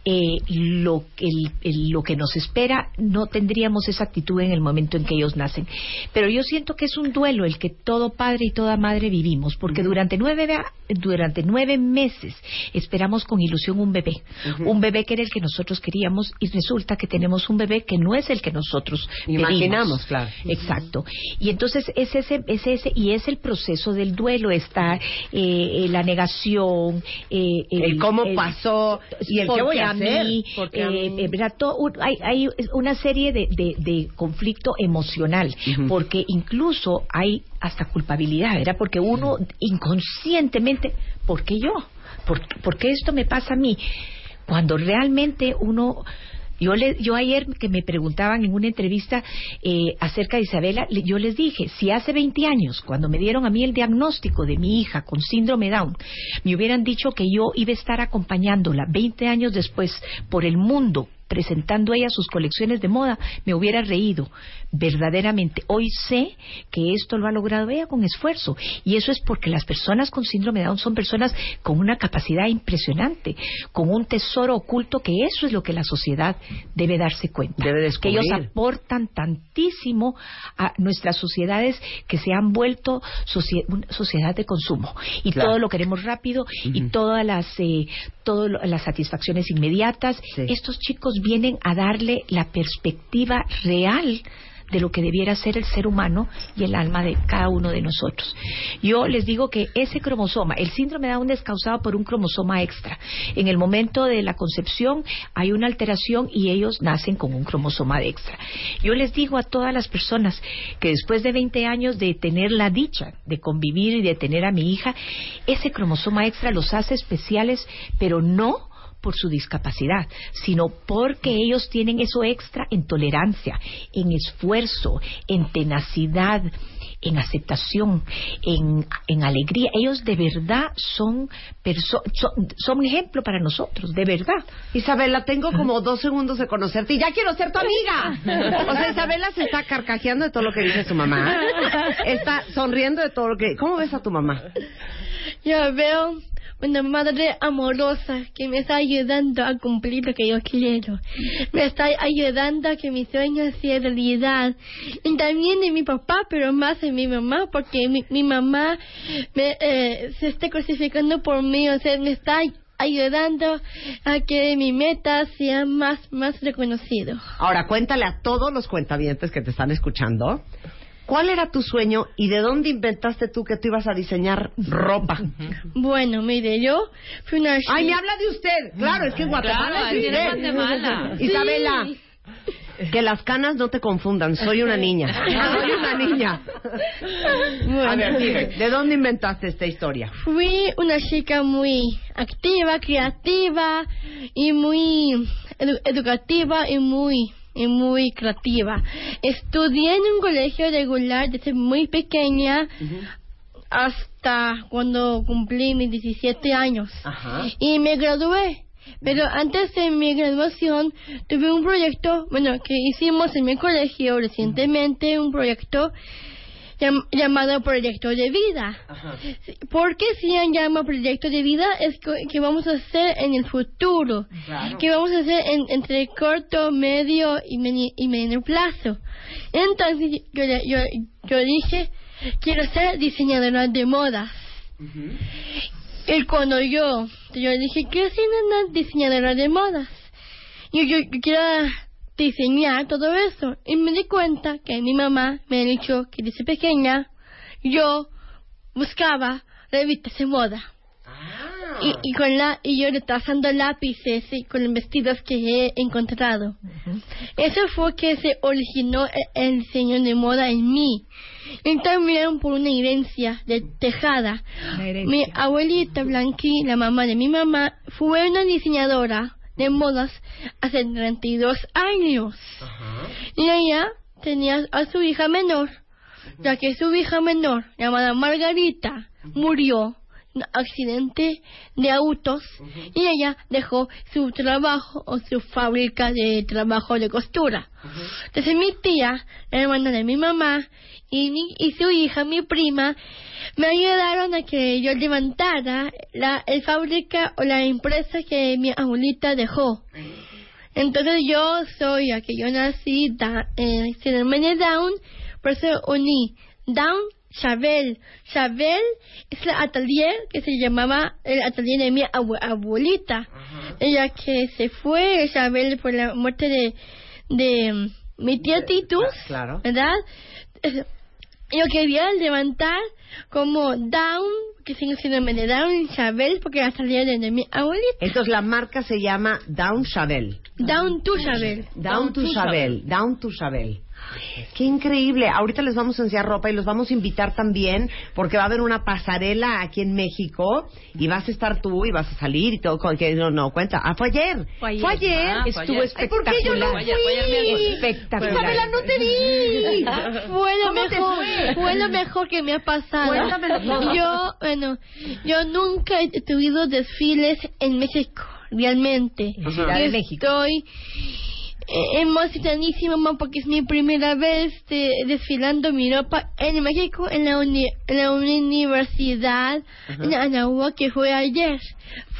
Speaker 14: eh, lo, que- el- el- lo que nos espera, no tendríamos esa actitud en el momento en que ellos nacen. Pero yo siento que es un duelo el que todo padre y toda madre vivimos, porque durante nueve, vea- durante nueve meses esperamos con ilusión un bebé, un bebé que era el que nosotros queríamos y resulta que tenemos un bebé que no es el que nosotros pedimos.
Speaker 2: Imaginamos, claro.
Speaker 14: Exacto. Y entonces es ese, es ese, y es el proceso del duelo, está eh, eh, la negación, eh,
Speaker 2: El cómo pasó y el qué
Speaker 14: porque
Speaker 2: voy a
Speaker 14: a
Speaker 2: hacer,
Speaker 14: mí,
Speaker 2: porque a
Speaker 14: eh,
Speaker 2: mí.
Speaker 14: eh, ¿verdad? Todo un- hay, hay una serie de, de- de conflicto emocional, porque incluso hay hasta culpabilidad, ¿verdad? Porque uno inconscientemente, ¿por qué yo? ¿Por, por qué esto me pasa a mí? Cuando realmente uno... Yo, le- yo ayer que me preguntaban en una entrevista eh, acerca de Isabela, le- yo les dije, si hace 20 años, cuando me dieron a mí el diagnóstico de mi hija con síndrome Down, me hubieran dicho que yo iba a estar acompañándola 20 años después por el mundo presentando ella sus colecciones de moda, me hubiera reído. Verdaderamente, hoy sé que esto lo ha logrado ella con esfuerzo. Y eso es porque las personas con síndrome de Down son personas con una capacidad impresionante, con un tesoro oculto, que eso es lo que la sociedad debe darse cuenta. que ellos
Speaker 2: descubrir.
Speaker 14: aportan tantísimo a nuestras sociedades que se han vuelto socie- una sociedad de consumo. Y
Speaker 2: Claro.
Speaker 14: todo lo queremos rápido y todas las, eh, todas lo- las satisfacciones inmediatas. Estos chicos vienen a darle la perspectiva real de lo que debiera ser el ser humano y el alma de cada uno de nosotros. Yo les digo que ese cromosoma, el síndrome de Down es causado por un cromosoma extra. En el momento de la concepción hay una alteración y ellos nacen con un cromosoma de extra. Yo les digo a todas las personas que después de 20 años de tener la dicha de convivir y de tener a mi hija, ese cromosoma extra los hace especiales, pero no por su discapacidad, sino porque ellos tienen eso extra en tolerancia, en esfuerzo, en tenacidad, en aceptación, en, en alegría. Ellos de verdad son, perso- son, son un ejemplo para nosotros, de verdad. Ah.
Speaker 2: Isabela, tengo como dos segundos de conocerte y ya quiero ser
Speaker 14: [laughs]
Speaker 2: tu amiga. O sea, Isabela se está carcajeando de todo lo que dice su mamá. Está sonriendo de todo lo que... ¿Cómo ves a tu mamá?
Speaker 15: Yo veo una madre amorosa que me está ayudando a cumplir lo que yo quiero. Me está ayudando a que mis sueños sean realidad. Y también de mi papá, pero más de mi mamá, porque mi, mi mamá me, eh, se está crucificando por mí. O sea, me está ayudando a que mi meta sea más, más reconocido.
Speaker 2: Ahora, cuéntale a todos los cuentavientes que te están escuchando. ¿Cuál era tu sueño y de dónde inventaste tú que tú ibas a diseñar ropa?
Speaker 15: Bueno, mire, yo fui una...
Speaker 2: Ay, me habla de usted. Claro, es que en Guatemala
Speaker 15: Claro,
Speaker 2: es
Speaker 15: ahí
Speaker 2: usted.
Speaker 15: en Guatemala.
Speaker 2: Isabela,
Speaker 15: Sí.
Speaker 2: que las canas no te confundan. Soy una niña. Soy una niña. A ver, dime, ¿de dónde inventaste esta historia?
Speaker 15: Fui una chica muy activa, creativa y muy edu- educativa y muy y muy creativa. Estudié en un colegio regular desde muy pequeña hasta cuando cumplí mis 17 años y me gradué. Pero antes de mi graduación tuve un proyecto, bueno, que hicimos en mi colegio recientemente, un proyecto llam- llamado Proyecto de Vida.
Speaker 5: Ah.
Speaker 15: ¿Por qué se llama Proyecto de Vida? Es co- que vamos a hacer en el futuro, que vamos a hacer en- entre corto, medio y, meni- y medio plazo. Entonces yo, le- yo, yo dije, quiero ser diseñadora de modas. Y cuando yo, yo dije, quiero ser una diseñadora de modas. Yo, yo, yo quiero diseñar todo eso. Y me di cuenta que mi mamá me ha dicho que desde pequeña yo buscaba revistas de moda. Y, y con la y yo retrasando lápices y con los vestidos que he encontrado. Eso fue que se originó e- el diseño de moda en mí. Y también por una herencia de tejada. Mi abuelita Blanqui, la mamá de mi mamá, fue una diseñadora de modas hace 32 años. Y ella tenía a su hija menor, ya que su hija menor, llamada Margarita, murió en un accidente de autos y ella dejó su trabajo o su fábrica de trabajo de costura. Entonces mi tía, la hermana de mi mamá, y, mi- y su hija, mi prima, me ayudaron a que yo levantara la el fábrica o la empresa que mi abuelita dejó. Entonces yo soy a que yo nací da, eh, sin hermana Down, por eso uní Down Chabel. Chabel es el atelier que se llamaba el atelier de mi abue- abuelita. Ella que se fue, Chabel, por la muerte de, de mm, mi tía Titus.
Speaker 2: Claro.
Speaker 15: ¿verdad? Yo quería levantar como Down, que sigue siendo de Down, Chabel, porque la salida de mi abuelita.
Speaker 2: Entonces la marca se llama Down Chabel.
Speaker 15: Down to Chabel.
Speaker 2: Down to Chabel. Down to Chabel. Qué increíble. Ahorita les vamos a enseñar ropa y los vamos a invitar también porque va a haber una pasarela aquí en México y vas a estar tú y vas a salir y todo. con- que No, no, cuenta. Ah, fue ayer.
Speaker 14: Fue ayer.
Speaker 2: Fue ayer.
Speaker 14: Ah, fue
Speaker 2: Estuvo
Speaker 14: ayer. Ay, ¿por
Speaker 2: espectacular.
Speaker 14: qué yo no
Speaker 2: Fue
Speaker 14: fui?
Speaker 2: fue miércoles.
Speaker 5: Pues,
Speaker 2: Espectacular.
Speaker 14: Isabela,
Speaker 15: no te vi. [laughs] Fue lo
Speaker 2: ¿Cómo te
Speaker 15: mejor,
Speaker 2: fue?
Speaker 15: fue? lo mejor que me ha pasado.
Speaker 2: Cuéntamelo todo.
Speaker 15: Yo, bueno, yo nunca he tenido desfiles en México, realmente.
Speaker 14: En Ciudad de
Speaker 15: Yo
Speaker 14: México.
Speaker 15: Estoy eh, emocionadísima mamá, porque es mi primera vez eh, desfilando mi ropa en México en la, uni- en la universidad en Anahuac que fue ayer.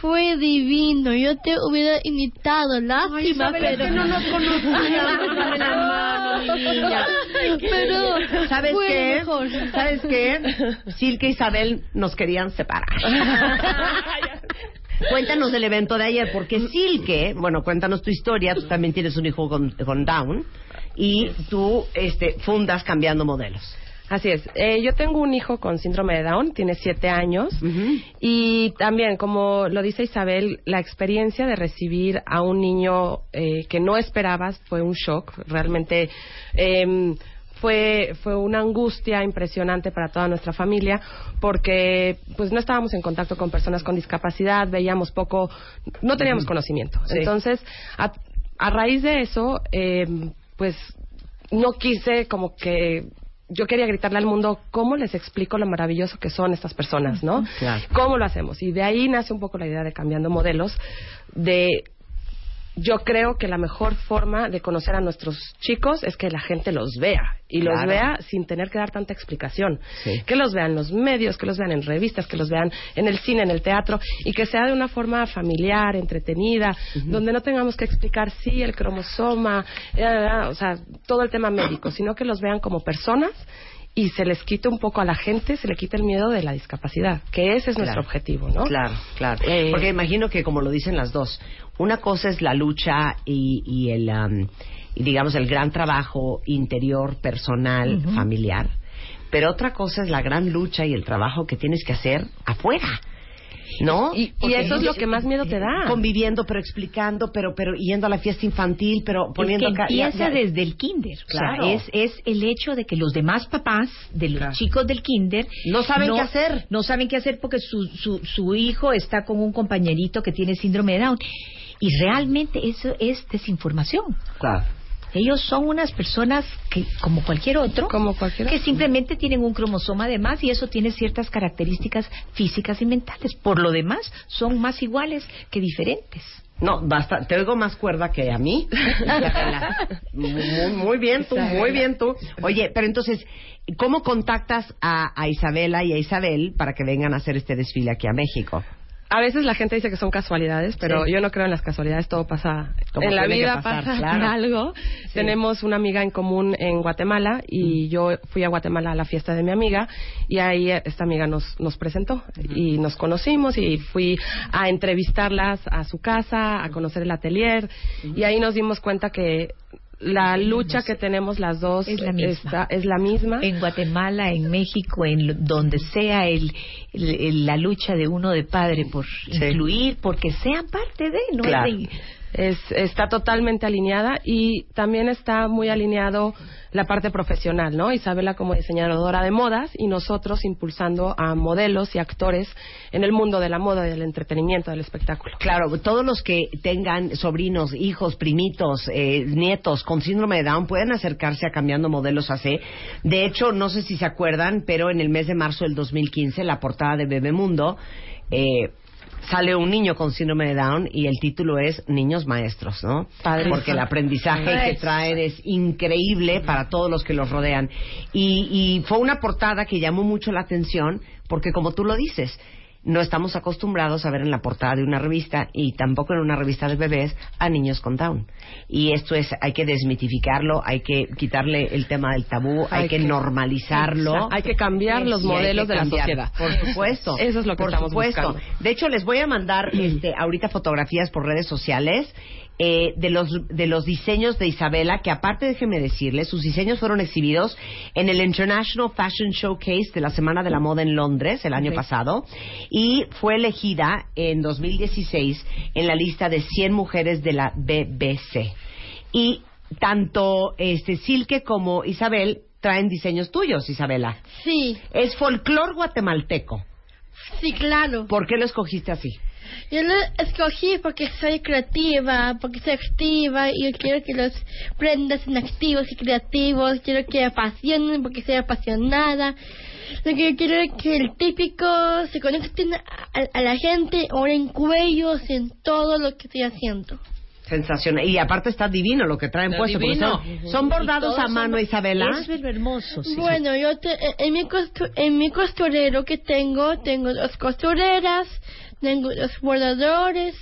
Speaker 15: Fue divino, yo te hubiera invitado, lástima,
Speaker 2: Isabela,
Speaker 15: pero
Speaker 2: que no nos
Speaker 15: [laughs]
Speaker 2: conocíamos, dame la mano, mi niña.
Speaker 15: Pero
Speaker 2: ¿Sabes
Speaker 15: fue
Speaker 2: qué?
Speaker 15: mejor.
Speaker 2: ¿Sabes qué? Silke y Isabel nos querían separar. Cuéntanos del evento de ayer, porque Silke, bueno, cuéntanos tu historia, tú también tienes un hijo con, con Down, y tú este, fundas cambiando modelos.
Speaker 16: Así es. Eh, yo tengo un hijo con síndrome de Down, tiene siete años. Y también, como lo dice Isabel, la experiencia de recibir a un niño eh, que no esperabas fue un shock. Realmente em, fue, fue una angustia impresionante para toda nuestra familia porque pues no estábamos en contacto con personas con discapacidad, veíamos poco, no teníamos
Speaker 17: Ujú.
Speaker 16: conocimiento.
Speaker 17: Sí.
Speaker 16: Entonces, a, a raíz de eso, em, pues no quise como que yo quería gritarle al mundo cómo les explico lo maravilloso que son estas personas, ¿no?
Speaker 5: Claro.
Speaker 16: ¿Cómo lo hacemos? Y de ahí nace un poco la idea de cambiando modelos de yo creo que la mejor forma de conocer a nuestros chicos es que la gente los vea y los
Speaker 17: Claro.
Speaker 16: vea sin tener que dar tanta explicación.
Speaker 17: Sí.
Speaker 16: Que los vean en los medios, que los vean en revistas, que los vean en el cine, en el teatro y que sea de una forma familiar, entretenida, donde no tengamos que explicar sí el cromosoma, eh, eh, o sea, todo el tema médico, sino que los vean como personas y se les quite un poco a la gente, se le quite el miedo de la discapacidad, que ese es nuestro
Speaker 2: Claro.
Speaker 16: objetivo, ¿no?
Speaker 2: Claro, claro. Porque imagino que, como lo dicen las dos, una cosa es la lucha y, y el, am, y digamos, el gran trabajo interior, personal,
Speaker 11: Ujú.
Speaker 2: familiar. Pero otra cosa es la gran lucha y el trabajo que tienes que hacer afuera. ¿No?
Speaker 16: Y- y eso es lo que más miedo te da.
Speaker 2: Conviviendo, pero explicando, pero pero yendo a la fiesta infantil, pero poniendo
Speaker 14: es que
Speaker 2: ca- ya-
Speaker 14: empieza
Speaker 2: ya-
Speaker 14: desde el kinder.
Speaker 2: Claro.
Speaker 14: O sea, es, es el hecho de que los demás papás de los chicos del kinder
Speaker 2: No saben qué hacer.
Speaker 14: No saben qué hacer porque su, su, su hijo está con un compañerito que tiene síndrome de Down. Y realmente eso es desinformación.
Speaker 2: Claro.
Speaker 14: Ellos son unas personas que, como cualquier otro, que simplemente tienen un cromosoma de más y eso tiene ciertas características físicas y mentales. Por lo demás, son más iguales que diferentes.
Speaker 2: No, basta, te oigo más cuerda que a
Speaker 16: [laughs]
Speaker 2: mí. muy, muy bien tú, muy bien tú. Oye, pero entonces, ¿cómo contactas a, a Isabela y a Isabel para que vengan a hacer este desfile aquí a México?
Speaker 16: A veces la gente dice que son casualidades, pero
Speaker 2: Sí.
Speaker 16: yo no creo en las casualidades, todo pasa.
Speaker 2: Como
Speaker 16: en la
Speaker 2: tiene que
Speaker 16: vida
Speaker 2: pasar,
Speaker 16: pasa
Speaker 2: claro.
Speaker 16: algo. Tenemos una amiga en común en Guatemala y yo fui a Guatemala a la fiesta de mi amiga y ahí eh, esta amiga nos, nos presentó y nos conocimos y fui a entrevistarlas a su casa, a conocer el atelier y ahí nos dimos cuenta que la lucha que tenemos las dos
Speaker 14: Es la misma.
Speaker 16: está- es la misma.
Speaker 14: En Guatemala, en México, en lo- donde sea el, el- el- la lucha de uno de padre por incluir, porque sean parte de, no
Speaker 16: Claro.
Speaker 14: es de-
Speaker 16: Es- está totalmente alineada y también está muy alineado la parte profesional, ¿no? Isabela como diseñadora de modas y nosotros impulsando a modelos y actores en el mundo de la moda, del entretenimiento, del espectáculo.
Speaker 2: Claro, todos los que tengan sobrinos, hijos, primitos, eh, nietos con síndrome de Down pueden acercarse a Cambiando Modelos AC. De hecho, no sé si se acuerdan, pero en el mes de marzo del 2015, la portada de Bebemundo, eh, sale un niño con síndrome de Down y el título es Niños Maestros, ¿no?
Speaker 11: Padrísimo.
Speaker 2: Porque el aprendizaje que
Speaker 11: Maestros.
Speaker 2: traen es increíble para todos los que los rodean. Y, y fue una portada que llamó mucho la atención porque, como tú lo dices, no estamos acostumbrados a ver en la portada de una revista y tampoco en una revista de bebés a niños con Down. Y esto es, hay que desmitificarlo, hay que quitarle el tema del tabú, hay,
Speaker 16: Hay
Speaker 2: que,
Speaker 16: que-
Speaker 2: normalizarlo.
Speaker 16: Exacto. Hay que cambiar los
Speaker 2: Y hay que
Speaker 16: modelos de la
Speaker 2: cambiar,
Speaker 16: sociedad.
Speaker 2: Por supuesto.
Speaker 16: [laughs] Eso es lo que
Speaker 2: por
Speaker 16: estamos
Speaker 2: supuesto.
Speaker 16: buscando.
Speaker 2: De hecho, les voy a mandar este, ahorita fotografías por redes sociales eh, de, los, de los diseños de Isabela, que aparte, déjenme decirles, sus diseños fueron exhibidos en el International Fashion Showcase de la Semana de la Moda en Londres el año pasado y fue elegida en 2016 en la lista de 100 mujeres de la BBC. Y tanto este, Silke como Isabel traen diseños tuyos, Isabela.
Speaker 15: Sí,
Speaker 2: Es folclor guatemalteco.
Speaker 15: sí, claro.
Speaker 2: ¿Por qué lo escogiste así?
Speaker 15: Yo lo escogí porque soy creativa, porque soy activa y yo quiero que los prendas sean activos y creativos. Quiero que apasionen porque soy apasionada. Lo que yo quiero es que el típico se conecte a, a la gente, ahora en cuellos, en todo lo que estoy haciendo.
Speaker 2: Sensacional. Y aparte está divino lo que traen
Speaker 15: Está
Speaker 2: puesto. porque
Speaker 15: divino.
Speaker 2: Son,
Speaker 15: Ujú.
Speaker 2: son bordados
Speaker 15: Y todos
Speaker 2: a
Speaker 15: son-
Speaker 2: mano, Isabela.
Speaker 15: Eso es
Speaker 14: hermoso,
Speaker 15: Bueno, yo te- eh, en, mi costu- en mi costurero que tengo, tengo dos costureras, tengo dos bordadores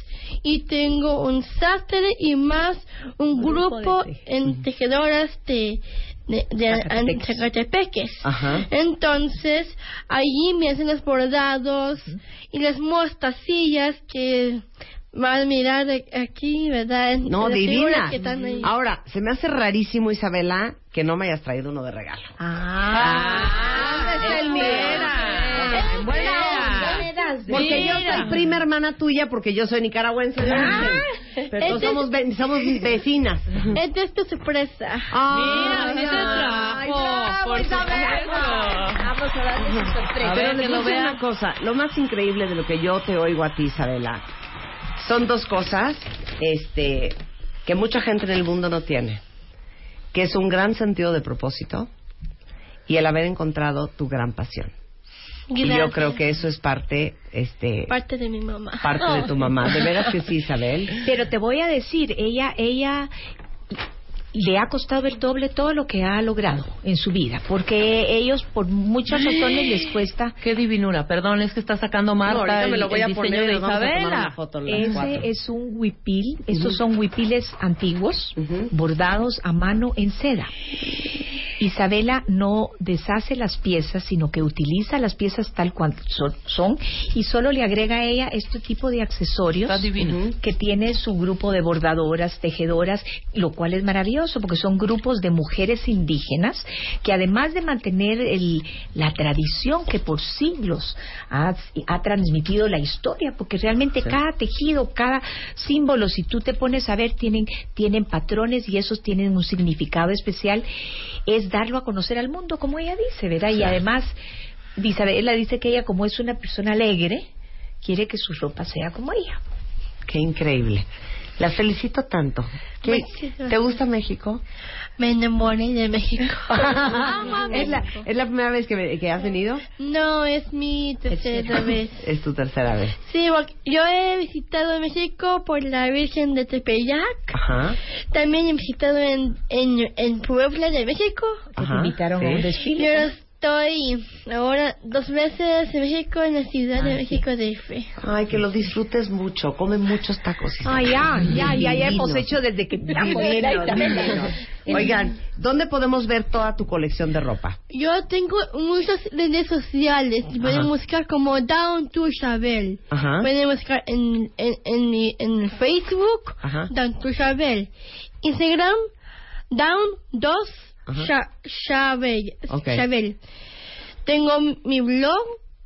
Speaker 15: y tengo un sastre y más un grupo, en tejedoras de, de, de an- Zacatepeques.
Speaker 5: Ajá.
Speaker 15: Entonces, allí me hacen los bordados y les muestro sillas que mal mirar de- aquí, ¿verdad?
Speaker 2: No,
Speaker 15: Las figuras
Speaker 2: divina.
Speaker 15: que están ahí.
Speaker 2: Ahora, se me hace rarísimo, Isabela, que no me hayas traído uno de regalo.
Speaker 15: Ah,
Speaker 5: Ah,
Speaker 8: Ah,
Speaker 5: es el mío.
Speaker 2: Espera.
Speaker 5: Buena onda.
Speaker 2: Porque yo soy prima hermana tuya, porque yo soy nicaragüense. ¿no?
Speaker 15: Ah,
Speaker 2: Pero todos
Speaker 15: este es-
Speaker 2: somos, ve- somos vecinas.
Speaker 15: Esta es tu sorpresa.
Speaker 2: Ah, Mira,
Speaker 5: ay, bravo,
Speaker 15: por
Speaker 5: Isabela.
Speaker 15: supuesto.
Speaker 5: Vamos a darle su sorpresa.
Speaker 2: A ver, les voy a decir una cosa. Lo más increíble de lo que yo te oigo a ti, Isabela, son dos cosas este, que mucha gente en el mundo no tiene. Que es un gran sentido de propósito y el haber encontrado tu gran pasión. Y yo
Speaker 15: Gracias.
Speaker 2: creo que eso es parte, este,
Speaker 15: Parte de mi mamá.
Speaker 2: parte de tu mamá. De veras que sí, Isabel.
Speaker 14: [laughs] Pero te voy a decir, ella, ella le ha costado el doble todo lo que ha logrado en su vida, porque ellos por muchas razones les cuesta.
Speaker 4: Qué divinura, perdón, es que está sacando
Speaker 14: No,
Speaker 4: Marta
Speaker 14: ahorita
Speaker 4: el,
Speaker 14: me lo voy
Speaker 4: el
Speaker 14: a
Speaker 4: diseño
Speaker 14: poner y
Speaker 4: de
Speaker 14: nos vamos a tomar
Speaker 4: Isabela.
Speaker 14: una foto las Ese cuatro. es un huipil, estos
Speaker 4: Ujú.
Speaker 14: son huipiles antiguos, bordados a mano en seda. Isabela no deshace las piezas, sino que utiliza las piezas tal cual son, son, y solo le agrega a ella este tipo de accesorios Ujú, que tiene su grupo de bordadoras, tejedoras, lo cual es maravilloso porque son grupos de mujeres indígenas que además de mantener el- la tradición que por siglos ha, ha transmitido la historia, porque realmente
Speaker 5: Sí.
Speaker 14: cada tejido, cada símbolo, si tú te pones a ver, tienen, tienen patrones y esos tienen un significado especial es darlo a conocer al mundo, como ella dice, ¿verdad? Y
Speaker 5: Claro.
Speaker 14: además, Isabela dice que ella, como es una persona alegre, quiere que su ropa sea como ella.
Speaker 2: Qué increíble. Las felicito tanto. ¿Qué- ¿Te gusta México?
Speaker 15: Me enamoré de México. Amo
Speaker 2: [laughs] ¿Es, la,
Speaker 15: México.
Speaker 2: ¿Es la primera vez que, me- que has venido?
Speaker 15: No, es mi tercera vez.
Speaker 2: Es tu tercera vez.
Speaker 15: Sí, porque yo he visitado México por la Virgen de Tepeyac.
Speaker 2: Ajá.
Speaker 15: También he visitado en, en, en Puebla de México.
Speaker 14: Que te Pues invitaron a un desfile.
Speaker 15: Yo estoy ahora dos veces en México, en la Ciudad
Speaker 14: Ah,
Speaker 15: de México de Ife.
Speaker 2: Ay, que lo disfrutes mucho. Come muchos tacos. Isabel.
Speaker 14: Ay, Ah, ya, ya, ya, ya hemos
Speaker 2: Divinos.
Speaker 14: hecho
Speaker 15: [laughs]
Speaker 14: desde que
Speaker 2: Divinos, divinos. Oigan, ¿dónde podemos ver toda tu colección de ropa?
Speaker 15: Yo tengo muchas redes sociales. Pueden
Speaker 2: Ajá.
Speaker 15: buscar como Down to Isabel.
Speaker 2: Ajá.
Speaker 15: Pueden buscar en, en, en, mi- en el Facebook
Speaker 2: Ajá.
Speaker 15: Down to Isabel. Instagram Down 2
Speaker 5: Ajá.
Speaker 15: Isabel.
Speaker 5: Ok.
Speaker 15: Tengo mi blog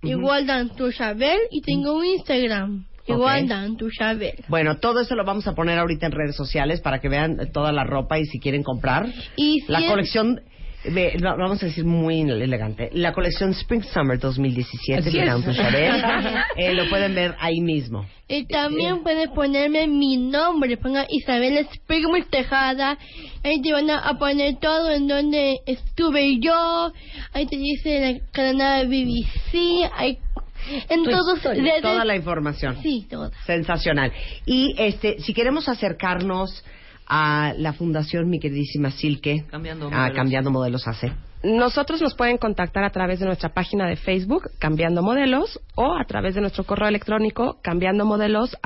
Speaker 15: igual Down to Isabel y tengo un Instagram igual
Speaker 2: Ok.
Speaker 15: Down to Isabel.
Speaker 2: Bueno, todo eso lo vamos a poner ahorita en redes sociales para que vean toda la ropa y si quieren comprar.
Speaker 15: Y si
Speaker 2: la
Speaker 15: es-
Speaker 2: colección, de- lo- lo vamos a decir muy elegante, la colección Spring Summer 2017
Speaker 15: Así
Speaker 2: de
Speaker 15: es.
Speaker 2: Down
Speaker 15: [laughs]
Speaker 2: to Isabel, eh, lo pueden ver ahí mismo.
Speaker 15: Y
Speaker 2: Eh,
Speaker 15: también pueden ponerme mi nombre, pongan Isabel Springmore Tejada, ahí te van a a poner todo en donde estuve yo, ahí te dice la cadena de BBC, ahí, en todos redes-
Speaker 2: Toda la información.
Speaker 15: Sí, toda.
Speaker 2: Sensacional. Y este, si queremos acercarnos a la fundación, mi queridísima Silke,
Speaker 4: Cambiando
Speaker 2: a
Speaker 4: modelos.
Speaker 2: Cambiando Modelos hace.
Speaker 16: Nosotros nos pueden contactar a través de nuestra página de Facebook, Cambiando Modelos, o a través de nuestro correo electrónico,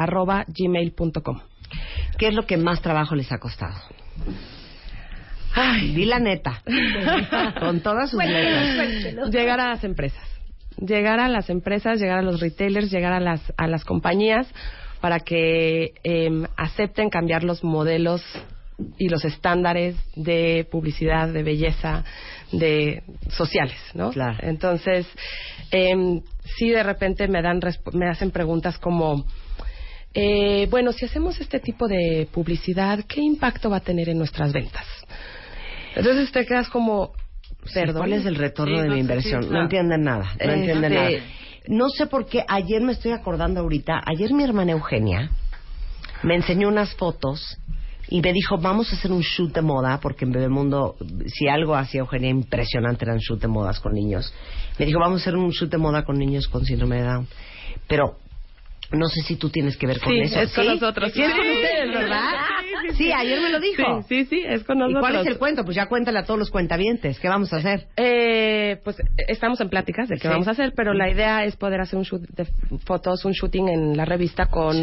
Speaker 16: cambiandomodelos.gmail.com.
Speaker 2: ¿Qué es lo que más trabajo les ha costado? Ay, di la
Speaker 16: [laughs]
Speaker 2: neta. Con todas sus letras.
Speaker 16: Llegar a las empresas. Llegar a las empresas, llegar a los retailers, llegar a las, a las compañías para que em, acepten cambiar los modelos y los estándares de publicidad, de belleza, de sociales, ¿no? Entonces, em, sí de repente me dan resp- me hacen preguntas como eh, bueno, si hacemos este tipo de publicidad, ¿qué impacto va a tener en nuestras ventas? Entonces te quedas como, perdón.
Speaker 2: ¿Cuál es el retorno
Speaker 16: Sí,
Speaker 2: de mi
Speaker 16: no sé,
Speaker 2: inversión?
Speaker 16: sí,
Speaker 2: No
Speaker 16: claro.
Speaker 2: entienden nada, no
Speaker 16: Eh,
Speaker 2: entienden nada.
Speaker 16: sí.
Speaker 2: No sé por qué, ayer me estoy acordando ahorita, ayer mi hermana Eugenia me enseñó unas fotos y me dijo, vamos a hacer un shoot de moda, porque en Bebemundo, si algo hacía Eugenia impresionante eran shoot de modas con niños. Me dijo, vamos a hacer un shoot de moda con niños con síndrome de Down. Pero no sé si tú tienes que ver con
Speaker 5: Sí,
Speaker 2: eso.
Speaker 5: es con
Speaker 2: ¿Sí?
Speaker 5: nosotros.
Speaker 2: Sí, es con
Speaker 5: Sí.
Speaker 2: ustedes, ¿verdad?
Speaker 5: Sí, sí,
Speaker 2: Sí, ayer me lo dijo.
Speaker 16: Sí, sí, sí, es con
Speaker 2: ¿Y
Speaker 16: nosotros.
Speaker 2: cuál es el cuento? Pues ya cuéntale a todos los cuentavientes. ¿Qué vamos a hacer?
Speaker 16: Eh, pues estamos en pláticas de qué
Speaker 2: Sí.
Speaker 16: vamos a hacer, pero la idea es poder hacer un shoot de fotos, un shooting en la revista con,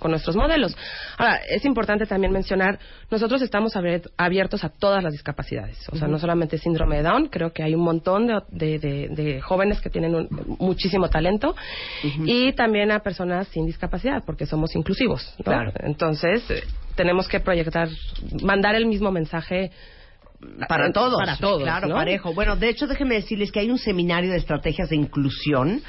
Speaker 16: con nuestros modelos. Ahora, es importante también mencionar, nosotros estamos abier- abiertos a todas las discapacidades, o sea,
Speaker 17: Ujú.
Speaker 16: no solamente síndrome de Down, creo que hay un montón de, de- de- de jóvenes que tienen un- muchísimo talento y también a personas sin discapacidad, porque somos inclusivos. ¿no?
Speaker 17: Claro.
Speaker 16: Entonces, eh, tenemos que proyectar, mandar el mismo mensaje
Speaker 2: Para
Speaker 16: eh,
Speaker 2: todos.
Speaker 16: Para todos.
Speaker 2: Claro,
Speaker 16: ¿no?
Speaker 2: parejo. Bueno, de hecho, déjenme decirles que hay un seminario de estrategias de inclusión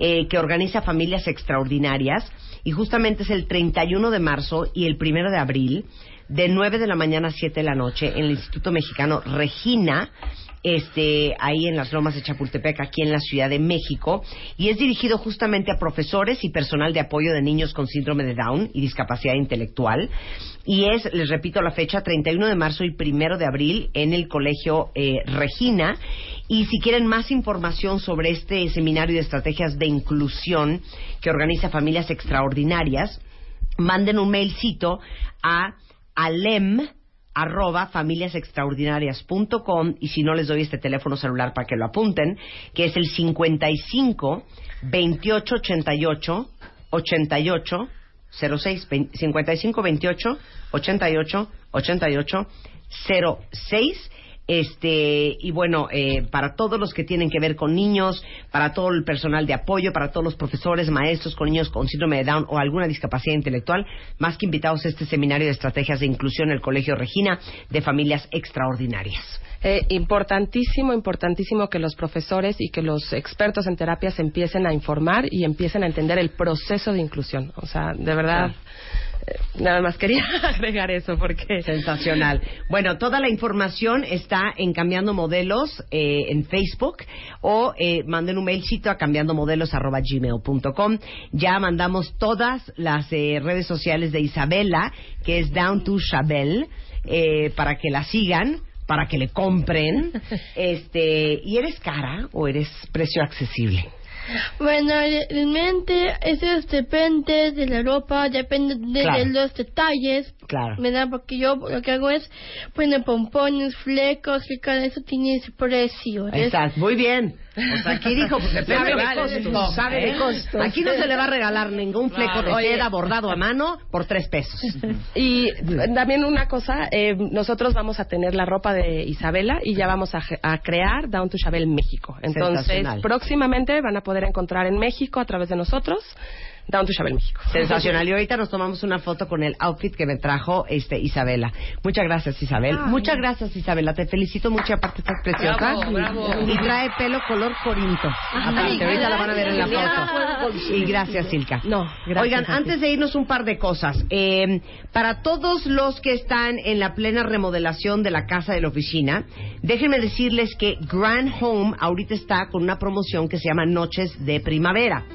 Speaker 2: eh, que organiza Familias Extraordinarias y justamente es el 31 de marzo y el 1 de abril de 9 de la mañana a 7 de la noche en el Instituto Mexicano Regina este, ahí en las lomas de Chapultepec, aquí en la Ciudad de México, y es dirigido justamente a profesores y personal de apoyo de niños con síndrome de Down y discapacidad intelectual. Y es, les repito la fecha, 31 de marzo y 1 de abril en el Colegio eh, Regina. Y si quieren más información sobre este seminario de estrategias de inclusión que organiza Familias Extraordinarias, manden un mailcito a alem arroba familiasextraordinarias.com y si no les doy este teléfono celular para que lo apunten, que es el 55 28 88 88 06 vein- 55 28 88 88 06 este y bueno eh, para todos los que tienen que ver con niños para todo el personal de apoyo para todos los profesores maestros con niños con síndrome de Down o alguna discapacidad intelectual más que invitados a este seminario de estrategias de inclusión en el Colegio Regina de familias extraordinarias
Speaker 16: Eh, importantísimo, importantísimo que los profesores y que los expertos en terapia se empiecen a informar y empiecen a entender el proceso de inclusión. O sea, de verdad, eh, nada más quería [laughs] agregar eso porque...
Speaker 2: Sensacional. Bueno, toda la información está en Cambiando Modelos eh, en Facebook o eh, manden un mailcito a cambiandomodelos.gmail.com. Ya mandamos todas las eh, redes sociales de Isabela, que es Down to Chabel, eh, para que la sigan, para que le
Speaker 16: [laughs]
Speaker 2: compren. este ¿Y eres cara o eres precio accesible?
Speaker 15: Bueno, re- realmente eso depende de la ropa, depende de,
Speaker 2: Claro.
Speaker 15: de los detalles.
Speaker 2: Claro.
Speaker 15: ¿Verdad? Porque yo lo que hago es poner pompones, flecos, y cada eso tiene su precio.
Speaker 2: Ahí estás, muy bien. O sea, aquí dijo, pues
Speaker 15: Sabe
Speaker 2: depende de
Speaker 15: de
Speaker 2: costos,
Speaker 15: costos,
Speaker 2: sabe de
Speaker 15: ¿eh?
Speaker 2: costos. Aquí no se le va a regalar ningún fleco de
Speaker 16: Claro.
Speaker 2: seda
Speaker 16: Oye.
Speaker 2: bordado a mano por tres pesos.
Speaker 16: Y también una cosa, eh, nosotros vamos a tener la ropa de Isabela y ya vamos a, ge- a crear Down to Chabel México. Entonces,
Speaker 2: Sensacional.
Speaker 16: próximamente van a poder encontrar en México a través de nosotros Down to Chabel México.
Speaker 2: Sensacional. Y ahorita nos tomamos una foto con el outfit que me trajo este Isabela. Muchas gracias, Isabel.
Speaker 16: Ay.
Speaker 2: Muchas gracias, Isabela. Te felicito mucho. y Aparte, estás preciosa.
Speaker 5: Bravo, bravo.
Speaker 2: Y trae pelo color corinto. Aparte, ahorita la van a ver en la foto.
Speaker 5: gracias.
Speaker 2: Y gracias, Silka. No,
Speaker 5: gracias
Speaker 2: Oigan,
Speaker 5: a ti.
Speaker 2: antes de irnos, un par de cosas. Eh, para todos los que están en la plena remodelación de la casa de la oficina, déjenme decirles que Grand Home ahorita está con una promoción que se llama Noches de Primavera.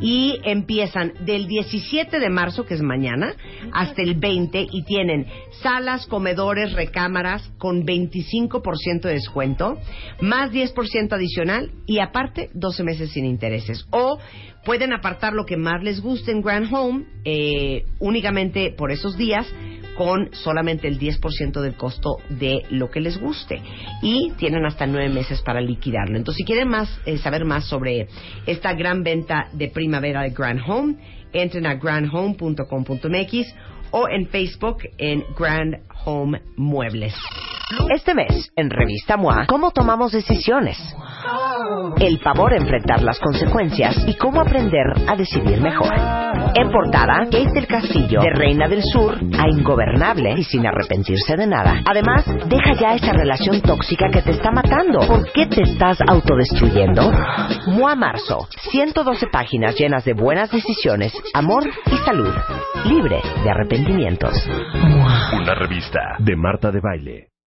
Speaker 2: Y empiezan del 17 de marzo, que es mañana, hasta el 20 y tienen salas, comedores, recámaras con 25% de descuento, más 10% adicional y aparte 12 meses sin intereses. O pueden apartar lo que más les guste en Grand Home eh, únicamente por esos días con solamente el 10% del costo de lo que les guste. Y tienen hasta nueve meses para liquidarlo. Entonces, si quieren más, eh, saber más sobre esta gran venta de primavera de Grand Home, entren a grandhome.com.mx o en Facebook en Grand Home Muebles.
Speaker 11: Este mes, en Revista MOA, ¿cómo tomamos decisiones? El pavor a enfrentar las consecuencias y cómo aprender a decidir mejor. En portada, Kate del Castillo, de Reina del Sur, a Ingobernable y sin arrepentirse de nada. Además, deja ya esa relación tóxica que te está matando. ¿Por qué te estás autodestruyendo? MOA Marzo, 112 páginas llenas de buenas decisiones, amor y salud, libre de arrepentimientos.
Speaker 3: Una revista de Marta de Baile.